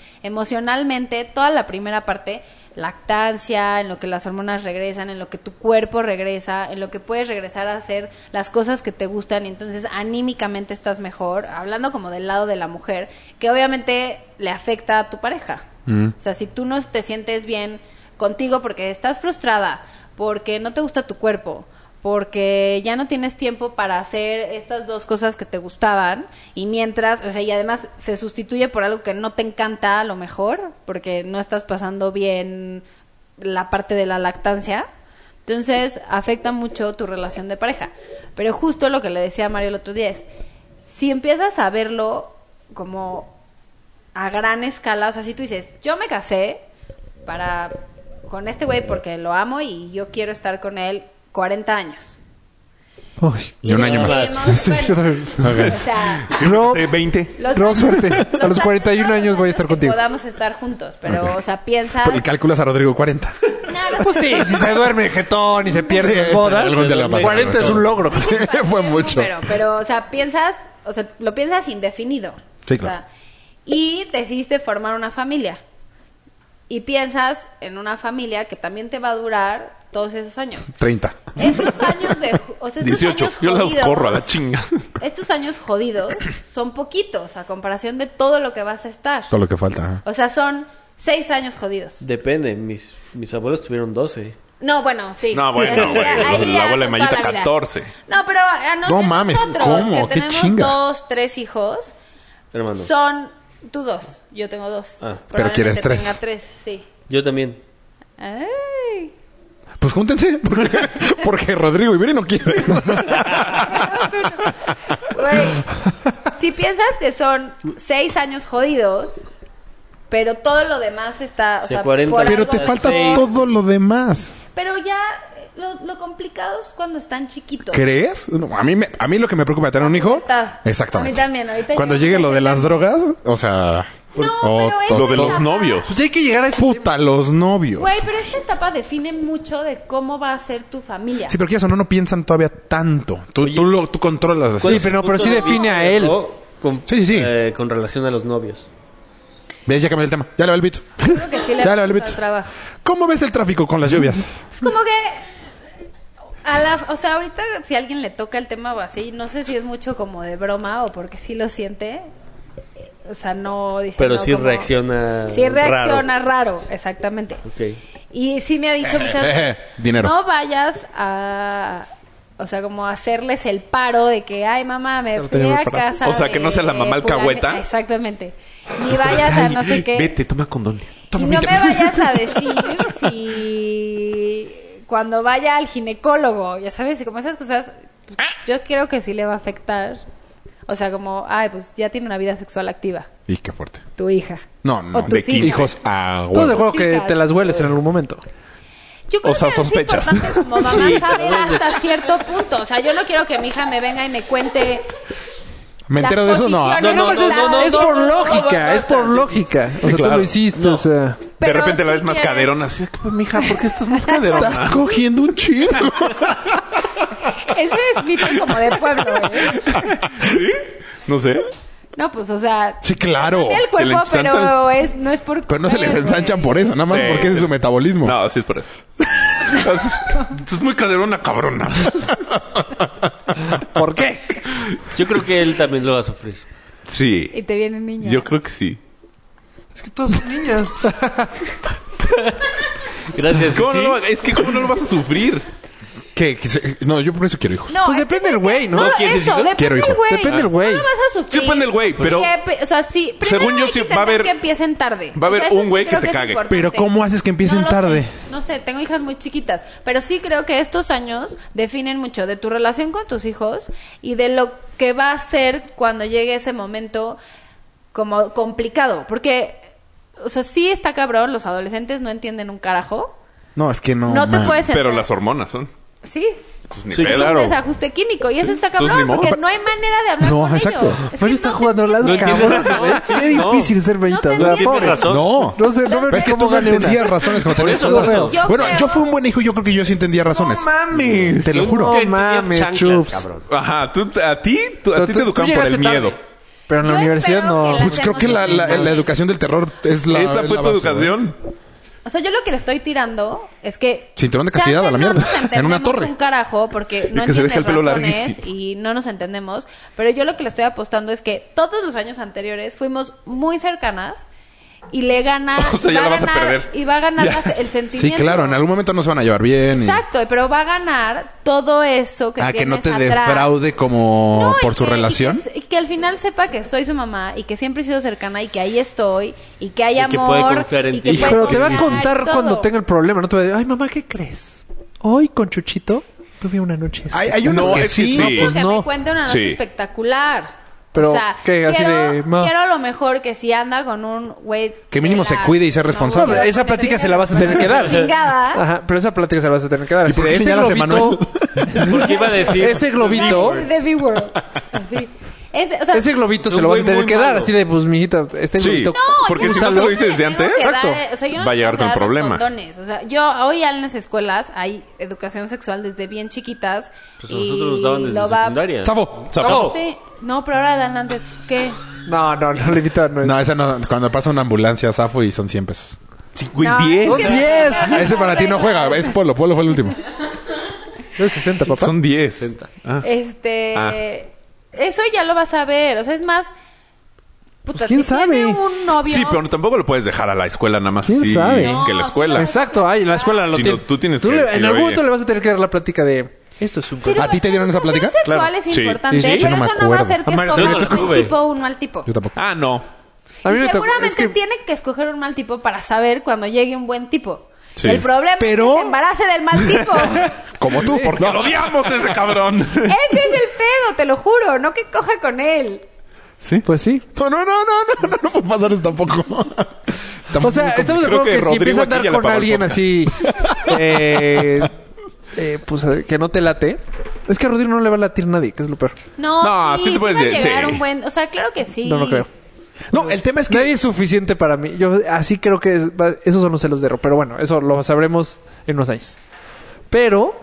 Speaker 6: Emocionalmente, toda la primera parte, lactancia, en lo que las hormonas regresan, en lo que tu cuerpo regresa, en lo que puedes regresar a hacer las cosas que te gustan y entonces anímicamente estás mejor, hablando como del lado de la mujer, que obviamente le afecta a tu pareja. O sea, si tú no te sientes bien contigo porque estás frustrada, porque no te gusta tu cuerpo, porque ya no tienes tiempo para hacer estas dos cosas que te gustaban y mientras, o sea, y además se sustituye por algo que no te encanta a lo mejor, porque no estás pasando bien la parte de la lactancia. Entonces, afecta mucho tu relación de pareja. Pero justo lo que le decía a Mario el otro día es, si empiezas a verlo como a gran escala, o sea, si tú dices, yo me casé para con este güey porque lo amo y yo quiero estar con él 40 años.
Speaker 2: Y un año más.
Speaker 6: Tenemos-
Speaker 4: Sí, yo también.
Speaker 6: bueno, o sea,
Speaker 4: No,
Speaker 3: Eh, 20.
Speaker 6: los
Speaker 4: No,
Speaker 6: años-
Speaker 4: suerte. A los
Speaker 6: años-
Speaker 4: 41
Speaker 6: todos los
Speaker 4: años voy a estar
Speaker 6: que
Speaker 4: contigo.
Speaker 6: Podamos estar juntos, pero,
Speaker 2: Ok.
Speaker 6: o sea, piensa.
Speaker 2: Y calculas a Rodrigo 40.
Speaker 6: No, los-
Speaker 4: Pues sí, si se duerme el jetón y se pierde en
Speaker 2: Sí,
Speaker 4: bodas,
Speaker 2: algún día le va a pasar.
Speaker 4: 40 es un logro.
Speaker 2: Fue
Speaker 6: Era un
Speaker 2: mucho.
Speaker 6: número, pero, o sea, piensas, o sea, lo piensas indefinido.
Speaker 2: Sí,
Speaker 6: O
Speaker 2: claro.
Speaker 6: sea, y decidiste formar una familia. Y piensas en una familia que también te va a durar todos esos años.
Speaker 2: 30.
Speaker 6: Estos años de. ju- O sea, estos
Speaker 3: 18.
Speaker 6: años Pues
Speaker 3: Yo las
Speaker 6: jodidos-
Speaker 3: corro a la chinga.
Speaker 6: Estos años jodidos son poquitos a comparación de todo lo que vas a estar.
Speaker 2: Todo lo que falta. ajá.
Speaker 6: O sea, son seis años jodidos.
Speaker 7: Depende, mis, mis abuelos tuvieron 12.
Speaker 6: No, bueno, sí.
Speaker 3: No, bueno,
Speaker 6: Ahí
Speaker 3: bueno,
Speaker 6: ya-
Speaker 3: la
Speaker 6: ahí ya
Speaker 3: abuela
Speaker 6: son
Speaker 3: de Mayita,
Speaker 6: toda la vida.
Speaker 3: 14.
Speaker 6: No, pero a nos-
Speaker 2: No
Speaker 6: de
Speaker 2: mames,
Speaker 6: nosotros,
Speaker 2: ¿cómo?
Speaker 6: que
Speaker 2: Qué
Speaker 6: tenemos
Speaker 2: chinga.
Speaker 6: dos, tres hijos,
Speaker 7: Hermano.
Speaker 6: son tú dos, yo tengo dos.
Speaker 7: Ah,
Speaker 2: pero quieres
Speaker 6: Probablemente
Speaker 2: tres.
Speaker 6: Tenga tres, sí.
Speaker 7: Yo también.
Speaker 6: Ay,
Speaker 2: Pues júntense. Porque, porque Rodrigo y Viri no quieren.
Speaker 6: Güey, si piensas que son seis años jodidos, pero todo lo demás está. O
Speaker 7: Sí,
Speaker 6: sea,
Speaker 7: 40.
Speaker 6: por
Speaker 2: Pero
Speaker 6: algo-
Speaker 2: te falta
Speaker 7: Sí.
Speaker 2: todo lo demás.
Speaker 6: Pero ya lo, lo complicado es cuando están chiquitos.
Speaker 2: ¿Crees? No, a, mí me- a mí lo que me preocupa de tener un hijo.
Speaker 6: Ahorita.
Speaker 2: Exactamente.
Speaker 6: A mí también, ahorita
Speaker 2: Cuando
Speaker 6: yo-
Speaker 2: llegue lo de las drogas, o sea.
Speaker 6: No,
Speaker 2: o
Speaker 6: pero es
Speaker 2: to-
Speaker 3: Lo de
Speaker 2: to-
Speaker 3: los novios.
Speaker 4: Pues ya hay que llegar a ese
Speaker 2: Puta, los novios.
Speaker 6: Güey, pero esta etapa define mucho de cómo va a ser tu familia.
Speaker 2: Sí, pero quieras o no, no piensan todavía tanto. Tú, tú, lo, tú controlas las
Speaker 4: Sí,
Speaker 2: cosas.
Speaker 4: pero no, pero sí define a él.
Speaker 7: O Con,
Speaker 2: Sí, sí, sí.
Speaker 7: eh, con relación a los novios.
Speaker 2: Ves, ya cambié el tema. Ya le va el bito.
Speaker 6: Creo que sí le
Speaker 2: Ya
Speaker 6: va
Speaker 2: le
Speaker 6: a
Speaker 2: vale
Speaker 6: costar
Speaker 2: pito.
Speaker 6: trabajo.
Speaker 2: ¿Cómo ves el tráfico con las lluvias?
Speaker 6: Es como que a la, o sea, ahorita si alguien le toca el tema o así, no sé si es mucho como de broma o porque sí lo siente. O sea, no dice
Speaker 7: Pero
Speaker 6: no,
Speaker 7: sí
Speaker 6: como-
Speaker 7: reacciona
Speaker 6: Sí reacciona raro, exactamente.
Speaker 7: Ok.
Speaker 6: Y sí me ha dicho muchas veces,
Speaker 2: Dinero.
Speaker 6: no vayas a o sea, como hacerles el paro de que, ay, mamá, me
Speaker 4: te
Speaker 6: fui a
Speaker 4: llevo el paro.
Speaker 6: casa.
Speaker 3: O sea, que
Speaker 6: de
Speaker 3: no sea la mamá
Speaker 6: fulane-
Speaker 3: alcahueta.
Speaker 6: Exactamente. Ni vayas a no sé qué.
Speaker 3: Vete, toma condones.
Speaker 6: Y no me vayas a decir si cuando vaya al ginecólogo, ya sabes, y como esas cosas pues,
Speaker 3: ¿Eh?
Speaker 6: Yo creo que sí le va a afectar. O sea, como, ay, pues ya tiene una vida sexual activa,
Speaker 2: Y qué fuerte.
Speaker 6: tu hija.
Speaker 2: No, no.
Speaker 6: O tus
Speaker 3: de
Speaker 6: hijas.
Speaker 3: hijos a
Speaker 4: Todo de
Speaker 3: huevo.
Speaker 4: acuerdo
Speaker 6: Sí,
Speaker 4: que
Speaker 6: claro.
Speaker 4: te las hueles en algún momento.
Speaker 6: Yo creo
Speaker 3: O sea,
Speaker 6: que
Speaker 3: sospechas.
Speaker 6: Es importante como mamá
Speaker 7: Sí,
Speaker 6: saber
Speaker 7: claro.
Speaker 6: hasta cierto punto. O sea, yo no quiero que mi hija me venga y me cuente.
Speaker 2: ¿Me entero de
Speaker 6: Las
Speaker 2: eso? No.
Speaker 6: posiciones.
Speaker 7: No, no,
Speaker 4: pues
Speaker 7: no,
Speaker 4: es,
Speaker 7: no, no,
Speaker 4: es
Speaker 7: no,
Speaker 4: por
Speaker 7: no, no,
Speaker 4: lógica,
Speaker 7: no, no,
Speaker 4: es por
Speaker 7: sí, sí.
Speaker 4: lógica. O
Speaker 3: Sí,
Speaker 4: sea, tú
Speaker 3: claro.
Speaker 4: lo hiciste, o sea.
Speaker 3: De
Speaker 6: Pero
Speaker 3: repente la
Speaker 6: sí
Speaker 3: ves más
Speaker 6: quieres-
Speaker 3: caderona. Así, "Pues, mija, ¿por qué estás más caderona?
Speaker 2: Estás cogiendo un chingo.
Speaker 6: Ese es mito como de pueblo, ¿eh?
Speaker 3: ¿Sí? No sé.
Speaker 6: No, pues, o sea,
Speaker 2: Sí, claro.
Speaker 6: tiene el
Speaker 3: se le
Speaker 6: cuerpo, pero
Speaker 3: ensanchan.
Speaker 6: es, no es por...
Speaker 2: Pero no se les
Speaker 6: comer,
Speaker 2: ensanchan
Speaker 6: güey.
Speaker 2: por eso, nada más
Speaker 3: Sí,
Speaker 2: porque ese es
Speaker 3: sí.
Speaker 2: su metabolismo.
Speaker 3: No, sí es por eso. Estás muy caderona, cabrona.
Speaker 4: ¿Por qué?
Speaker 7: Yo creo que él también lo va a sufrir.
Speaker 3: Sí.
Speaker 6: Y te viene niña.
Speaker 3: Yo creo que sí.
Speaker 4: Es que todas son niñas.
Speaker 7: Gracias.
Speaker 3: ¿Cómo
Speaker 7: ¿sí?
Speaker 3: no lo- es que ¿cómo no lo vas a sufrir?
Speaker 2: ¿Qué? ¿Qué se- No, yo por eso quiero hijos.
Speaker 6: No,
Speaker 4: Pues
Speaker 6: es
Speaker 4: depende
Speaker 6: que-
Speaker 4: del güey, ¿no?
Speaker 6: No,
Speaker 7: ¿Quieres
Speaker 6: eso,
Speaker 7: hijos?
Speaker 6: depende
Speaker 2: Quiero
Speaker 6: del
Speaker 2: hijos.
Speaker 6: güey.
Speaker 4: Depende del güey.
Speaker 6: No lo vas a
Speaker 3: Sí,
Speaker 6: sufrir.
Speaker 3: depende del güey, pero-
Speaker 6: Que pe- o sea, sí. primero
Speaker 3: Según yo,
Speaker 6: hay
Speaker 3: sí, va a
Speaker 6: que tener
Speaker 3: haber-
Speaker 6: que empiecen tarde.
Speaker 3: va a haber
Speaker 6: O sea, eso
Speaker 3: un güey que
Speaker 6: sí creo
Speaker 3: te
Speaker 6: es
Speaker 3: cague.
Speaker 6: importante.
Speaker 2: Pero ¿cómo haces que empiecen
Speaker 6: No lo sé.
Speaker 2: tarde?
Speaker 6: No sé, tengo hijas muy chiquitas. Pero sí creo que estos años definen mucho de tu relación con tus hijos y de lo que va a ser cuando llegue ese momento como complicado. Porque, o sea, sí está cabrón, los adolescentes no entienden un carajo.
Speaker 2: No, es que no.
Speaker 6: No, te
Speaker 2: man.
Speaker 6: puedes
Speaker 3: Pero
Speaker 6: sentar-
Speaker 3: las hormonas son.
Speaker 6: Sí.
Speaker 3: Pues ni
Speaker 7: Sí,
Speaker 3: pedo.
Speaker 6: Es
Speaker 7: claro.
Speaker 6: un desajuste químico y eso está
Speaker 3: entonces
Speaker 6: cabrón
Speaker 3: ni modo.
Speaker 6: porque no hay manera de hablar
Speaker 2: No,
Speaker 6: con
Speaker 2: exacto.
Speaker 6: ellos. Es que
Speaker 4: Pero está
Speaker 6: no te
Speaker 4: jugando las
Speaker 7: No entiendes
Speaker 4: cabronas,
Speaker 7: razón,
Speaker 4: ¿eh?
Speaker 7: sí,
Speaker 4: Qué
Speaker 7: no.
Speaker 4: difícil ser
Speaker 6: No te
Speaker 4: veintas, ¿verdad?
Speaker 6: entiendes
Speaker 4: Pobre.
Speaker 7: razón.
Speaker 2: No.
Speaker 4: No sé, no
Speaker 6: Pero
Speaker 4: ves
Speaker 2: Es que
Speaker 4: cómo
Speaker 2: tú no
Speaker 4: gana una.
Speaker 2: entendías razones cuando tenías
Speaker 7: eso
Speaker 2: esa
Speaker 7: lo
Speaker 2: edad.
Speaker 7: veo.
Speaker 6: Yo
Speaker 2: Bueno,
Speaker 6: creo-
Speaker 2: yo fui un buen hijo, yo creo que yo sí entendía razones.
Speaker 4: mames.
Speaker 2: Te lo juro.
Speaker 4: No mames,
Speaker 7: chanclas,
Speaker 4: chus.
Speaker 7: cabrón.
Speaker 3: Ajá, tú, a ti, tú-
Speaker 4: Pero
Speaker 3: a ti
Speaker 4: tú-
Speaker 3: te educan
Speaker 4: tú
Speaker 3: por
Speaker 4: llegaste
Speaker 3: el miedo.
Speaker 4: tarde. Pero en la
Speaker 6: Yo
Speaker 4: universidad
Speaker 6: espero
Speaker 4: no.
Speaker 6: que la-
Speaker 2: Pues creo que la, la- la educación del terror es la.
Speaker 3: Esa
Speaker 2: es
Speaker 3: fue
Speaker 2: la base,
Speaker 3: tu
Speaker 2: ¿no?
Speaker 3: educación.
Speaker 6: O sea, yo lo que le estoy tirando es que...
Speaker 2: Cinturón de
Speaker 6: chance
Speaker 2: castigada, a la
Speaker 6: no
Speaker 2: mierda.
Speaker 6: nos
Speaker 2: En una
Speaker 6: entendemos
Speaker 2: torre.
Speaker 6: un carajo porque no
Speaker 3: Y que se
Speaker 6: entiendes
Speaker 3: deje el pelo
Speaker 6: razones
Speaker 3: larguísimo.
Speaker 6: y no nos entendemos. Pero yo lo que le estoy apostando es que todos los años anteriores fuimos muy cercanas y le gana...
Speaker 3: O sea,
Speaker 6: y
Speaker 3: ya
Speaker 6: va
Speaker 3: la
Speaker 6: a
Speaker 3: vas a
Speaker 6: ganar-
Speaker 3: perder.
Speaker 6: Y va a ganar
Speaker 3: Ya.
Speaker 6: más el
Speaker 2: Sí,
Speaker 6: sentimiento.
Speaker 2: claro, en algún momento no se van a llevar bien. y-
Speaker 6: Exacto, pero va a ganar todo eso que
Speaker 2: Ah, que no te
Speaker 6: tienes atrás.
Speaker 2: defraude como
Speaker 6: No, y
Speaker 2: por su
Speaker 6: que- y
Speaker 2: relación.
Speaker 6: que, y que al final sepa que soy su mamá y que siempre he sido cercana y que ahí estoy y que hay
Speaker 7: Y que
Speaker 6: amor.
Speaker 7: puede confiar en
Speaker 6: y
Speaker 7: ti.
Speaker 6: que puede
Speaker 4: Pero te va a
Speaker 6: confiar y
Speaker 4: contar
Speaker 6: todo.
Speaker 4: cuando tenga el problema. No te va a decir, ay, mamá, ¿qué crees? Hoy con Chuchito tuve una noche.
Speaker 2: Hay, hay unos
Speaker 3: No,
Speaker 2: que
Speaker 3: es que
Speaker 2: sí.
Speaker 3: sí.
Speaker 6: No, pues
Speaker 4: pues
Speaker 6: que
Speaker 4: no.
Speaker 6: me cuente una noche
Speaker 3: Sí.
Speaker 6: espectacular.
Speaker 4: Pero,
Speaker 6: o sea,
Speaker 4: ¿qué? Así
Speaker 6: quiero,
Speaker 4: de, ma.
Speaker 6: quiero lo mejor que si anda con un güey.
Speaker 2: Que mínimo
Speaker 6: de
Speaker 2: se
Speaker 6: la-
Speaker 2: cuide y sea
Speaker 6: no,
Speaker 2: responsable.
Speaker 6: güey,
Speaker 4: Esa
Speaker 6: con el
Speaker 4: plática
Speaker 6: dedo
Speaker 4: se la vas a tener que dar. Ah,
Speaker 6: Chingada.
Speaker 4: Ajá, pero esa plática se la vas a tener que dar.
Speaker 2: ¿Y
Speaker 4: así
Speaker 2: por
Speaker 4: de,
Speaker 2: qué
Speaker 4: ese
Speaker 2: señalas a
Speaker 4: globito-
Speaker 7: Porque iba a decir.
Speaker 4: Ese globito.
Speaker 6: Ay, The B-World. Así. Ese, o sea,
Speaker 4: Ese globito
Speaker 7: Es
Speaker 4: se
Speaker 7: un
Speaker 4: lo vas
Speaker 7: güey
Speaker 4: a tener
Speaker 7: muy
Speaker 4: que dar.
Speaker 7: malo.
Speaker 4: Así de, pues, mijita, este
Speaker 3: Sí.
Speaker 4: globito.
Speaker 3: No, Porque
Speaker 6: yo
Speaker 3: si
Speaker 6: no
Speaker 3: no se lo
Speaker 6: le
Speaker 3: dices desde
Speaker 6: tengo que
Speaker 3: antes,
Speaker 6: dar,
Speaker 3: exacto,
Speaker 6: o sea, yo no
Speaker 3: va a
Speaker 6: le
Speaker 3: llegar
Speaker 6: tengo que
Speaker 3: con
Speaker 6: dar los
Speaker 3: problema.
Speaker 6: condones. O sea, yo hoy ya en las escuelas hay educación sexual desde bien chiquitas.
Speaker 7: Pues a
Speaker 6: y
Speaker 7: nosotros nos daban desde
Speaker 6: lo va-
Speaker 7: secundaria.
Speaker 2: Sabo.
Speaker 3: Zafo.
Speaker 6: Sí, no, pero ahora dan antes. ¿Qué?
Speaker 4: No, no, no, Levita no es.
Speaker 2: No, esa no. Cuando pasa una ambulancia, zafo y son 100 pesos.
Speaker 3: Sí, güey,
Speaker 6: No,
Speaker 3: diez.
Speaker 6: es que-
Speaker 4: Diez.
Speaker 2: Ah, Ese para ti no juega. Es Polo. Polo fue el último.
Speaker 4: Es 60, papá.
Speaker 3: Son 10. Ah.
Speaker 6: Este.
Speaker 3: Ah.
Speaker 6: Eso ya lo vas a ver. O sea, es más. Puta,
Speaker 4: Pues, ¿quién
Speaker 6: si tiene
Speaker 4: sabe?
Speaker 6: un novio.
Speaker 3: Sí, pero tampoco lo puedes dejar a la escuela nada más
Speaker 4: ¿Quién
Speaker 3: así
Speaker 4: sabe?
Speaker 3: que la
Speaker 6: No,
Speaker 3: escuela.
Speaker 4: Exacto, ay, en la escuela lo
Speaker 3: Si no,
Speaker 4: tiene-
Speaker 3: tú tienes que
Speaker 4: le- En
Speaker 3: decirlo,
Speaker 4: algún
Speaker 3: oye.
Speaker 4: momento le vas a tener que dar la plática de. Esto es un.
Speaker 6: Pero
Speaker 2: ¿A ti te dieron esa
Speaker 6: educación
Speaker 2: plática?
Speaker 6: sexual
Speaker 3: Claro.
Speaker 6: es
Speaker 3: Sí.
Speaker 6: importante,
Speaker 3: Sí, sí.
Speaker 2: Yo
Speaker 6: pero
Speaker 2: no me
Speaker 6: eso no va a
Speaker 2: acuerdo.
Speaker 6: hacer que
Speaker 4: A Mario, yo
Speaker 6: escojas
Speaker 7: no
Speaker 6: un
Speaker 7: tuve.
Speaker 6: tipo o un mal tipo.
Speaker 2: Yo tampoco.
Speaker 3: Ah, no.
Speaker 4: A mí
Speaker 6: Y
Speaker 4: me tocó-
Speaker 6: seguramente
Speaker 4: es que-
Speaker 6: tiene que escoger un mal tipo para saber cuando llegue un buen tipo.
Speaker 3: Sí.
Speaker 6: El problema
Speaker 4: Pero-
Speaker 6: es que se embarace del mal tipo.
Speaker 2: Como tú, porque
Speaker 3: ¡Lo odiamos a ese cabrón!
Speaker 6: Ese es el pedo, te lo juro. No que coja con él.
Speaker 3: sí.
Speaker 4: Pues sí.
Speaker 2: No, no, no, no, no, no, no puede pasar eso tampoco. Está
Speaker 4: O sea,
Speaker 2: muy
Speaker 4: estamos de
Speaker 3: Creo
Speaker 4: acuerdo que,
Speaker 3: que
Speaker 4: si
Speaker 3: Rodrigo
Speaker 4: empiezas a
Speaker 3: aquí
Speaker 4: andar
Speaker 3: ya le
Speaker 4: con
Speaker 3: pagó el
Speaker 4: alguien
Speaker 3: podcast.
Speaker 4: así, eh, eh, pues eh, que no te late. Es que a Rodrigo no le va a latir nadie, que es lo peor.
Speaker 6: No,
Speaker 3: No,
Speaker 6: sí,
Speaker 3: sí te
Speaker 6: sí
Speaker 3: puedes
Speaker 6: va a
Speaker 3: decir,
Speaker 6: llegar
Speaker 3: sí.
Speaker 6: un buen... O sea, claro que sí.
Speaker 4: No lo creo.
Speaker 2: No, el tema es que
Speaker 4: Nadie es suficiente para mí. Yo así creo que es- va- esos son los celos de Ro. Pero bueno, eso lo sabremos en unos años. Pero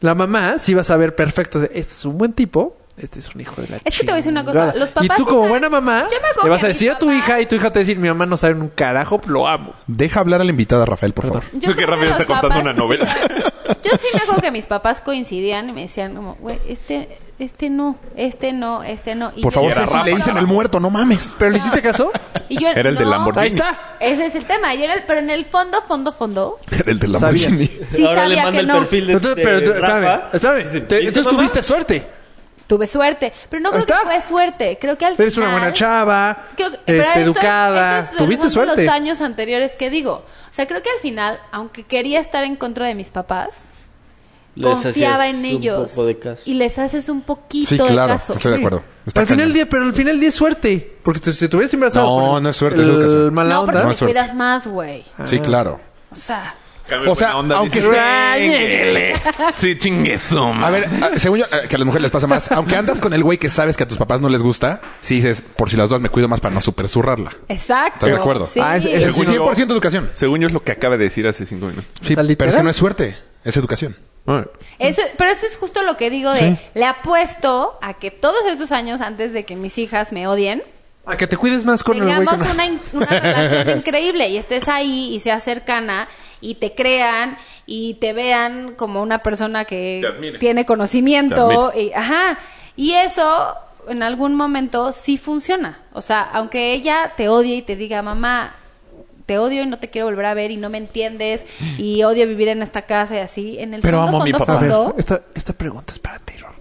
Speaker 4: la mamá sí va a saber perfecto. de, Este es un buen tipo. Este es un hijo de la
Speaker 6: Es que te voy a decir una cosa,
Speaker 4: chingada".
Speaker 6: los papás
Speaker 4: y tú
Speaker 6: sí
Speaker 4: como
Speaker 6: saben-
Speaker 4: buena mamá
Speaker 6: Yo me acuerdo
Speaker 4: le vas
Speaker 6: que
Speaker 4: a
Speaker 6: mis
Speaker 4: decir a tu
Speaker 6: papás-
Speaker 4: hija y tu hija te va a decir mi mamá no sabe un carajo, lo amo.
Speaker 2: deja hablar a la invitada Rafael, por favor.
Speaker 6: Yo
Speaker 3: Creo que Ramiro
Speaker 6: los
Speaker 3: está contando
Speaker 6: papás-
Speaker 3: una novela.
Speaker 6: sí, claro. yo sí me acuerdo que mis papás coincidían y me decían como, güey, este, este no, este no, este no. Y
Speaker 2: Por
Speaker 6: yo-
Speaker 2: favor,
Speaker 6: Y
Speaker 3: era
Speaker 2: Ceci, le
Speaker 3: Rafa.
Speaker 2: dicen el muerto, no mames.
Speaker 4: ¿Pero le hiciste caso?
Speaker 6: Y yo,
Speaker 3: Era el de
Speaker 6: no.
Speaker 3: Lamborghini.
Speaker 4: Ahí está.
Speaker 6: Ese es el tema. Y era el- pero en el fondo, fondo, fondo,
Speaker 2: El de la
Speaker 4: Sabías.
Speaker 2: Lamborghini.
Speaker 6: sí
Speaker 7: Ahora
Speaker 6: sabía
Speaker 7: le manda
Speaker 6: que
Speaker 7: el
Speaker 6: no.
Speaker 7: perfil de,
Speaker 2: Este,
Speaker 8: este
Speaker 4: Entonces,
Speaker 7: de
Speaker 4: pero, tú-
Speaker 7: Rafa.
Speaker 4: espérame, espérame.
Speaker 7: Dice,
Speaker 4: Te-
Speaker 7: ¿y tu
Speaker 4: entonces
Speaker 7: mamá?
Speaker 4: tuviste suerte.
Speaker 6: Tuve suerte. Pero no
Speaker 4: Ahí
Speaker 6: creo que
Speaker 4: está.
Speaker 6: fue suerte. Creo que al
Speaker 4: Eres una
Speaker 6: final...
Speaker 4: buena chava,
Speaker 6: Creo que- pero
Speaker 4: este,
Speaker 6: eso-
Speaker 4: educada.
Speaker 6: eso es-
Speaker 4: tuviste
Speaker 6: son
Speaker 4: suerte.
Speaker 6: los años anteriores que digo. O sea, creo que al final, aunque quería estar en contra de mis papás,
Speaker 7: Les
Speaker 6: confiaba
Speaker 7: hacías
Speaker 6: en
Speaker 7: un
Speaker 6: ellos.
Speaker 7: poco de caso.
Speaker 6: Y les haces un poquito
Speaker 2: Sí, claro,
Speaker 6: de caso.
Speaker 2: estoy de acuerdo. Está
Speaker 4: al final
Speaker 2: cañón.
Speaker 4: del día, pero al final del día es suerte. Porque te- si te hubieras embarazado.
Speaker 2: No,
Speaker 4: con el-
Speaker 2: no es suerte,
Speaker 4: el,
Speaker 2: es educación.
Speaker 4: mala
Speaker 6: No, porque
Speaker 4: onda.
Speaker 2: No
Speaker 6: te
Speaker 2: es suerte.
Speaker 6: cuidas más, güey.
Speaker 2: Sí, claro.
Speaker 6: O sea,
Speaker 3: Cambio
Speaker 2: O sea,
Speaker 3: buena onda,
Speaker 2: aunque
Speaker 3: dices,
Speaker 2: esté-
Speaker 3: "Ñéguele". Sí, chingueso,
Speaker 2: A ver, a- según yo, eh, que a las mujeres les pasa más. Aunque andas con el güey que sabes que a tus papás no les gusta, si dices, por si las dos me cuido más para no super zurrarla.
Speaker 6: exacto.
Speaker 2: ¿Estás de acuerdo?
Speaker 9: Sí.
Speaker 4: Ah, es-
Speaker 2: Es
Speaker 4: es-
Speaker 3: Según yo-
Speaker 2: 100% educación.
Speaker 3: Según yo es lo que acaba de decir hace cinco minutos.
Speaker 2: Sí,
Speaker 4: sea,
Speaker 2: pero es que
Speaker 4: literal.
Speaker 2: no es suerte, es educación.
Speaker 4: Ah,
Speaker 3: Bueno,
Speaker 6: Eso- pero eso es justo lo que digo de,
Speaker 2: Sí.
Speaker 6: le apuesto a que todos estos años antes de que mis hijas me odien,
Speaker 4: A que te cuides más con el
Speaker 6: tengamos
Speaker 4: güey. que no-
Speaker 6: una, in- una relación increíble y estés ahí y seas cercana y te crean y te vean como una persona que
Speaker 3: Te admiren.
Speaker 6: tiene
Speaker 3: Te
Speaker 6: conocimiento y ajá y eso en algún momento sí funciona o sea aunque ella te odie y te diga mamá te odio y no te quiero volver a ver y no me entiendes y odio vivir en esta casa y así en el
Speaker 3: Pero
Speaker 6: fondo,
Speaker 3: amo a mi
Speaker 6: fondo,
Speaker 3: papá.
Speaker 4: A ver,
Speaker 6: fondo,
Speaker 4: esta, esta pregunta es para ti, Ron.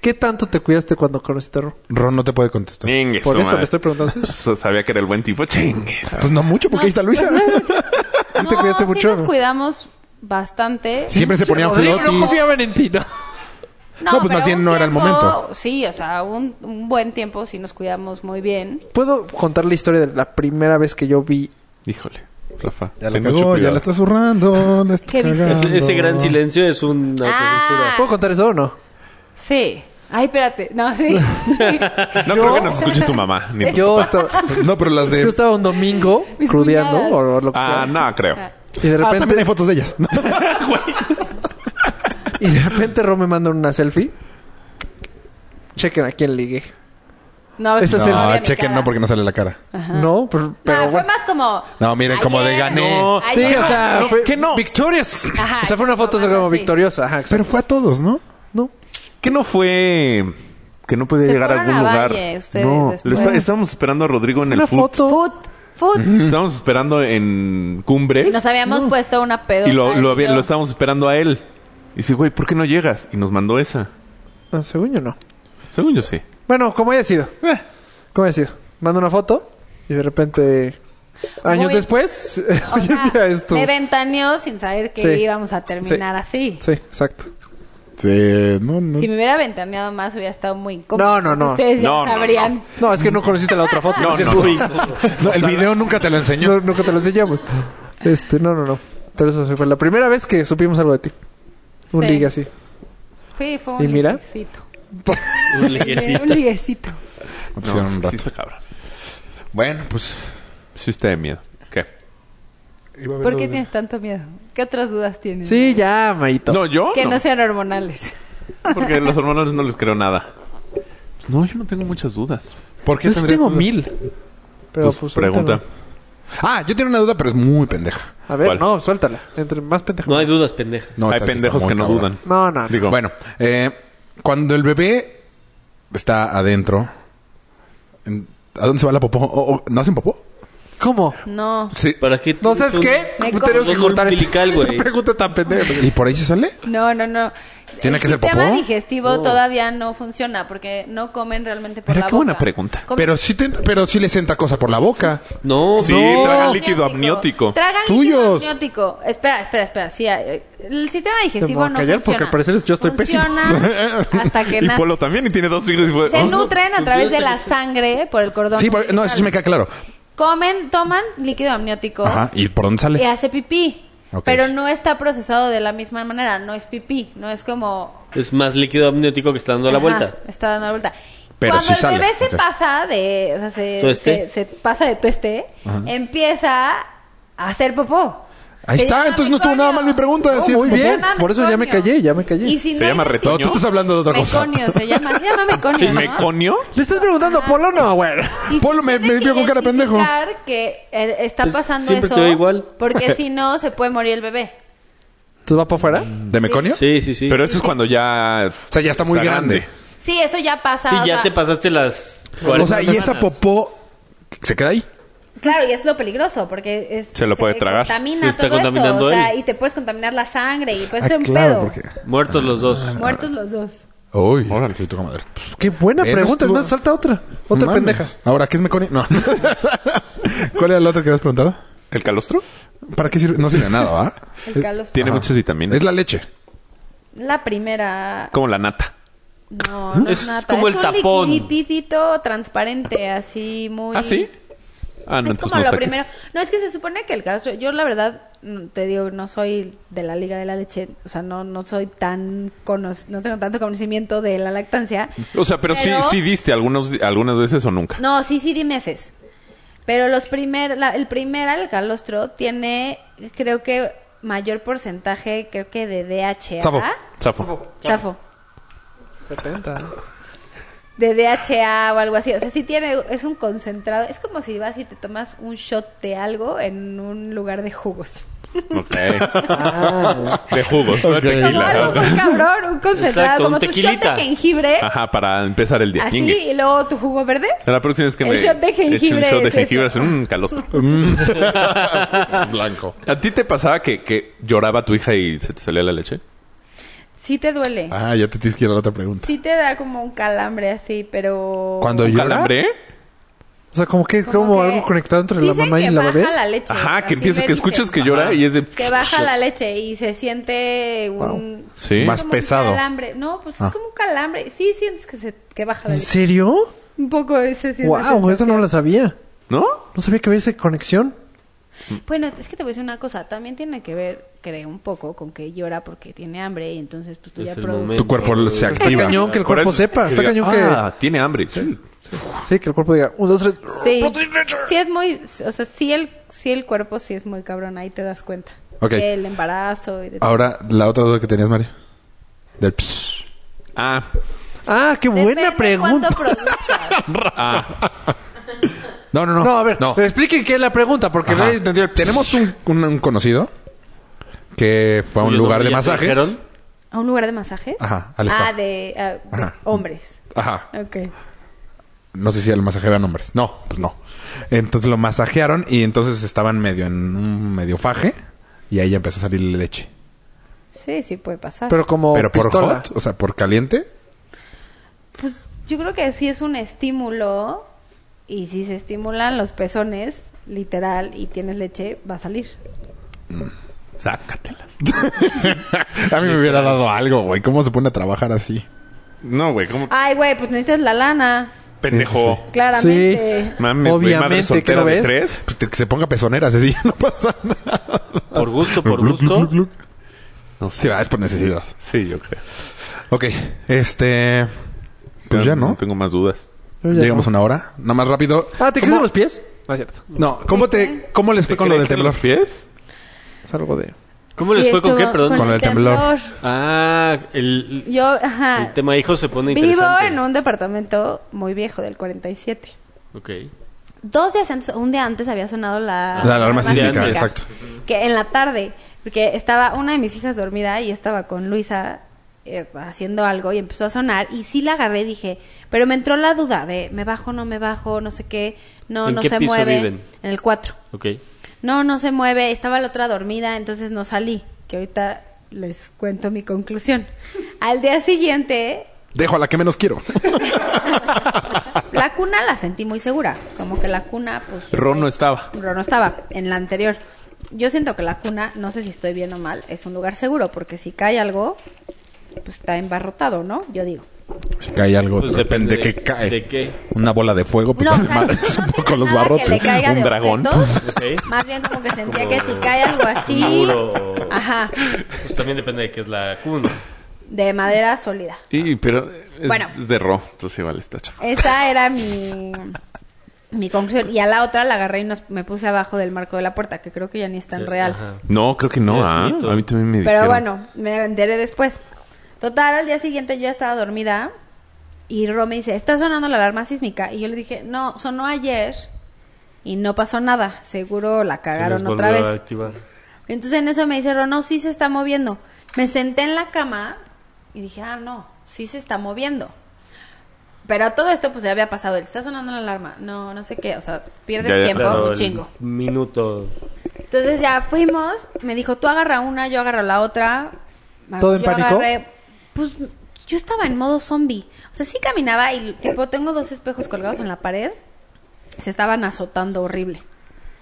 Speaker 4: ¿Qué tanto te cuidaste cuando conociste a Ron?
Speaker 2: Ron no te puede contestar.
Speaker 3: chingueso,
Speaker 4: Por eso
Speaker 3: madre.
Speaker 4: le estoy preguntando.
Speaker 3: Pues, sabía que era el buen tipo. Chingues.
Speaker 2: Pues no mucho, porque ahí está Luisa.
Speaker 4: ¿Tú te
Speaker 6: no,
Speaker 4: cuidaste
Speaker 6: sí
Speaker 4: mucho?
Speaker 6: nos cuidamos bastante
Speaker 2: Siempre se ponían
Speaker 4: Rodrigo, No
Speaker 2: flotis.
Speaker 4: confiaban en ti, ¿no?
Speaker 2: No, pues, más
Speaker 6: pero
Speaker 2: bien
Speaker 6: un
Speaker 2: no era el momento.
Speaker 6: Sí, o sea, un, un buen tiempo sí nos cuidamos muy bien.
Speaker 4: ¿Puedo contar la historia de la primera vez que yo vi?
Speaker 3: Híjole, Rafa.
Speaker 2: Ya la
Speaker 3: ten mucho
Speaker 2: cagó, ya
Speaker 3: cuidado.
Speaker 2: la está zurrando. la está
Speaker 6: ¿Qué viste?
Speaker 2: cagando.
Speaker 7: Ese, ese gran silencio es una
Speaker 6: Ah.
Speaker 4: ¿Puedo contar eso o no?
Speaker 6: Sí. Ay, espérate. No, sí.
Speaker 3: No creo que nos escuche tu mamá. Ni tu
Speaker 4: Yo
Speaker 3: papá.
Speaker 4: estaba,
Speaker 2: No, pero las de.
Speaker 4: yo estaba un domingo
Speaker 6: Mis
Speaker 4: crudeando
Speaker 6: cuñadas.
Speaker 4: o, o lo que sea.
Speaker 3: Ah, no creo.
Speaker 4: Y de
Speaker 2: Ah, también
Speaker 4: repente,
Speaker 2: hay fotos de ellas.
Speaker 4: y de repente Ron me manda una selfie. Chequen a quién ligué.
Speaker 6: No,
Speaker 4: Esa es el-
Speaker 2: No,
Speaker 6: había mi
Speaker 2: chequen,
Speaker 6: cara.
Speaker 2: no, porque no sale la cara.
Speaker 4: No, pero,
Speaker 6: No,
Speaker 4: pero
Speaker 6: Ah, fue
Speaker 4: bueno.
Speaker 6: más como...
Speaker 2: No, miren, como de gané.
Speaker 3: No,
Speaker 4: Sí,
Speaker 6: ayer.
Speaker 4: o sea, fue
Speaker 3: ¿qué no?
Speaker 4: Victorious.
Speaker 6: Ajá,
Speaker 4: o sea, fue una foto
Speaker 6: como más
Speaker 4: como
Speaker 6: así.
Speaker 4: victoriosa. Ajá, exacto.
Speaker 2: Pero fue a todos, ¿no?
Speaker 4: No.
Speaker 3: ¿Qué no fue que no podía
Speaker 6: Se
Speaker 3: llegar a
Speaker 6: fueron
Speaker 3: algún
Speaker 6: a
Speaker 3: lugar?
Speaker 6: Valle, ustedes
Speaker 3: no,
Speaker 6: después.
Speaker 3: lo está- estábamos esperando a Rodrigo en
Speaker 4: Una
Speaker 3: el foot.
Speaker 4: foto.
Speaker 6: Food, food.
Speaker 2: Mm.
Speaker 3: Estábamos esperando en Cumbre
Speaker 6: Y nos habíamos puesto una pedo.
Speaker 3: y lo, lo, había- lo estábamos esperando a él. Y dice, güey, ¿por qué no llegas? Y nos mandó esa.
Speaker 4: No, Ah, según yo no.
Speaker 3: Según yo sí.
Speaker 4: Bueno, como haya sido.
Speaker 3: Eh.
Speaker 4: Como haya sido. Manda una foto y de repente... Años
Speaker 6: Muy-
Speaker 4: después... oye, mira esto.
Speaker 6: me ventaneó sin saber que
Speaker 4: Sí.
Speaker 6: íbamos a terminar así.
Speaker 4: Sí, exacto.
Speaker 2: Sí, no, no.
Speaker 6: Si me hubiera ventaneado más hubiera estado muy incómodo.
Speaker 4: No, no, no.
Speaker 6: Ustedes ya
Speaker 3: No, no,
Speaker 6: sabrían.
Speaker 3: no.
Speaker 4: No, es que no conociste la otra foto.
Speaker 3: No,
Speaker 4: es
Speaker 3: no,
Speaker 4: cierto?
Speaker 2: No, el video nunca te lo enseñó.
Speaker 4: No, nunca te lo enseñamos. Este, no, no, no. Pero eso sí fue la primera vez que supimos algo de ti. Un
Speaker 6: Sí.
Speaker 4: ligue así.
Speaker 6: Sí, fue un
Speaker 4: ¿Y mira?
Speaker 6: liguecito.
Speaker 7: un liguecito.
Speaker 6: Un liguecito.
Speaker 2: Me
Speaker 3: No,
Speaker 2: pusieron pues, un
Speaker 3: sí,
Speaker 2: rato.
Speaker 3: sí está cabrón.
Speaker 2: Bueno, pues.
Speaker 3: Sí está de miedo. ¿Qué?
Speaker 6: ¿Por qué tienes tanto miedo? ¿Qué otras dudas tienes?
Speaker 4: Sí, ya, Maito.
Speaker 3: No, yo
Speaker 6: Que
Speaker 3: no.
Speaker 6: no, sean hormonales.
Speaker 3: Porque los hormonas no les creo nada. Pues no, yo no tengo muchas dudas.
Speaker 2: ¿Por qué
Speaker 4: Pues Yo sí
Speaker 2: tendrías
Speaker 4: tengo
Speaker 2: dudas?
Speaker 4: mil. Pero
Speaker 3: Pues,
Speaker 4: pues,
Speaker 3: pregunta.
Speaker 4: suéltala.
Speaker 2: Ah, yo tengo una duda, pero es muy pendeja.
Speaker 4: A ver,
Speaker 3: ¿Cuál?
Speaker 4: no, suéltala. Entre más pendejo.
Speaker 7: No hay dudas, pendeja.
Speaker 2: No,
Speaker 3: Hay
Speaker 2: esta sí está
Speaker 3: pendejos
Speaker 2: muy
Speaker 3: que no
Speaker 2: cabrón.
Speaker 3: dudan.
Speaker 4: No, no. no.
Speaker 3: Digo,
Speaker 2: Bueno, eh, cuando el bebé está adentro, en- ¿a dónde se va la popó? ¿O- o- ¿No hacen popó?
Speaker 4: ¿Cómo?
Speaker 6: No,
Speaker 7: ¿Para qué?
Speaker 4: No sabes
Speaker 7: tú-
Speaker 4: qué. este
Speaker 6: Me
Speaker 4: ¿Cómo tenemos
Speaker 6: como-
Speaker 4: que cortar esta,
Speaker 7: Umbilical, güey.
Speaker 4: esta pregunta tan pendeja.
Speaker 2: ¿Y por ahí se sale?
Speaker 6: no, no, no.
Speaker 2: ¿Tiene
Speaker 6: el
Speaker 2: que ser
Speaker 6: sistema
Speaker 2: popó?
Speaker 6: digestivo todavía no funciona porque no comen realmente por
Speaker 3: Mira,
Speaker 6: la
Speaker 3: qué
Speaker 6: boca.
Speaker 3: buena pregunta.
Speaker 6: Comen-
Speaker 2: Pero sí, te- pero sí le senta cosa por la boca.
Speaker 7: No,
Speaker 3: Sí,
Speaker 7: no.
Speaker 3: tragan líquido amniótico.
Speaker 6: Tragan
Speaker 2: Tuyos.
Speaker 6: líquido amniótico. Espera, espera, espera. Sí, eh, el sistema
Speaker 4: Te
Speaker 6: digestivo
Speaker 4: voy a
Speaker 6: no
Speaker 4: callar
Speaker 6: funciona.
Speaker 4: porque al parecer yo estoy pésimo.
Speaker 6: Funciona hasta que
Speaker 3: y
Speaker 6: nacen.
Speaker 3: Polo también y tiene dos hijos. Y fue,
Speaker 6: Se
Speaker 3: "Oh".
Speaker 6: nutren a través de la sangre por el cordón.
Speaker 2: Sí, por- no, eso sí me
Speaker 6: umbilical.
Speaker 2: queda claro.
Speaker 6: Comen, toman líquido amniótico.
Speaker 2: Ajá, ¿y por dónde
Speaker 6: y
Speaker 2: sale?
Speaker 6: hace pipí.
Speaker 2: Ok.
Speaker 6: Pero no está procesado de la misma manera, no es pipí, no es como...
Speaker 7: Es más líquido amniótico que está dando la
Speaker 6: Ajá,
Speaker 7: vuelta.
Speaker 6: Está dando la vuelta.
Speaker 2: Pero
Speaker 6: Cuando
Speaker 2: sí
Speaker 6: el
Speaker 2: sale,
Speaker 6: bebé se
Speaker 2: o sea.
Speaker 6: pasa de... O sea, se,
Speaker 7: Tueste.
Speaker 6: se, se pasa de tueste, empieza a hacer popó.
Speaker 2: Ahí
Speaker 6: Se
Speaker 2: está,
Speaker 6: llama
Speaker 2: entonces no estuvo nada
Speaker 6: meconio.
Speaker 2: mal mi pregunta,
Speaker 6: No,
Speaker 2: así es,
Speaker 6: muy
Speaker 2: popó.
Speaker 6: bien.
Speaker 4: Por eso ya me callé, ya me callé.
Speaker 6: Y si
Speaker 3: ¿Se
Speaker 6: no
Speaker 3: llama
Speaker 6: hay-
Speaker 2: No,
Speaker 3: retoño?
Speaker 2: tú estás hablando de otra cosa.
Speaker 6: Meconio se llama. Se llama meconio, ¿no?
Speaker 3: ¿Meconio?
Speaker 4: ¿Le estás preguntando a Polo? No, güey.
Speaker 6: Y
Speaker 2: Polo
Speaker 6: se
Speaker 2: me-
Speaker 6: tiene
Speaker 2: me
Speaker 6: que
Speaker 2: vio con cara de pendejo.
Speaker 6: identificar que eh, está
Speaker 7: Pues
Speaker 6: pasando
Speaker 7: siempre
Speaker 6: eso.
Speaker 7: te veo igual.
Speaker 6: Porque si no, se puede morir el bebé.
Speaker 4: ¿Tú vas para afuera?
Speaker 3: Mm.
Speaker 2: ¿De meconio?
Speaker 7: Sí, sí, sí.
Speaker 3: Pero eso es cuando ya...
Speaker 2: O sea, ya está muy
Speaker 3: Está grande.
Speaker 2: grande.
Speaker 6: Sí, eso ya pasa.
Speaker 7: sí,
Speaker 6: o
Speaker 7: ya
Speaker 6: sea,
Speaker 7: te pasaste las
Speaker 2: O
Speaker 7: 40
Speaker 2: sea, y esa
Speaker 7: semanas.
Speaker 2: popó se queda ahí.
Speaker 6: Claro, y es lo peligroso porque es,
Speaker 3: Se lo puede tragar.
Speaker 6: Contamina
Speaker 7: Se está
Speaker 6: todo
Speaker 7: contaminando
Speaker 6: eso, o sea,
Speaker 7: él.
Speaker 6: y te puedes contaminar la sangre y
Speaker 2: Ah,
Speaker 7: Ah,
Speaker 6: puedes ser un Pues pedo.
Speaker 7: Muertos los dos.
Speaker 6: Muertos los dos.
Speaker 2: Uy,
Speaker 3: Órale.
Speaker 2: sí, toca madre. Pues,
Speaker 4: Qué buena
Speaker 2: Eh, no
Speaker 4: pregunta. Es
Speaker 2: estuvo-
Speaker 4: más, salta otra. Otra
Speaker 2: mames.
Speaker 4: pendeja.
Speaker 2: Ahora, ¿qué es meconio? No. ¿Cuál era la otra que habías preguntado?
Speaker 3: ¿El calostro?
Speaker 2: ¿Para qué sirve? No sirve de nada, ¿va?
Speaker 6: El calostro.
Speaker 3: Tiene muchas vitaminas.
Speaker 2: Es la leche.
Speaker 6: La primera.
Speaker 3: Como la nata.
Speaker 6: No, no es,
Speaker 8: Es
Speaker 6: nata.
Speaker 8: como
Speaker 6: es
Speaker 8: el
Speaker 6: un
Speaker 8: tapón.
Speaker 6: liquiditito transparente, así muy.
Speaker 3: ¿Ah, sí? Ah, no,
Speaker 6: es
Speaker 3: entonces
Speaker 6: como
Speaker 3: no
Speaker 6: lo
Speaker 3: sé qué
Speaker 6: primero.
Speaker 3: es.
Speaker 6: No, es que se supone que el caso. Yo, la verdad, mm, te digo, no soy de la Liga de la Leche. O sea, no, no soy tan. cono- No tengo tanto conocimiento de la lactancia.
Speaker 3: O sea, pero,
Speaker 6: Pero-
Speaker 3: sí, sí diste algunos, algunas veces o nunca.
Speaker 6: No, sí, sí, di meses. Pero los primer, la- el primer alcalostro tiene, creo que, mayor porcentaje, creo que de DHA.
Speaker 2: Safo.
Speaker 3: Safo.
Speaker 6: ¿Ah? Safo.
Speaker 4: 70.
Speaker 6: De DHA o algo así. O sea, sí tiene, es un concentrado. Es como si vas y te tomas un shot de algo en un lugar de jugos.
Speaker 3: Ok. De jugos, no de
Speaker 2: Ok.
Speaker 6: Como algo
Speaker 3: tequila.
Speaker 6: muy cabrón, un concentrado,
Speaker 8: Exacto, un
Speaker 6: como tu shot de
Speaker 8: tequilita.
Speaker 6: jengibre.
Speaker 3: Ajá, para empezar el día.
Speaker 6: Así,
Speaker 3: Ñingue.
Speaker 6: y luego tu jugo verde.
Speaker 3: O sea, La próxima es que
Speaker 6: ¿Ah, El
Speaker 3: me
Speaker 6: shot de
Speaker 3: eche un
Speaker 6: jengibre
Speaker 3: shot de
Speaker 6: es eso.
Speaker 3: jengibre en un calostro.
Speaker 2: Blanco.
Speaker 3: ¿A ti te pasaba que, que lloraba tu hija y se te salía la leche?
Speaker 6: Sí te duele.
Speaker 2: Ah, ya te tienes que ir a la otra pregunta.
Speaker 6: Sí te da como un calambre así, pero...
Speaker 2: Cuando
Speaker 3: ¿Un
Speaker 2: llora?
Speaker 3: calambre?
Speaker 4: O sea, como que es como,
Speaker 6: que
Speaker 4: algo conectado entre la
Speaker 6: dicen
Speaker 4: mamá
Speaker 6: que
Speaker 4: y la
Speaker 6: baja
Speaker 4: bebé.
Speaker 6: la leche.
Speaker 3: Ajá,
Speaker 6: así
Speaker 3: que empiezas,
Speaker 6: me
Speaker 3: que
Speaker 6: dicen.
Speaker 3: escuchas que llora y es de...
Speaker 6: Que baja la leche y se siente un...
Speaker 3: Sí.
Speaker 2: Más
Speaker 6: como un
Speaker 2: pesado.
Speaker 6: calambre. No, pues
Speaker 2: Ah.
Speaker 6: es como un calambre. Sí, sientes que, se, que baja la
Speaker 4: ¿En
Speaker 6: leche.
Speaker 4: serio?
Speaker 6: Un poco ese siente.
Speaker 4: Wow, eso no
Speaker 6: sensación.
Speaker 4: lo sabía.
Speaker 3: ¿No?
Speaker 4: No sabía que había esa conexión.
Speaker 6: Bueno, es que te voy a decir una cosa. También tiene que ver, creo, un poco con que llora porque tiene hambre y entonces pues tú
Speaker 7: Es
Speaker 6: ya
Speaker 7: el
Speaker 6: produces.
Speaker 7: momento.
Speaker 2: Tu cuerpo
Speaker 7: Está
Speaker 2: se
Speaker 4: Está
Speaker 2: activa.
Speaker 4: cañón que el
Speaker 3: Por
Speaker 4: cuerpo
Speaker 3: eso-
Speaker 4: sepa. Está
Speaker 3: diga,
Speaker 4: cañón
Speaker 3: Ah, tiene hambre.
Speaker 4: que... Sí, que el cuerpo diga, un, dos, tres...
Speaker 6: Sí. sí, es muy... O sea, sí el, sí el cuerpo sí es muy cabrón. Ahí te das cuenta.
Speaker 2: Ok.
Speaker 6: Del embarazo y de
Speaker 2: Ahora, la otra duda que tenías, Mario. Del psh.
Speaker 3: Ah.
Speaker 4: Ah, qué buena
Speaker 6: Depende
Speaker 4: pregunta.
Speaker 6: cuánto produzcas.
Speaker 3: Ah.
Speaker 2: No, no, no.
Speaker 4: No, a ver,
Speaker 2: No.
Speaker 4: pero expliquen qué es la pregunta, porque
Speaker 2: Ajá.
Speaker 4: nadie entendió el-
Speaker 2: Tenemos un, un- un conocido que fue a un
Speaker 8: Cuyo
Speaker 2: lugar
Speaker 8: nombre
Speaker 2: de
Speaker 8: ya te
Speaker 2: masajes.
Speaker 8: dijeron.
Speaker 6: ¿A un lugar de masajes?
Speaker 2: Ajá, al spa.
Speaker 6: Ah, de, ah, de
Speaker 2: Ajá.
Speaker 6: hombres.
Speaker 2: Ajá.
Speaker 6: Ok.
Speaker 2: No sé si el masaje era nombres. No, pues no. Entonces lo masajearon y entonces estaban medio en un medio faje y ahí ya empezó a salir leche.
Speaker 6: Sí, sí puede pasar.
Speaker 4: Pero como
Speaker 2: Pero por
Speaker 4: Oh, pistola.
Speaker 2: hot, o sea, por caliente.
Speaker 6: Pues yo creo que sí es un estímulo y si se estimulan los pezones, literal, y tienes leche, va a salir.
Speaker 3: Sácatelas.
Speaker 2: A mí me hubiera dado algo, güey. ¿Cómo se pone a trabajar así?
Speaker 3: No, güey, ¿cómo?
Speaker 6: Ay, güey, pues necesitas la lana,
Speaker 3: Pendejo.
Speaker 6: claramente.
Speaker 3: Mames, güey, madre
Speaker 4: Obviamente, ¿qué
Speaker 3: soltera
Speaker 4: no
Speaker 3: de
Speaker 4: ves?
Speaker 3: tres.
Speaker 2: Pues te- que se ponga pezoneras, así ya no pasa nada.
Speaker 8: Por gusto, por gusto.
Speaker 3: No
Speaker 2: Sí,
Speaker 3: sé.
Speaker 2: va, es por necesidad.
Speaker 3: Sí, yo creo.
Speaker 2: Ok, este. Pues ya, ¿no?
Speaker 3: Tengo más dudas.
Speaker 4: Yo ya
Speaker 2: Llegamos a
Speaker 4: no.
Speaker 2: una hora. Nada más rápido.
Speaker 4: Ah, ¿te
Speaker 2: ¿Cómo-
Speaker 4: crecen los pies? No es cierto.
Speaker 2: No, ¿cómo, te, ¿cómo les fue con lo
Speaker 3: ¿Te
Speaker 2: del
Speaker 3: crecen
Speaker 2: temblor?
Speaker 3: los pies?
Speaker 4: Es algo de...
Speaker 8: ¿Cómo les
Speaker 6: Sí,
Speaker 8: fue con
Speaker 6: estuvo-
Speaker 8: qué? Perdón.
Speaker 2: Con el temblor.
Speaker 8: Ah, el,
Speaker 6: Yo, ajá.
Speaker 8: el tema hijo se pone
Speaker 6: Vivo
Speaker 8: interesante.
Speaker 6: en un departamento muy viejo, del 47.
Speaker 8: Ok.
Speaker 6: Dos días antes, un día antes había sonado la,
Speaker 2: La alarma sísmica,
Speaker 8: sísmica.
Speaker 2: exacto.
Speaker 6: Que en la tarde, porque estaba una de mis hijas dormida y estaba con Luisa eh, haciendo algo y empezó a sonar y sí la agarré y dije, pero me entró la duda de me bajo, no me bajo, no sé qué, no,
Speaker 8: ¿En
Speaker 6: no
Speaker 8: qué
Speaker 6: se
Speaker 8: piso
Speaker 6: mueve.
Speaker 8: viven?
Speaker 6: En el 4.
Speaker 8: Ok.
Speaker 6: No, no se mueve, estaba la otra dormida, entonces no salí, que ahorita les cuento mi conclusión. Al día siguiente
Speaker 2: Dejo a la que menos quiero.
Speaker 6: La cuna la sentí muy segura. Como que la cuna, pues.
Speaker 3: Ron no estaba.
Speaker 6: Ron no estaba en la anterior. Yo siento que la cuna, no sé si estoy bien o mal, es un lugar seguro, porque si cae algo, pues está embarrotado, ¿no? Yo digo.
Speaker 2: Si cae algo,
Speaker 8: Pues
Speaker 2: depende de
Speaker 8: depende
Speaker 2: qué
Speaker 8: de-
Speaker 2: cae.
Speaker 8: de qué.
Speaker 2: Una bola de fuego, pues
Speaker 6: No, o sea,
Speaker 2: madres
Speaker 6: no
Speaker 2: un poco
Speaker 6: sentí
Speaker 2: los
Speaker 6: nada
Speaker 2: barrotes.
Speaker 6: Que le caiga
Speaker 3: Un
Speaker 6: de
Speaker 3: dragón.
Speaker 6: objetos.
Speaker 8: Ok.
Speaker 6: Más bien como que sentía
Speaker 8: Como
Speaker 6: que si cae algo así.
Speaker 8: un muro.
Speaker 6: Ajá.
Speaker 8: Pues también depende de qué es la cuna.
Speaker 6: De madera sólida.
Speaker 3: Y, pero es
Speaker 6: Bueno. Eh,
Speaker 3: de ro. Entonces igual está chafa.
Speaker 6: Esa era mi, mi conclusión. Y a la otra la agarré y nos- me puse abajo del marco de la puerta, que creo que ya ni es tan real.
Speaker 8: Ajá.
Speaker 3: No, creo que no.
Speaker 8: Es
Speaker 3: ah.
Speaker 8: mito.
Speaker 3: A mí también me dijeron.
Speaker 6: Pero bueno, me enteré después. Total, al día siguiente yo ya estaba dormida y Ro me dice, está sonando la alarma sísmica. Y yo le dije, no, sonó ayer y no pasó nada. Seguro la
Speaker 8: Se
Speaker 6: cagaron
Speaker 8: les
Speaker 6: otra
Speaker 8: volvió
Speaker 6: vez.
Speaker 8: a activar.
Speaker 6: Entonces en eso me dice Ro, no, sí se está moviendo. Me senté en la cama y dije, ah, no, sí se está moviendo. Pero a todo esto pues ya había pasado, está sonando la alarma. No, no sé qué, o sea, pierdes
Speaker 3: Ya, ya,
Speaker 6: tiempo
Speaker 8: Claro,
Speaker 6: un
Speaker 8: el
Speaker 6: chingo.
Speaker 8: Minuto.
Speaker 6: Entonces ya fuimos, me dijo, tú agarra una, yo agarro la otra.
Speaker 4: ¿Todo en
Speaker 6: Yo
Speaker 4: pánico?
Speaker 6: agarré- pues yo estaba en modo zombie. O sea, sí caminaba y tipo, tengo dos espejos colgados en la pared. Se estaban azotando horrible.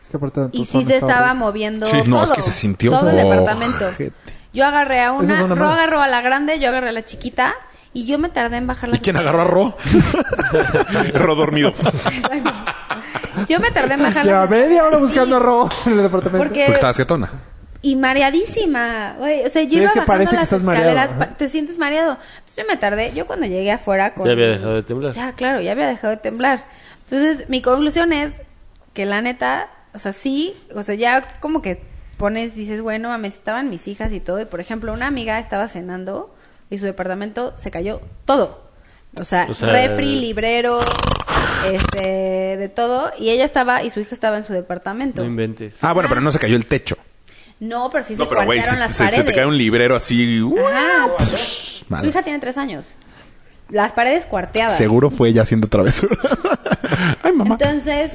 Speaker 4: Es que aparte de
Speaker 6: Y
Speaker 4: tus
Speaker 6: sí
Speaker 4: zonas
Speaker 6: se
Speaker 4: está
Speaker 6: estaba
Speaker 4: horrible.
Speaker 6: moviendo
Speaker 2: Sí, no,
Speaker 6: todo,
Speaker 2: es que se sintió
Speaker 6: todo el
Speaker 2: ojete.
Speaker 6: departamento. Yo agarré a una,
Speaker 4: Esas son las
Speaker 6: Ro
Speaker 4: malas.
Speaker 6: agarró a la grande, yo agarré a la chiquita y yo me tardé en bajar
Speaker 2: ¿Y
Speaker 6: las
Speaker 2: quién
Speaker 6: escaleras.
Speaker 2: agarró a Ro?
Speaker 3: Ro dormido.
Speaker 6: Yo me tardé en bajar
Speaker 4: Lleva
Speaker 6: las
Speaker 4: media hora
Speaker 6: escaleras.
Speaker 4: buscando a Ro en el departamento.
Speaker 6: Porque
Speaker 2: Porque estabas quietona.
Speaker 6: y mareadísima, güey. O sea, yo
Speaker 4: Sí,
Speaker 6: iba
Speaker 4: es que
Speaker 6: bajando
Speaker 4: parece que
Speaker 6: las
Speaker 4: estás mareado,
Speaker 6: escaleras,
Speaker 4: ajá.
Speaker 6: pa- te sientes mareado. Entonces yo me tardé, yo cuando llegué afuera con...
Speaker 8: Ya había dejado de temblar.
Speaker 6: Ya, claro, ya había dejado de temblar. Entonces, mi conclusión es que la neta, o sea, sí, o sea, ya como que pones, dices, bueno, mames, estaban mis hijas y todo. Y por ejemplo, una amiga estaba cenando y su departamento se cayó todo. O sea,
Speaker 8: O sea,
Speaker 6: refri,
Speaker 8: el-
Speaker 6: librero, este, de todo. Y ella estaba, y su hija estaba en su departamento.
Speaker 8: No inventes.
Speaker 2: Ah, bueno, pero no se cayó el techo.
Speaker 6: No, pero sí se
Speaker 3: No, pero güey,
Speaker 6: cuartearon
Speaker 3: si-
Speaker 6: las
Speaker 3: se,
Speaker 6: paredes.
Speaker 3: se te cae un librero así. uh,
Speaker 6: Ajá. Su
Speaker 2: Madre.
Speaker 6: hija tiene tres años. Las paredes cuarteadas.
Speaker 2: Seguro fue ella haciendo travesura. Ay, mamá.
Speaker 6: Entonces,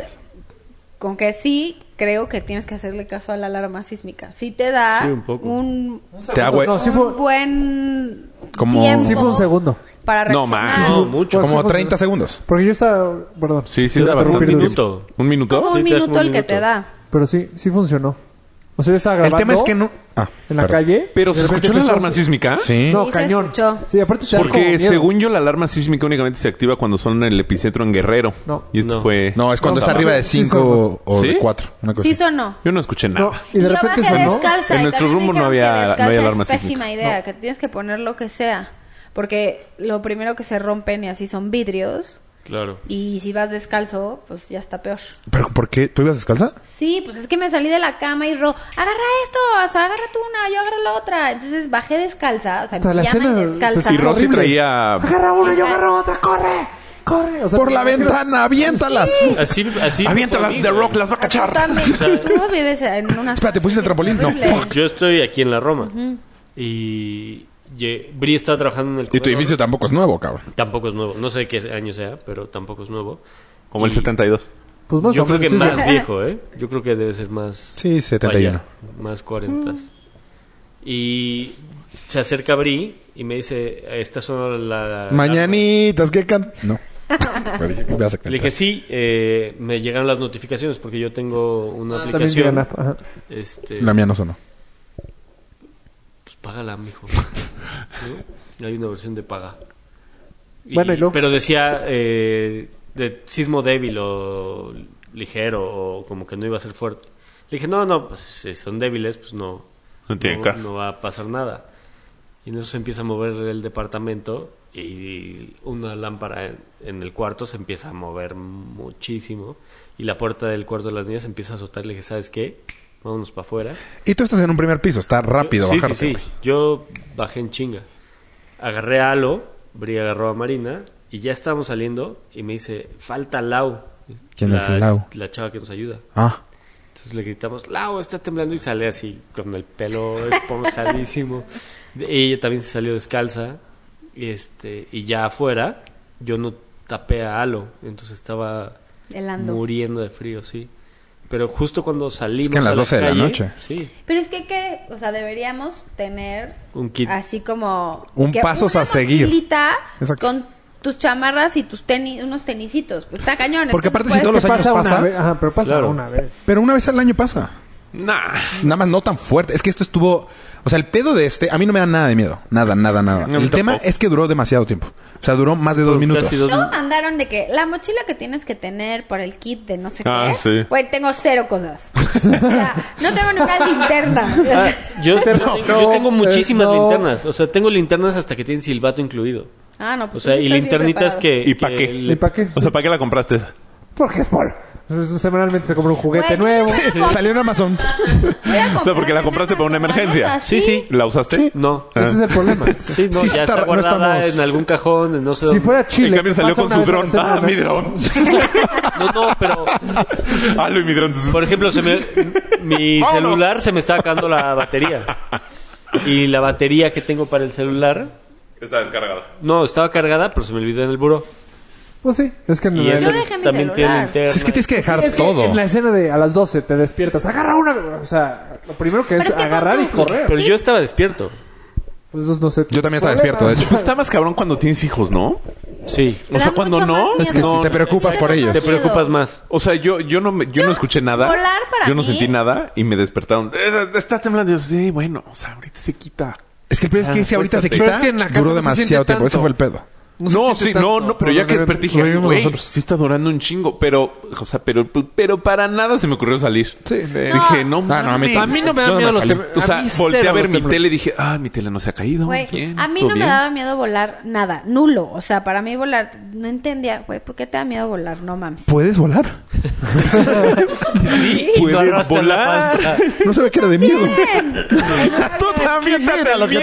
Speaker 6: con que sí, creo que tienes que hacerle caso a la alarma sísmica. Sí te da
Speaker 8: Sí, un poco.
Speaker 6: un,
Speaker 2: Te hago-
Speaker 4: No, sí
Speaker 6: un
Speaker 4: fue,
Speaker 6: buen
Speaker 2: Como-
Speaker 6: tiempo
Speaker 4: sí fue un segundo.
Speaker 6: para
Speaker 3: No,
Speaker 6: reaccionar.
Speaker 3: más.
Speaker 8: No, mucho.
Speaker 2: Como 30 segundos.
Speaker 4: Porque yo estaba... Perdón.
Speaker 3: Sí, sí,
Speaker 4: Te
Speaker 3: da
Speaker 4: interrumpí
Speaker 3: bastante
Speaker 4: dos.
Speaker 3: tiempo. ¿Un minuto?
Speaker 6: Como un
Speaker 8: Sí, te da
Speaker 6: minuto
Speaker 8: como un
Speaker 6: el que te
Speaker 8: minuto.
Speaker 6: da.
Speaker 4: Pero sí, sí funcionó. O sea, yo estaba
Speaker 2: El
Speaker 4: grabando
Speaker 2: tema es que no... Ah,
Speaker 4: en la
Speaker 2: perdón.
Speaker 4: calle.
Speaker 3: Pero
Speaker 4: y
Speaker 3: se
Speaker 4: de repente
Speaker 3: escuchó la
Speaker 4: empezó-
Speaker 3: alarma sísmica.
Speaker 2: Sí. ¿Eh?
Speaker 4: No,
Speaker 6: Sí, se
Speaker 4: cañón.
Speaker 6: escuchó.
Speaker 4: Sí, aparte se da como
Speaker 3: Porque
Speaker 4: miedo.
Speaker 3: según yo la alarma sísmica únicamente se activa cuando son en el epicentro en Guerrero.
Speaker 4: No.
Speaker 3: Y esto
Speaker 8: No.
Speaker 3: fue...
Speaker 2: No, es cuando
Speaker 4: No,
Speaker 2: es
Speaker 4: no,
Speaker 2: arriba
Speaker 4: sí,
Speaker 2: de
Speaker 4: sí,
Speaker 2: 5 o
Speaker 3: ¿Sí?
Speaker 2: de 4.
Speaker 6: Sí sonó.
Speaker 3: Yo no escuché nada.
Speaker 4: No, y de
Speaker 6: yo
Speaker 4: repente
Speaker 6: bajé
Speaker 4: sonó...
Speaker 6: descalza
Speaker 3: En
Speaker 6: y
Speaker 3: nuestro
Speaker 6: también
Speaker 3: rumbo no
Speaker 6: dijeron que
Speaker 3: había- no
Speaker 6: descalza
Speaker 3: había alarma
Speaker 6: Es pésima
Speaker 3: sísmica.
Speaker 6: idea, que tienes que poner lo que sea. Porque lo primero que se rompen y así son vidrios.
Speaker 8: Claro.
Speaker 6: Y si vas descalzo, pues ya está peor.
Speaker 2: ¿Pero por qué? ¿Tú ibas descalza?
Speaker 6: Sí, pues es que me salí de la cama y ro, agarra esto, o sea, agarra tú una, yo agarro la otra. Entonces bajé descalza, o sea,
Speaker 4: O sea, la
Speaker 6: me llaman
Speaker 4: escena
Speaker 6: descalza.
Speaker 4: se
Speaker 3: Y
Speaker 4: escucha
Speaker 3: Rosy
Speaker 4: horrible.
Speaker 3: traía...
Speaker 4: Agarra una, yo agarro otra, corre. Corre. O sea,
Speaker 2: Por la
Speaker 4: pero-
Speaker 2: ventana, aviéntalas.
Speaker 8: Así, así. fue a
Speaker 3: Aviéntalas
Speaker 8: mí,
Speaker 3: de
Speaker 8: güey.
Speaker 3: rock, las va a cachar.
Speaker 6: Totalmente. Tú vives en una.
Speaker 2: Espérate, ¿pusiste el trampolín? No.
Speaker 6: horrible.
Speaker 8: Yo estoy aquí en la Roma. Y... lle- Bri estaba trabajando en el
Speaker 2: Y tu
Speaker 8: corredor.
Speaker 2: edificio tampoco es nuevo, cabrón.
Speaker 8: Tampoco es nuevo. No sé qué año sea, pero tampoco es nuevo.
Speaker 3: Como el
Speaker 8: Y
Speaker 3: 72.
Speaker 4: Pues más
Speaker 8: Yo
Speaker 4: o
Speaker 8: creo
Speaker 4: menos.
Speaker 8: que
Speaker 4: sí,
Speaker 8: más viejo, ¿eh? Yo creo que debe ser más...
Speaker 2: Sí, 71.
Speaker 8: allá, más 40. Mm. Y se acerca Bri y me dice, esta son la...
Speaker 2: Mañanitas, ¿qué can... No. Pues dije, ¿qué vas a
Speaker 8: Le dije,
Speaker 2: cantar?
Speaker 8: sí, eh, me llegaron las notificaciones porque yo tengo una
Speaker 4: Ah, También
Speaker 8: aplicación.
Speaker 4: llegan a... ajá.
Speaker 8: Este,
Speaker 2: La mía no sonó.
Speaker 8: pues págala, mijo. ¿No? Hay una versión de paga.
Speaker 4: Bueno, ¿y luego?
Speaker 8: Pero decía eh, de sismo débil o ligero o como que no iba a ser fuerte. Le dije, no, no, pues si son débiles, pues no,
Speaker 3: No tiene caso.
Speaker 8: no va a pasar nada. Y en eso se empieza a mover el departamento y una lámpara en, en el cuarto se empieza a mover muchísimo y la puerta del cuarto de las niñas empieza a azotar. Le dije, ¿sabes qué? Vámonos para afuera.
Speaker 2: Y tú estás en un primer piso, está rápido
Speaker 8: Sí,
Speaker 2: bajarte.
Speaker 8: sí, sí.
Speaker 2: güey.
Speaker 8: Yo bajé en chinga. Agarré a Alo, Bri agarró a Marina y ya estábamos saliendo y me dice, falta Lau.
Speaker 2: ¿Quién
Speaker 8: La-
Speaker 2: es Lau?
Speaker 8: La chava que nos ayuda.
Speaker 2: Ah.
Speaker 8: Entonces le gritamos, Lau, está temblando y sale así con el pelo esponjadísimo. Ella también se salió descalza y, este, y ya afuera yo no tapé a Alo, entonces estaba
Speaker 6: Helando.
Speaker 8: muriendo de frío, sí. Pero justo cuando salimos...
Speaker 2: las
Speaker 8: a
Speaker 2: 12 de la
Speaker 8: calle,
Speaker 2: noche.
Speaker 8: Sí.
Speaker 6: Pero es que, ¿qué? O sea, deberíamos tener
Speaker 8: Un kit.
Speaker 6: así como...
Speaker 2: Un
Speaker 6: que
Speaker 2: pasos
Speaker 6: una
Speaker 2: a seguir.
Speaker 6: mochilita
Speaker 2: Exacto.
Speaker 6: con tus chamarras y tus tenis, unos tenisitos. Pues está cañón.
Speaker 2: Porque
Speaker 6: es que
Speaker 2: aparte
Speaker 6: no
Speaker 2: si
Speaker 6: puedes-
Speaker 2: todos los
Speaker 4: ¿Qué
Speaker 2: años
Speaker 4: pasa una
Speaker 2: pasa.
Speaker 4: vez? Ajá, pero pasa
Speaker 8: Claro.
Speaker 4: una vez.
Speaker 2: Pero una vez al año pasa.
Speaker 3: Nah.
Speaker 2: Nada más no tan fuerte. Es que esto estuvo. O sea, el pedo de este, a mí no me da nada de miedo. Nada, nada, nada.
Speaker 3: No,
Speaker 2: el
Speaker 3: tampoco.
Speaker 2: tema es que duró demasiado tiempo. O sea, duró más de dos minutos.
Speaker 8: Casi dos
Speaker 6: Luego mandaron de que la mochila que tienes que tener por el kit de no sé
Speaker 3: Ah,
Speaker 6: qué.
Speaker 3: sí.
Speaker 6: Güey, tengo cero cosas. O sea, no tengo ni una linterna.
Speaker 8: Ah, yo, yo
Speaker 4: no,
Speaker 8: tengo muchísimas
Speaker 4: eh, no.
Speaker 8: linternas. O sea, tengo linternas hasta que tienen silbato incluido.
Speaker 6: Ah, no,
Speaker 8: O
Speaker 6: pues
Speaker 8: sea,
Speaker 6: sí
Speaker 8: y
Speaker 6: estás bien
Speaker 8: linternitas
Speaker 6: preparado.
Speaker 8: que...
Speaker 3: ¿Y pa'
Speaker 8: que
Speaker 3: qué?
Speaker 8: le-
Speaker 4: ¿Y para qué?
Speaker 3: O sea, ¿para qué la compraste?
Speaker 4: Porque es Paul. Semanalmente se compra un juguete
Speaker 6: Güey,
Speaker 4: nuevo.
Speaker 6: yo tengo-
Speaker 2: Salió en Amazon.
Speaker 6: Voy a
Speaker 3: O sea, porque la
Speaker 6: comprar
Speaker 3: compraste para una
Speaker 6: esas
Speaker 3: emergencia.
Speaker 6: cosas,
Speaker 3: ¿La usaste? Ah.
Speaker 8: No.
Speaker 4: Ese es el problema.
Speaker 8: Sí, no,
Speaker 2: Sí
Speaker 8: ya
Speaker 2: está-
Speaker 8: está,
Speaker 2: no
Speaker 8: guardada
Speaker 2: estamos-
Speaker 8: en algún cajón, en no sé
Speaker 4: Si
Speaker 8: dónde.
Speaker 4: fuera Chile.
Speaker 3: en cambio
Speaker 4: que
Speaker 3: salió
Speaker 4: pasa
Speaker 3: con
Speaker 4: una
Speaker 3: su
Speaker 4: vez a la
Speaker 3: dron. Ah,
Speaker 4: semana.
Speaker 3: mi dron.
Speaker 8: No, no, pero...
Speaker 3: Halo y mi dron.
Speaker 8: Por ejemplo, se me- mi celular se me está acabando la batería. Y la batería que tengo para el celular...
Speaker 3: Está descargada.
Speaker 8: No, estaba cargada, pero se me olvidó en el buró.
Speaker 4: Pues sí, es que en,
Speaker 8: Y
Speaker 4: la-
Speaker 8: eso
Speaker 6: Yo dejé mi
Speaker 8: también tiene
Speaker 6: celular.
Speaker 8: linterna.
Speaker 2: Si es que tienes que dejar
Speaker 4: es que
Speaker 2: todo.
Speaker 4: en la escena de a las 12 te despiertas, agarra una. O sea, lo primero que es,
Speaker 6: Pero es que
Speaker 4: agarrar
Speaker 6: no-
Speaker 4: y correr.
Speaker 8: Pero yo estaba despierto.
Speaker 4: Pues, no sé,
Speaker 2: Yo también estaba
Speaker 4: problema.
Speaker 2: despierto, ¿eh? de hecho.
Speaker 3: Pues está más cabrón cuando tienes hijos, ¿no?
Speaker 8: Sí.
Speaker 10: Me
Speaker 3: O sea,
Speaker 10: da
Speaker 3: cuando
Speaker 10: mucho
Speaker 3: no,
Speaker 10: más
Speaker 3: es que
Speaker 10: miedo.
Speaker 3: sí te
Speaker 2: preocupas
Speaker 10: Me
Speaker 2: por
Speaker 10: da
Speaker 2: ellos.
Speaker 10: más
Speaker 2: Te
Speaker 8: Te preocupas
Speaker 10: miedo.
Speaker 8: más.
Speaker 3: O sea, yo, yo, no, me- yo no escuché nada.
Speaker 10: volar para
Speaker 3: yo no
Speaker 10: mí-
Speaker 3: sentí nada y me despertaron. "Eh, Está temblando. Y yo, sí, bueno, o sea, ahorita se quita.
Speaker 2: Es que el pedo es que si ahorita se
Speaker 4: Ah, Pero
Speaker 2: quita,
Speaker 4: es que en la casa
Speaker 2: duró
Speaker 4: no se
Speaker 2: demasiado
Speaker 4: siente
Speaker 2: tiempo. Ese
Speaker 4: tanto.
Speaker 2: fue el pedo.
Speaker 3: No,
Speaker 4: se siente
Speaker 3: sí,
Speaker 4: tanto.
Speaker 3: no, no, pero ya que desperté dije,
Speaker 4: Lo vivimos
Speaker 3: "Güey,
Speaker 4: nosotros.
Speaker 3: sí está durando un chingo. Pero, o sea, pero, pero para nada se me ocurrió salir.
Speaker 4: Sí.
Speaker 3: Eh, Dije, no,
Speaker 2: Ah, no, a mí
Speaker 3: mames.
Speaker 4: A mí no me
Speaker 2: Yo
Speaker 4: dan
Speaker 2: no
Speaker 4: miedo
Speaker 2: me
Speaker 4: los
Speaker 2: salí.
Speaker 4: temblores.
Speaker 3: O sea,
Speaker 4: mí
Speaker 3: volteé
Speaker 4: cero
Speaker 3: a ver
Speaker 4: los
Speaker 3: mi
Speaker 4: temblores.
Speaker 3: tele y dije, ah, mi tele no se ha caído.
Speaker 6: Güey,
Speaker 3: bien,
Speaker 6: a mí
Speaker 3: todo
Speaker 6: no me
Speaker 3: bien".
Speaker 6: daba miedo volar nada, nulo. O sea, para mí volar, no entendía, güey, ¿por qué te da miedo volar? No mames.
Speaker 2: ¿Puedes volar?
Speaker 7: Sí, no arrastras la panza.
Speaker 2: No se ve que era de miedo.
Speaker 3: Tú también quítate a lo que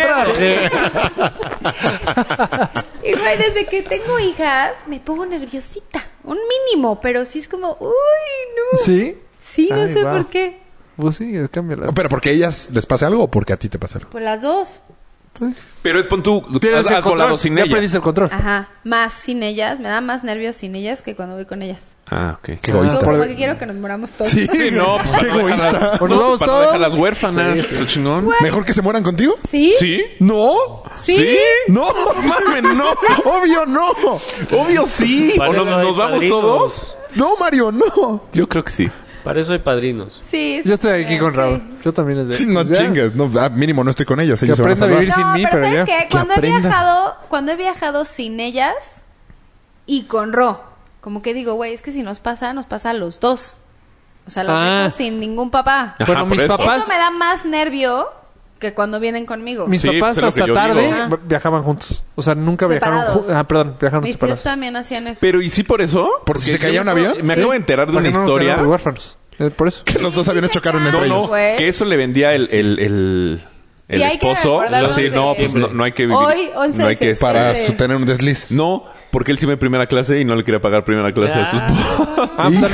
Speaker 6: Y güey, desde que tengo hijas, me pongo nerviosita. Un mínimo, pero sí es como, uy, no.
Speaker 4: ¿Sí?
Speaker 6: Sí, no
Speaker 4: Ay,
Speaker 6: sé
Speaker 4: wow.
Speaker 6: por qué.
Speaker 4: Pues sí, cámbiala.
Speaker 2: Pero porque a ellas les pasa algo o porque a ti te pasa algo.
Speaker 6: Por las dos.
Speaker 3: Pero es pon tú,
Speaker 4: Pierdes
Speaker 3: has,
Speaker 4: el
Speaker 3: has volado
Speaker 4: control.
Speaker 3: sin
Speaker 4: ya
Speaker 3: ella.
Speaker 4: perdiste el control.
Speaker 6: Ajá. Más sin ellas. Me da más nervios sin ellas que cuando voy con ellas.
Speaker 3: Ah, ok.
Speaker 2: Qué
Speaker 6: Yo
Speaker 2: egoísta.
Speaker 6: como que quiero que nos moramos todos.
Speaker 2: Sí,
Speaker 3: Sí, no, pues,
Speaker 2: qué
Speaker 3: para no
Speaker 2: egoísta.
Speaker 3: dejarlas-
Speaker 4: ¿O nos
Speaker 3: no,
Speaker 4: vamos
Speaker 3: para no
Speaker 4: todos?
Speaker 3: dejarlas huérfanas. Está chingón.
Speaker 2: ¿Mejor que se mueran contigo?
Speaker 6: ¿Sí?
Speaker 3: ¿Sí?
Speaker 2: No.
Speaker 6: Sí.
Speaker 2: No, mames, no. Obvio, no.
Speaker 3: Obvio sí.
Speaker 7: Para
Speaker 3: ¿O nos,
Speaker 7: eso hay
Speaker 3: nos vamos
Speaker 7: padrinos.
Speaker 3: todos?
Speaker 2: No, Mario, no.
Speaker 3: Yo creo que sí.
Speaker 7: Para eso hay padrinos.
Speaker 6: Sí,
Speaker 4: Yo estoy aquí
Speaker 6: sí,
Speaker 4: con
Speaker 6: sí.
Speaker 4: Raúl. Yo también es de...
Speaker 2: Sí, no
Speaker 4: Ya.
Speaker 2: chingues. No, ah, mínimo no estoy con ellos. Ellos se van a
Speaker 4: aprenda a
Speaker 2: salvar.
Speaker 4: vivir. sin mí, pero
Speaker 6: ¿sabes
Speaker 4: ya.
Speaker 6: qué?
Speaker 4: Que
Speaker 6: Cuando he
Speaker 4: aprenda.
Speaker 6: viajado, cuando he viajado sin ellas y con Ro, como que digo, güey, es que si nos pasa, nos pasa a los dos. O sea, los
Speaker 4: Ah.
Speaker 6: dejo sin ningún papá.
Speaker 3: Ajá,
Speaker 4: Bueno,
Speaker 3: por
Speaker 4: mis
Speaker 3: eso.
Speaker 4: papás...
Speaker 6: Eso me da más nervio que cuando vienen conmigo.
Speaker 4: Mis
Speaker 3: Sí,
Speaker 4: papás
Speaker 3: pues es lo
Speaker 4: hasta
Speaker 3: que yo
Speaker 4: tarde
Speaker 3: digo.
Speaker 4: va- viajaban juntos. O sea, nunca viajaron
Speaker 6: Separados.
Speaker 4: juntos. Ah, perdón, viajaron
Speaker 6: Mis tíos
Speaker 4: separados.
Speaker 6: también hacían eso.
Speaker 3: Pero ¿y sí por eso?
Speaker 2: ¿Por si se
Speaker 3: yo
Speaker 2: caía un
Speaker 3: me acabo-
Speaker 2: avión?
Speaker 3: Me acabo de enterar de
Speaker 4: Para
Speaker 3: una
Speaker 4: que no nos
Speaker 3: historia.
Speaker 4: quedáramos huérfanos. Eh, por eso.
Speaker 2: Que los dos aviones chocaron entre
Speaker 6: No,
Speaker 2: ellos.
Speaker 6: no. Pues-
Speaker 3: Que eso le vendía el, el, el, el
Speaker 6: Y hay que
Speaker 3: esposo.
Speaker 6: recordarnos
Speaker 3: Sí,
Speaker 6: de-
Speaker 3: no, pues no, no hay que vivir.
Speaker 6: Hoy, 11
Speaker 3: no
Speaker 6: de
Speaker 3: hay que
Speaker 6: septiembre.
Speaker 2: Para
Speaker 6: Sí.
Speaker 2: su- tener un desliz.
Speaker 3: No, porque él sí me primera clase y no le quería pagar primera clase a sus
Speaker 4: Ah, tal vez-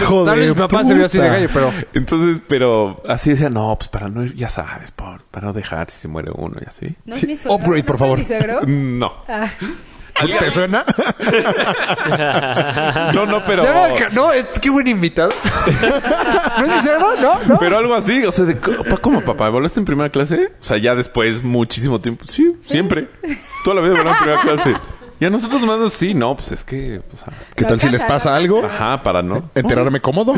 Speaker 2: Hijo
Speaker 4: tal vez
Speaker 2: de
Speaker 4: mi papá se vio así de
Speaker 2: puta.
Speaker 4: gallo, pero...
Speaker 3: Entonces, pero así decía, no, pues para no ir, ya sabes, por- para no dejar si se muere uno y así.
Speaker 6: ¿No es
Speaker 2: Sí,
Speaker 6: mi suegro?
Speaker 2: upgrade,
Speaker 6: ¿No
Speaker 2: por
Speaker 6: fue
Speaker 2: favor.
Speaker 6: mi suegro?
Speaker 3: No,
Speaker 6: Ah.
Speaker 2: ¿Te suena?
Speaker 6: Ah.
Speaker 3: no, no, pero.
Speaker 4: Ya veo que- no, es qué buen invitado. ¿No es mi suegro? No, no.
Speaker 3: Pero algo así, o sea, de, "Pa- ¿cómo papá? ¿Volaste en primera clase? O sea, ya después muchísimo tiempo. Sí, siempre. Toda la vida volaba en primera clase. Y a nosotros más sí, no, pues es que, o sea,
Speaker 2: ¿Qué tal si les pasa algo?
Speaker 3: ajá, para no
Speaker 2: Enterarme cómodo.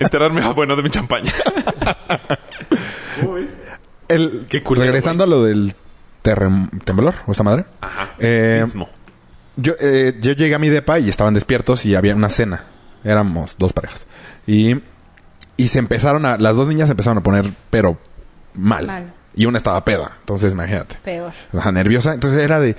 Speaker 3: enterarme, ah, bueno, de mi champaña.
Speaker 2: El,
Speaker 3: Qué culero,
Speaker 2: regresando a lo del terrem- temblor o esta madre.
Speaker 3: Ajá.
Speaker 2: Eh,
Speaker 3: Sismo.
Speaker 2: Yo, eh, yo llegué a mi depa y estaban despiertos y había una cena. Éramos dos parejas. Y, y se empezaron a... Las dos niñas se empezaron a poner, pero mal.
Speaker 6: Mal.
Speaker 2: Y una estaba peda. Entonces, imagínate.
Speaker 6: Peor.
Speaker 2: Ajá, nerviosa. Entonces era de,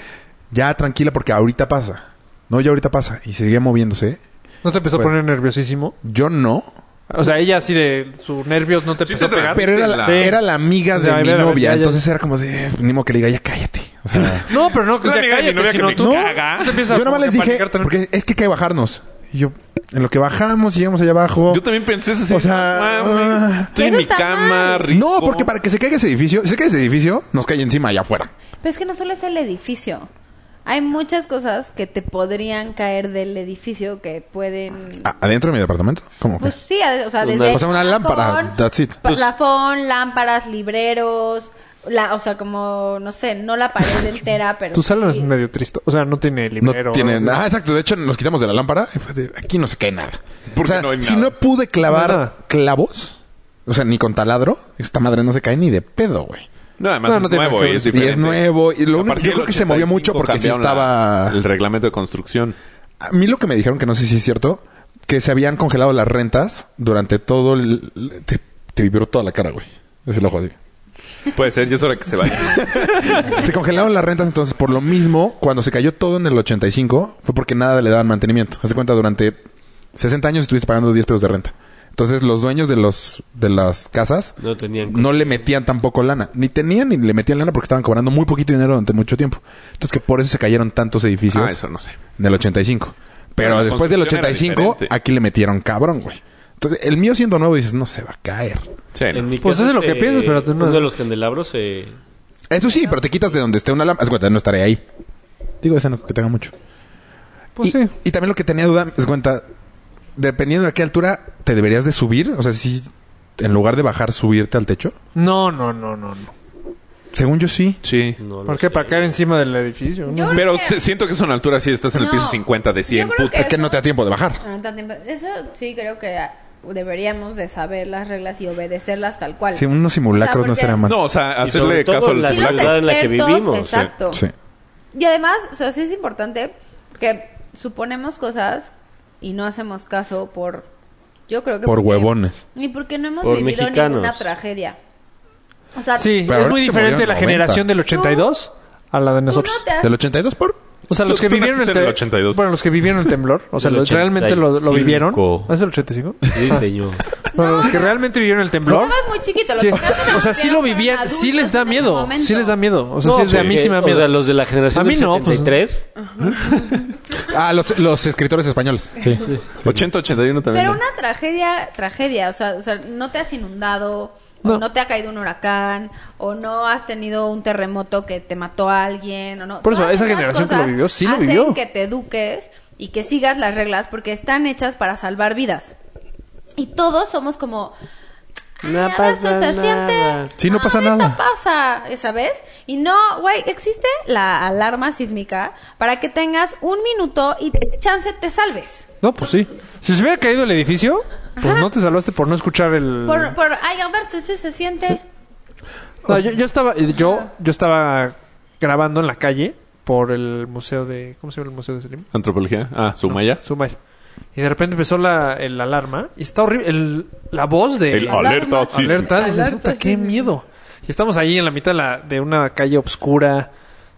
Speaker 2: ya tranquila porque ahorita pasa. No, ya ahorita pasa. Y seguía moviéndose.
Speaker 4: ¿No te empezó a
Speaker 2: Bueno.
Speaker 4: poner nerviosísimo?
Speaker 2: Yo no.
Speaker 4: O sea, ella así de sus nervios no te
Speaker 3: Sí
Speaker 4: empezó
Speaker 3: te
Speaker 4: a pegar.
Speaker 2: Pero era la,
Speaker 4: Sí.
Speaker 2: era la amiga
Speaker 4: O
Speaker 2: de
Speaker 4: sea,
Speaker 2: mi
Speaker 4: era la-
Speaker 2: novia.
Speaker 4: ya- ya-
Speaker 2: entonces era como de, eh, ni modo que le diga, ya cállate. O sea,
Speaker 4: No, pero no, que
Speaker 3: La
Speaker 4: ya
Speaker 3: amiga de mi
Speaker 4: cállate,
Speaker 3: novia que
Speaker 4: sino
Speaker 3: me
Speaker 4: tú.
Speaker 3: caga.
Speaker 4: tú te empiezas
Speaker 2: yo
Speaker 4: como
Speaker 2: nomás les
Speaker 4: que a
Speaker 2: dije,
Speaker 4: panicar también.
Speaker 2: porque es que hay que bajarnos. Y yo, en lo que bajamos y llegamos allá abajo.
Speaker 3: Yo también pensé eso. así,
Speaker 2: O sea,
Speaker 3: "No mames,
Speaker 2: ah.
Speaker 3: estoy en
Speaker 6: Eso
Speaker 3: mi
Speaker 6: está
Speaker 3: cama,
Speaker 6: mal.
Speaker 3: rico.
Speaker 2: No, porque para que se caiga ese edificio, si se cae ese edificio, nos cae encima allá afuera.
Speaker 6: Pero es que no solo es el edificio. Hay muchas cosas que te podrían caer del edificio que pueden...
Speaker 2: A- ¿Adentro de mi departamento? ¿Cómo que?
Speaker 6: Pues sí, a- o sea,
Speaker 7: Una-
Speaker 6: desde...
Speaker 2: Ah, o sea, una lámpara, that's it. Pues-
Speaker 6: pa- Plafón, lámparas, libreros... La, o sea, como, no sé, no la pared entera, pero...
Speaker 4: Tu sala
Speaker 6: sí.
Speaker 4: es medio triste. O sea, no tiene
Speaker 2: No
Speaker 4: librero.
Speaker 2: tiene
Speaker 4: o sea.
Speaker 2: nada. Ah, exacto. De hecho, nos quitamos de la lámpara. y fue de, Aquí no se cae nada. O
Speaker 3: Porque
Speaker 2: sea,
Speaker 3: no hay
Speaker 2: si
Speaker 3: nada.
Speaker 2: no pude clavar
Speaker 4: No hay nada.
Speaker 2: clavos, o sea, ni con taladro, esta madre no se cae ni de pedo, güey.
Speaker 3: No, además
Speaker 4: No,
Speaker 3: es
Speaker 4: no tiene
Speaker 3: nuevo.
Speaker 4: razón.
Speaker 3: Y es,
Speaker 2: Y
Speaker 3: diferente.
Speaker 2: es nuevo. Y lo
Speaker 3: A
Speaker 2: único,
Speaker 3: partir
Speaker 2: yo creo
Speaker 3: del
Speaker 2: que se movió
Speaker 3: 85
Speaker 2: mucho porque sí
Speaker 3: cambiaron la-
Speaker 2: estaba...
Speaker 3: El reglamento de construcción.
Speaker 2: A mí lo que me dijeron, que no sé si es cierto, que se habían congelado las rentas durante todo el... Te, te vibró toda la cara, güey. Es el ojo así.
Speaker 3: Puede ser, ya es hora que se vaya.
Speaker 2: Se congelaron las rentas, entonces por lo mismo, cuando se cayó todo en el 85, fue porque nada le daban mantenimiento. Haz de cuenta, durante 60 años estuviste pagando 10 pesos de renta. Entonces los dueños de los de las casas
Speaker 7: No tenían...
Speaker 2: no le metían tampoco lana. Ni tenían ni le metían lana porque estaban cobrando muy poquito dinero durante mucho tiempo. Entonces que por eso se cayeron tantos edificios
Speaker 3: Ah, eso no sé.
Speaker 2: en el 85. Pero
Speaker 3: Pero la
Speaker 2: después del
Speaker 3: construcción era
Speaker 2: 85,
Speaker 3: diferente.
Speaker 2: aquí le metieron cabrón, güey. Entonces, el mío siendo nuevo dices, no se va a caer.
Speaker 3: Sí, no.
Speaker 7: En mi
Speaker 4: Pues
Speaker 7: casa
Speaker 4: eso es lo que
Speaker 7: se-
Speaker 4: piensas, pero tú no-
Speaker 7: Uno de los candelabros se...
Speaker 2: Eso sí, pero te quitas de donde esté una lámpara. Haz de cuenta, no estaré ahí. Digo, eso no que tenga mucho.
Speaker 4: Pues
Speaker 2: y,
Speaker 4: sí.
Speaker 2: y también lo que tenía duda es cuenta, dependiendo de qué altura te deberías de subir, o sea, si en lugar de bajar, subirte al techo.
Speaker 4: No, no, no, no, no.
Speaker 2: Según yo sí.
Speaker 3: Sí.
Speaker 8: No lo
Speaker 4: ¿Por qué?
Speaker 8: sé.
Speaker 4: ¿Para caer encima del edificio? ¿no?
Speaker 6: Yo
Speaker 3: Pero
Speaker 6: creo
Speaker 3: si-
Speaker 6: que-
Speaker 3: siento que son alturas si estás en el
Speaker 6: No.
Speaker 3: piso 50 de 100,
Speaker 6: Yo creo
Speaker 3: puta.
Speaker 2: Es que no te da tiempo de bajar.
Speaker 6: Ah, No, tanto tiempo. Eso sí creo que ah, deberíamos de saber las reglas y obedecerlas tal cual.
Speaker 2: Sí, unos simulacros
Speaker 6: O sea,
Speaker 2: no
Speaker 6: porque-
Speaker 2: estarían mal.
Speaker 3: No, o sea,
Speaker 8: Y sobre
Speaker 3: hacerle
Speaker 8: todo
Speaker 3: caso al
Speaker 8: la
Speaker 6: Sí, los
Speaker 3: simulacro.
Speaker 8: ciudad en la que
Speaker 6: expertos,
Speaker 8: vivimos, sí.
Speaker 6: Exacto.
Speaker 2: Sí.
Speaker 6: Y además, o sea, sí es importante que suponemos cosas y no hacemos caso por... Yo creo que...
Speaker 2: Por
Speaker 6: porque-
Speaker 2: huevones.
Speaker 6: Ni porque no hemos
Speaker 8: Por
Speaker 6: vivido
Speaker 8: mexicanos.
Speaker 6: ninguna tragedia. O sea,
Speaker 4: Sí,
Speaker 2: Pero
Speaker 4: es muy
Speaker 2: ahorita
Speaker 4: diferente
Speaker 2: murieron
Speaker 4: la
Speaker 2: 90.
Speaker 4: generación del 82 a la de
Speaker 6: tú
Speaker 4: nosotros.
Speaker 6: no te has-
Speaker 2: ¿Del 82 por?
Speaker 4: O sea, los
Speaker 3: Tú-
Speaker 4: que
Speaker 3: tú
Speaker 4: vivieron
Speaker 3: naciste en el 82.
Speaker 4: Bueno, los que vivieron el temblor, o sea,
Speaker 8: Del
Speaker 4: los realmente lo, lo
Speaker 8: 85.
Speaker 4: vivieron. ¿No ¿Es el 85?
Speaker 8: Sí, señor.
Speaker 4: Bueno, los que realmente vivieron el temblor.
Speaker 10: Estabas muy chiquito, los
Speaker 4: sí-
Speaker 10: que realmente
Speaker 4: o sea, sí lo
Speaker 10: vivieron fueron
Speaker 4: vivían, sí les da
Speaker 10: adultos en ese
Speaker 4: miedo,
Speaker 10: momento.
Speaker 4: sí les da miedo. O sea, sí es de a mí sí me da
Speaker 8: o
Speaker 4: miedo.
Speaker 8: sea, los de la generación
Speaker 4: A mí
Speaker 8: del
Speaker 4: no, pues,
Speaker 8: 73,
Speaker 2: Ah, los, los escritores españoles. Sí.
Speaker 3: 80-81 también.
Speaker 6: Pero
Speaker 3: ¿no?
Speaker 6: una tragedia, tragedia, o sea, o sea, no te has inundado, o
Speaker 4: No.
Speaker 6: no te ha caído un huracán, o no has tenido un terremoto que te mató a alguien, o no.
Speaker 4: Por eso,
Speaker 6: Todas
Speaker 4: esa
Speaker 6: esas
Speaker 4: generación que
Speaker 6: cosas
Speaker 4: lo vivió, sí lo
Speaker 6: hacen
Speaker 4: vivió.
Speaker 6: que te eduques y que sigas las reglas porque están hechas para salvar vidas. Y todos somos como... "Ay,
Speaker 8: No
Speaker 6: ahora
Speaker 8: pasa
Speaker 6: se siente-
Speaker 8: nada".
Speaker 2: Sí, no
Speaker 6: Ah,
Speaker 2: pasa
Speaker 6: ahorita
Speaker 2: nada.
Speaker 6: pasa, ¿sabes? Y no, güey, existe la alarma sísmica para que tengas un minuto y chance te salves.
Speaker 4: No, pues sí. Si se hubiera caído el edificio, pues no te salvaste por no escuchar el.
Speaker 6: Por, por, ay, a ver, sí, sí, se siente.
Speaker 4: No, yo, yo estaba, eh, yo, yo estaba grabando en la calle por el museo de, ¿cómo se llama el museo de Slim?
Speaker 3: Antropología. Ah, Sumaya.
Speaker 4: Sumaya. Y de repente empezó la el alarma y está horrible, el- la voz de
Speaker 3: El alerta sísmica.
Speaker 4: alerta, dices, "Puta, qué miedo. Y estamos ahí en la mitad de, la- de una calle oscura.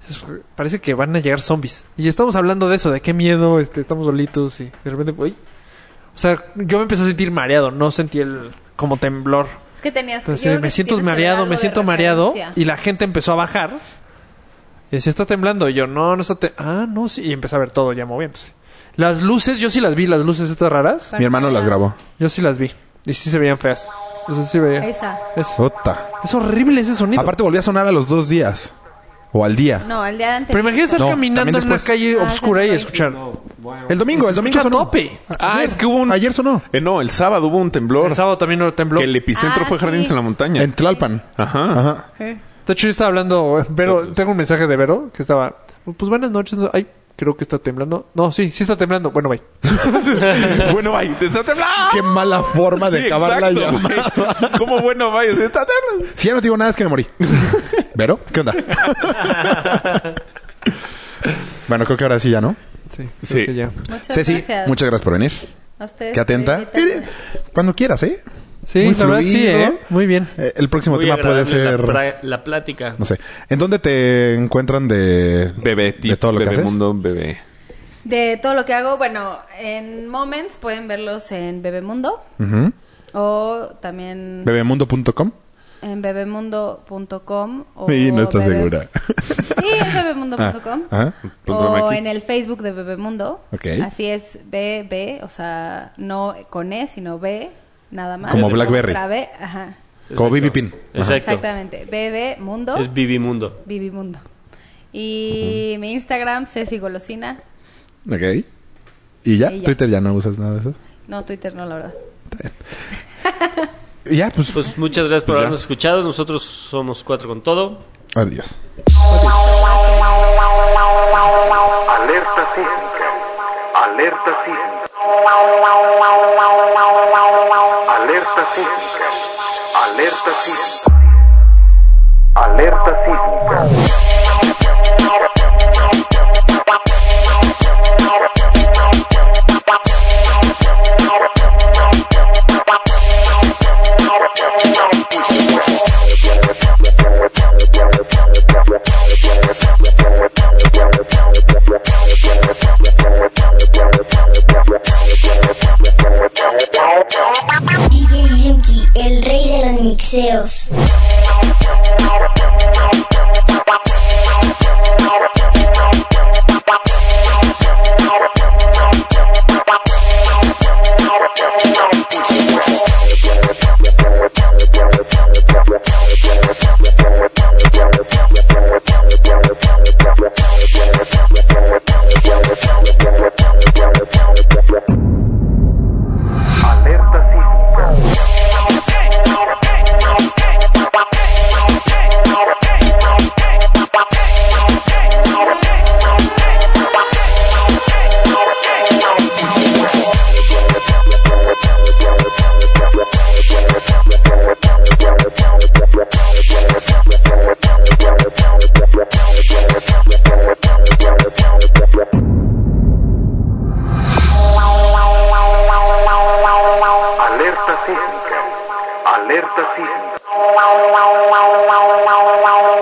Speaker 4: Es- Parece que van a llegar zombies. Y estamos hablando de eso, de qué miedo, este, estamos solitos y de repente, uy. O sea, yo me empecé a sentir mareado, no sentí el como temblor.
Speaker 6: Es que tenías
Speaker 4: Pero
Speaker 6: yo
Speaker 4: Pues sí,
Speaker 6: creo que
Speaker 4: me siento
Speaker 6: tienes que ver
Speaker 4: mareado,
Speaker 6: algo
Speaker 4: me
Speaker 6: de
Speaker 4: siento mareado.
Speaker 6: referencia.
Speaker 4: Y la gente empezó a bajar. Y decía, está temblando. Y yo, no, no está temblando. Ah, no, sí. Y empecé a ver todo ya moviéndose. Las luces, yo sí las vi, las luces estas raras.
Speaker 2: Mi hermano las grabó.
Speaker 4: Yo sí las vi. Y sí se veían feas. O sea, sí veía.
Speaker 6: Esa.
Speaker 4: Es,
Speaker 2: Ota.
Speaker 4: es horrible ese sonido.
Speaker 2: Aparte volvió a sonar a los dos días. O al día.
Speaker 6: No, el día de antes.
Speaker 4: Pero imagínate estar
Speaker 2: No,
Speaker 4: caminando
Speaker 2: también
Speaker 4: en una
Speaker 2: después.
Speaker 4: calle
Speaker 6: Ah,
Speaker 4: oscura y
Speaker 6: sí,
Speaker 4: escuchar.
Speaker 2: El domingo, el domingo
Speaker 4: escucha
Speaker 2: sonó.
Speaker 4: a tope.
Speaker 3: Ah, es que hubo un-
Speaker 2: Ayer sonó.
Speaker 3: Eh, no, el sábado hubo un temblor.
Speaker 4: El sábado también no tembló.
Speaker 3: Que el epicentro
Speaker 6: Ah,
Speaker 3: fue Jardines
Speaker 6: sí.
Speaker 3: en la Montaña.
Speaker 2: En Tlalpan.
Speaker 3: Ajá.
Speaker 2: Ajá.
Speaker 6: "Eh,
Speaker 4: De hecho, yo estaba hablando, Vero, tengo un mensaje de Vero que estaba, pues buenas noches, no- ay, creo que está temblando. No, sí, sí está temblando. Bueno, bye.
Speaker 3: bueno, vaya, te está temblando.
Speaker 2: Qué mala forma de
Speaker 3: Sí,
Speaker 2: acabar la
Speaker 3: exacto,
Speaker 2: llamada.
Speaker 3: güey. ¿Cómo bueno vaya? Se está temblando.
Speaker 2: Si ya no te digo nada es que me morí. ¿Vero? ¿Qué onda? bueno, creo que ahora sí ya, ¿no?
Speaker 4: Sí, creo
Speaker 3: Sí.
Speaker 4: que ya.
Speaker 6: Muchas
Speaker 2: Ceci,
Speaker 6: gracias. Este,
Speaker 2: muchas gracias por venir.
Speaker 6: A ustedes.
Speaker 2: Qué atenta.
Speaker 6: Felicitas.
Speaker 2: Cuando quieras, ¿eh?
Speaker 4: Sí,
Speaker 2: Muy
Speaker 4: la verdad sí,
Speaker 2: fluido.
Speaker 4: ¿eh? Muy bien.
Speaker 2: Eh, El próximo
Speaker 8: muy
Speaker 2: tema puede
Speaker 8: agradable la
Speaker 2: ser...
Speaker 8: pra- La, plática.
Speaker 2: No sé. ¿En dónde te encuentran de...
Speaker 3: Bebé,
Speaker 2: De todo lo que
Speaker 3: bebé
Speaker 2: haces.
Speaker 3: mundo, bebé.
Speaker 6: De todo lo que hago, bueno, en Moments pueden verlos en Bebemundo
Speaker 2: Ujú.
Speaker 6: o también
Speaker 2: Bebemundo.com.
Speaker 6: en bebemundo.com. o
Speaker 2: Y no estás
Speaker 6: bebe-
Speaker 2: segura.
Speaker 6: Sí, es bebemundo.com.
Speaker 2: Ah, ajá.
Speaker 6: O
Speaker 3: .mx.
Speaker 6: en el Facebook de Bebemundo.
Speaker 2: Ok.
Speaker 6: Así es, B, o sea, no con E, sino B, nada más.
Speaker 2: Como Blackberry.
Speaker 6: Otra B, ajá.
Speaker 2: Como
Speaker 8: Exacto.
Speaker 2: BB Pin.
Speaker 8: Exacto.
Speaker 6: Exactamente. BB Mundo,
Speaker 8: Es Vivimundo.
Speaker 6: Vivimundo. Y mi Instagram, Ceci Golosina.
Speaker 2: Ok. ¿Y ya?
Speaker 6: Y ya.
Speaker 2: Twitter ya no usas nada de eso.
Speaker 6: No, Twitter no, la verdad.
Speaker 2: Y ya, pues...
Speaker 8: Pues muchas gracias por
Speaker 3: Pues ya.
Speaker 8: habernos escuchado. Nosotros somos Cuatro con Todo.
Speaker 2: Adiós.
Speaker 11: Alerta sísmica. Alerta sísmica. Alerta sísmica. Alerta sísmica. Alerta sísmica.
Speaker 12: DJ Yunky, el rey de los mixeos.
Speaker 11: Alerta sísmica. sísmica.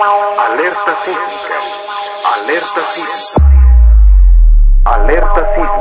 Speaker 11: Alerta sísmica. Alerta sísmica. Alerta sísmica.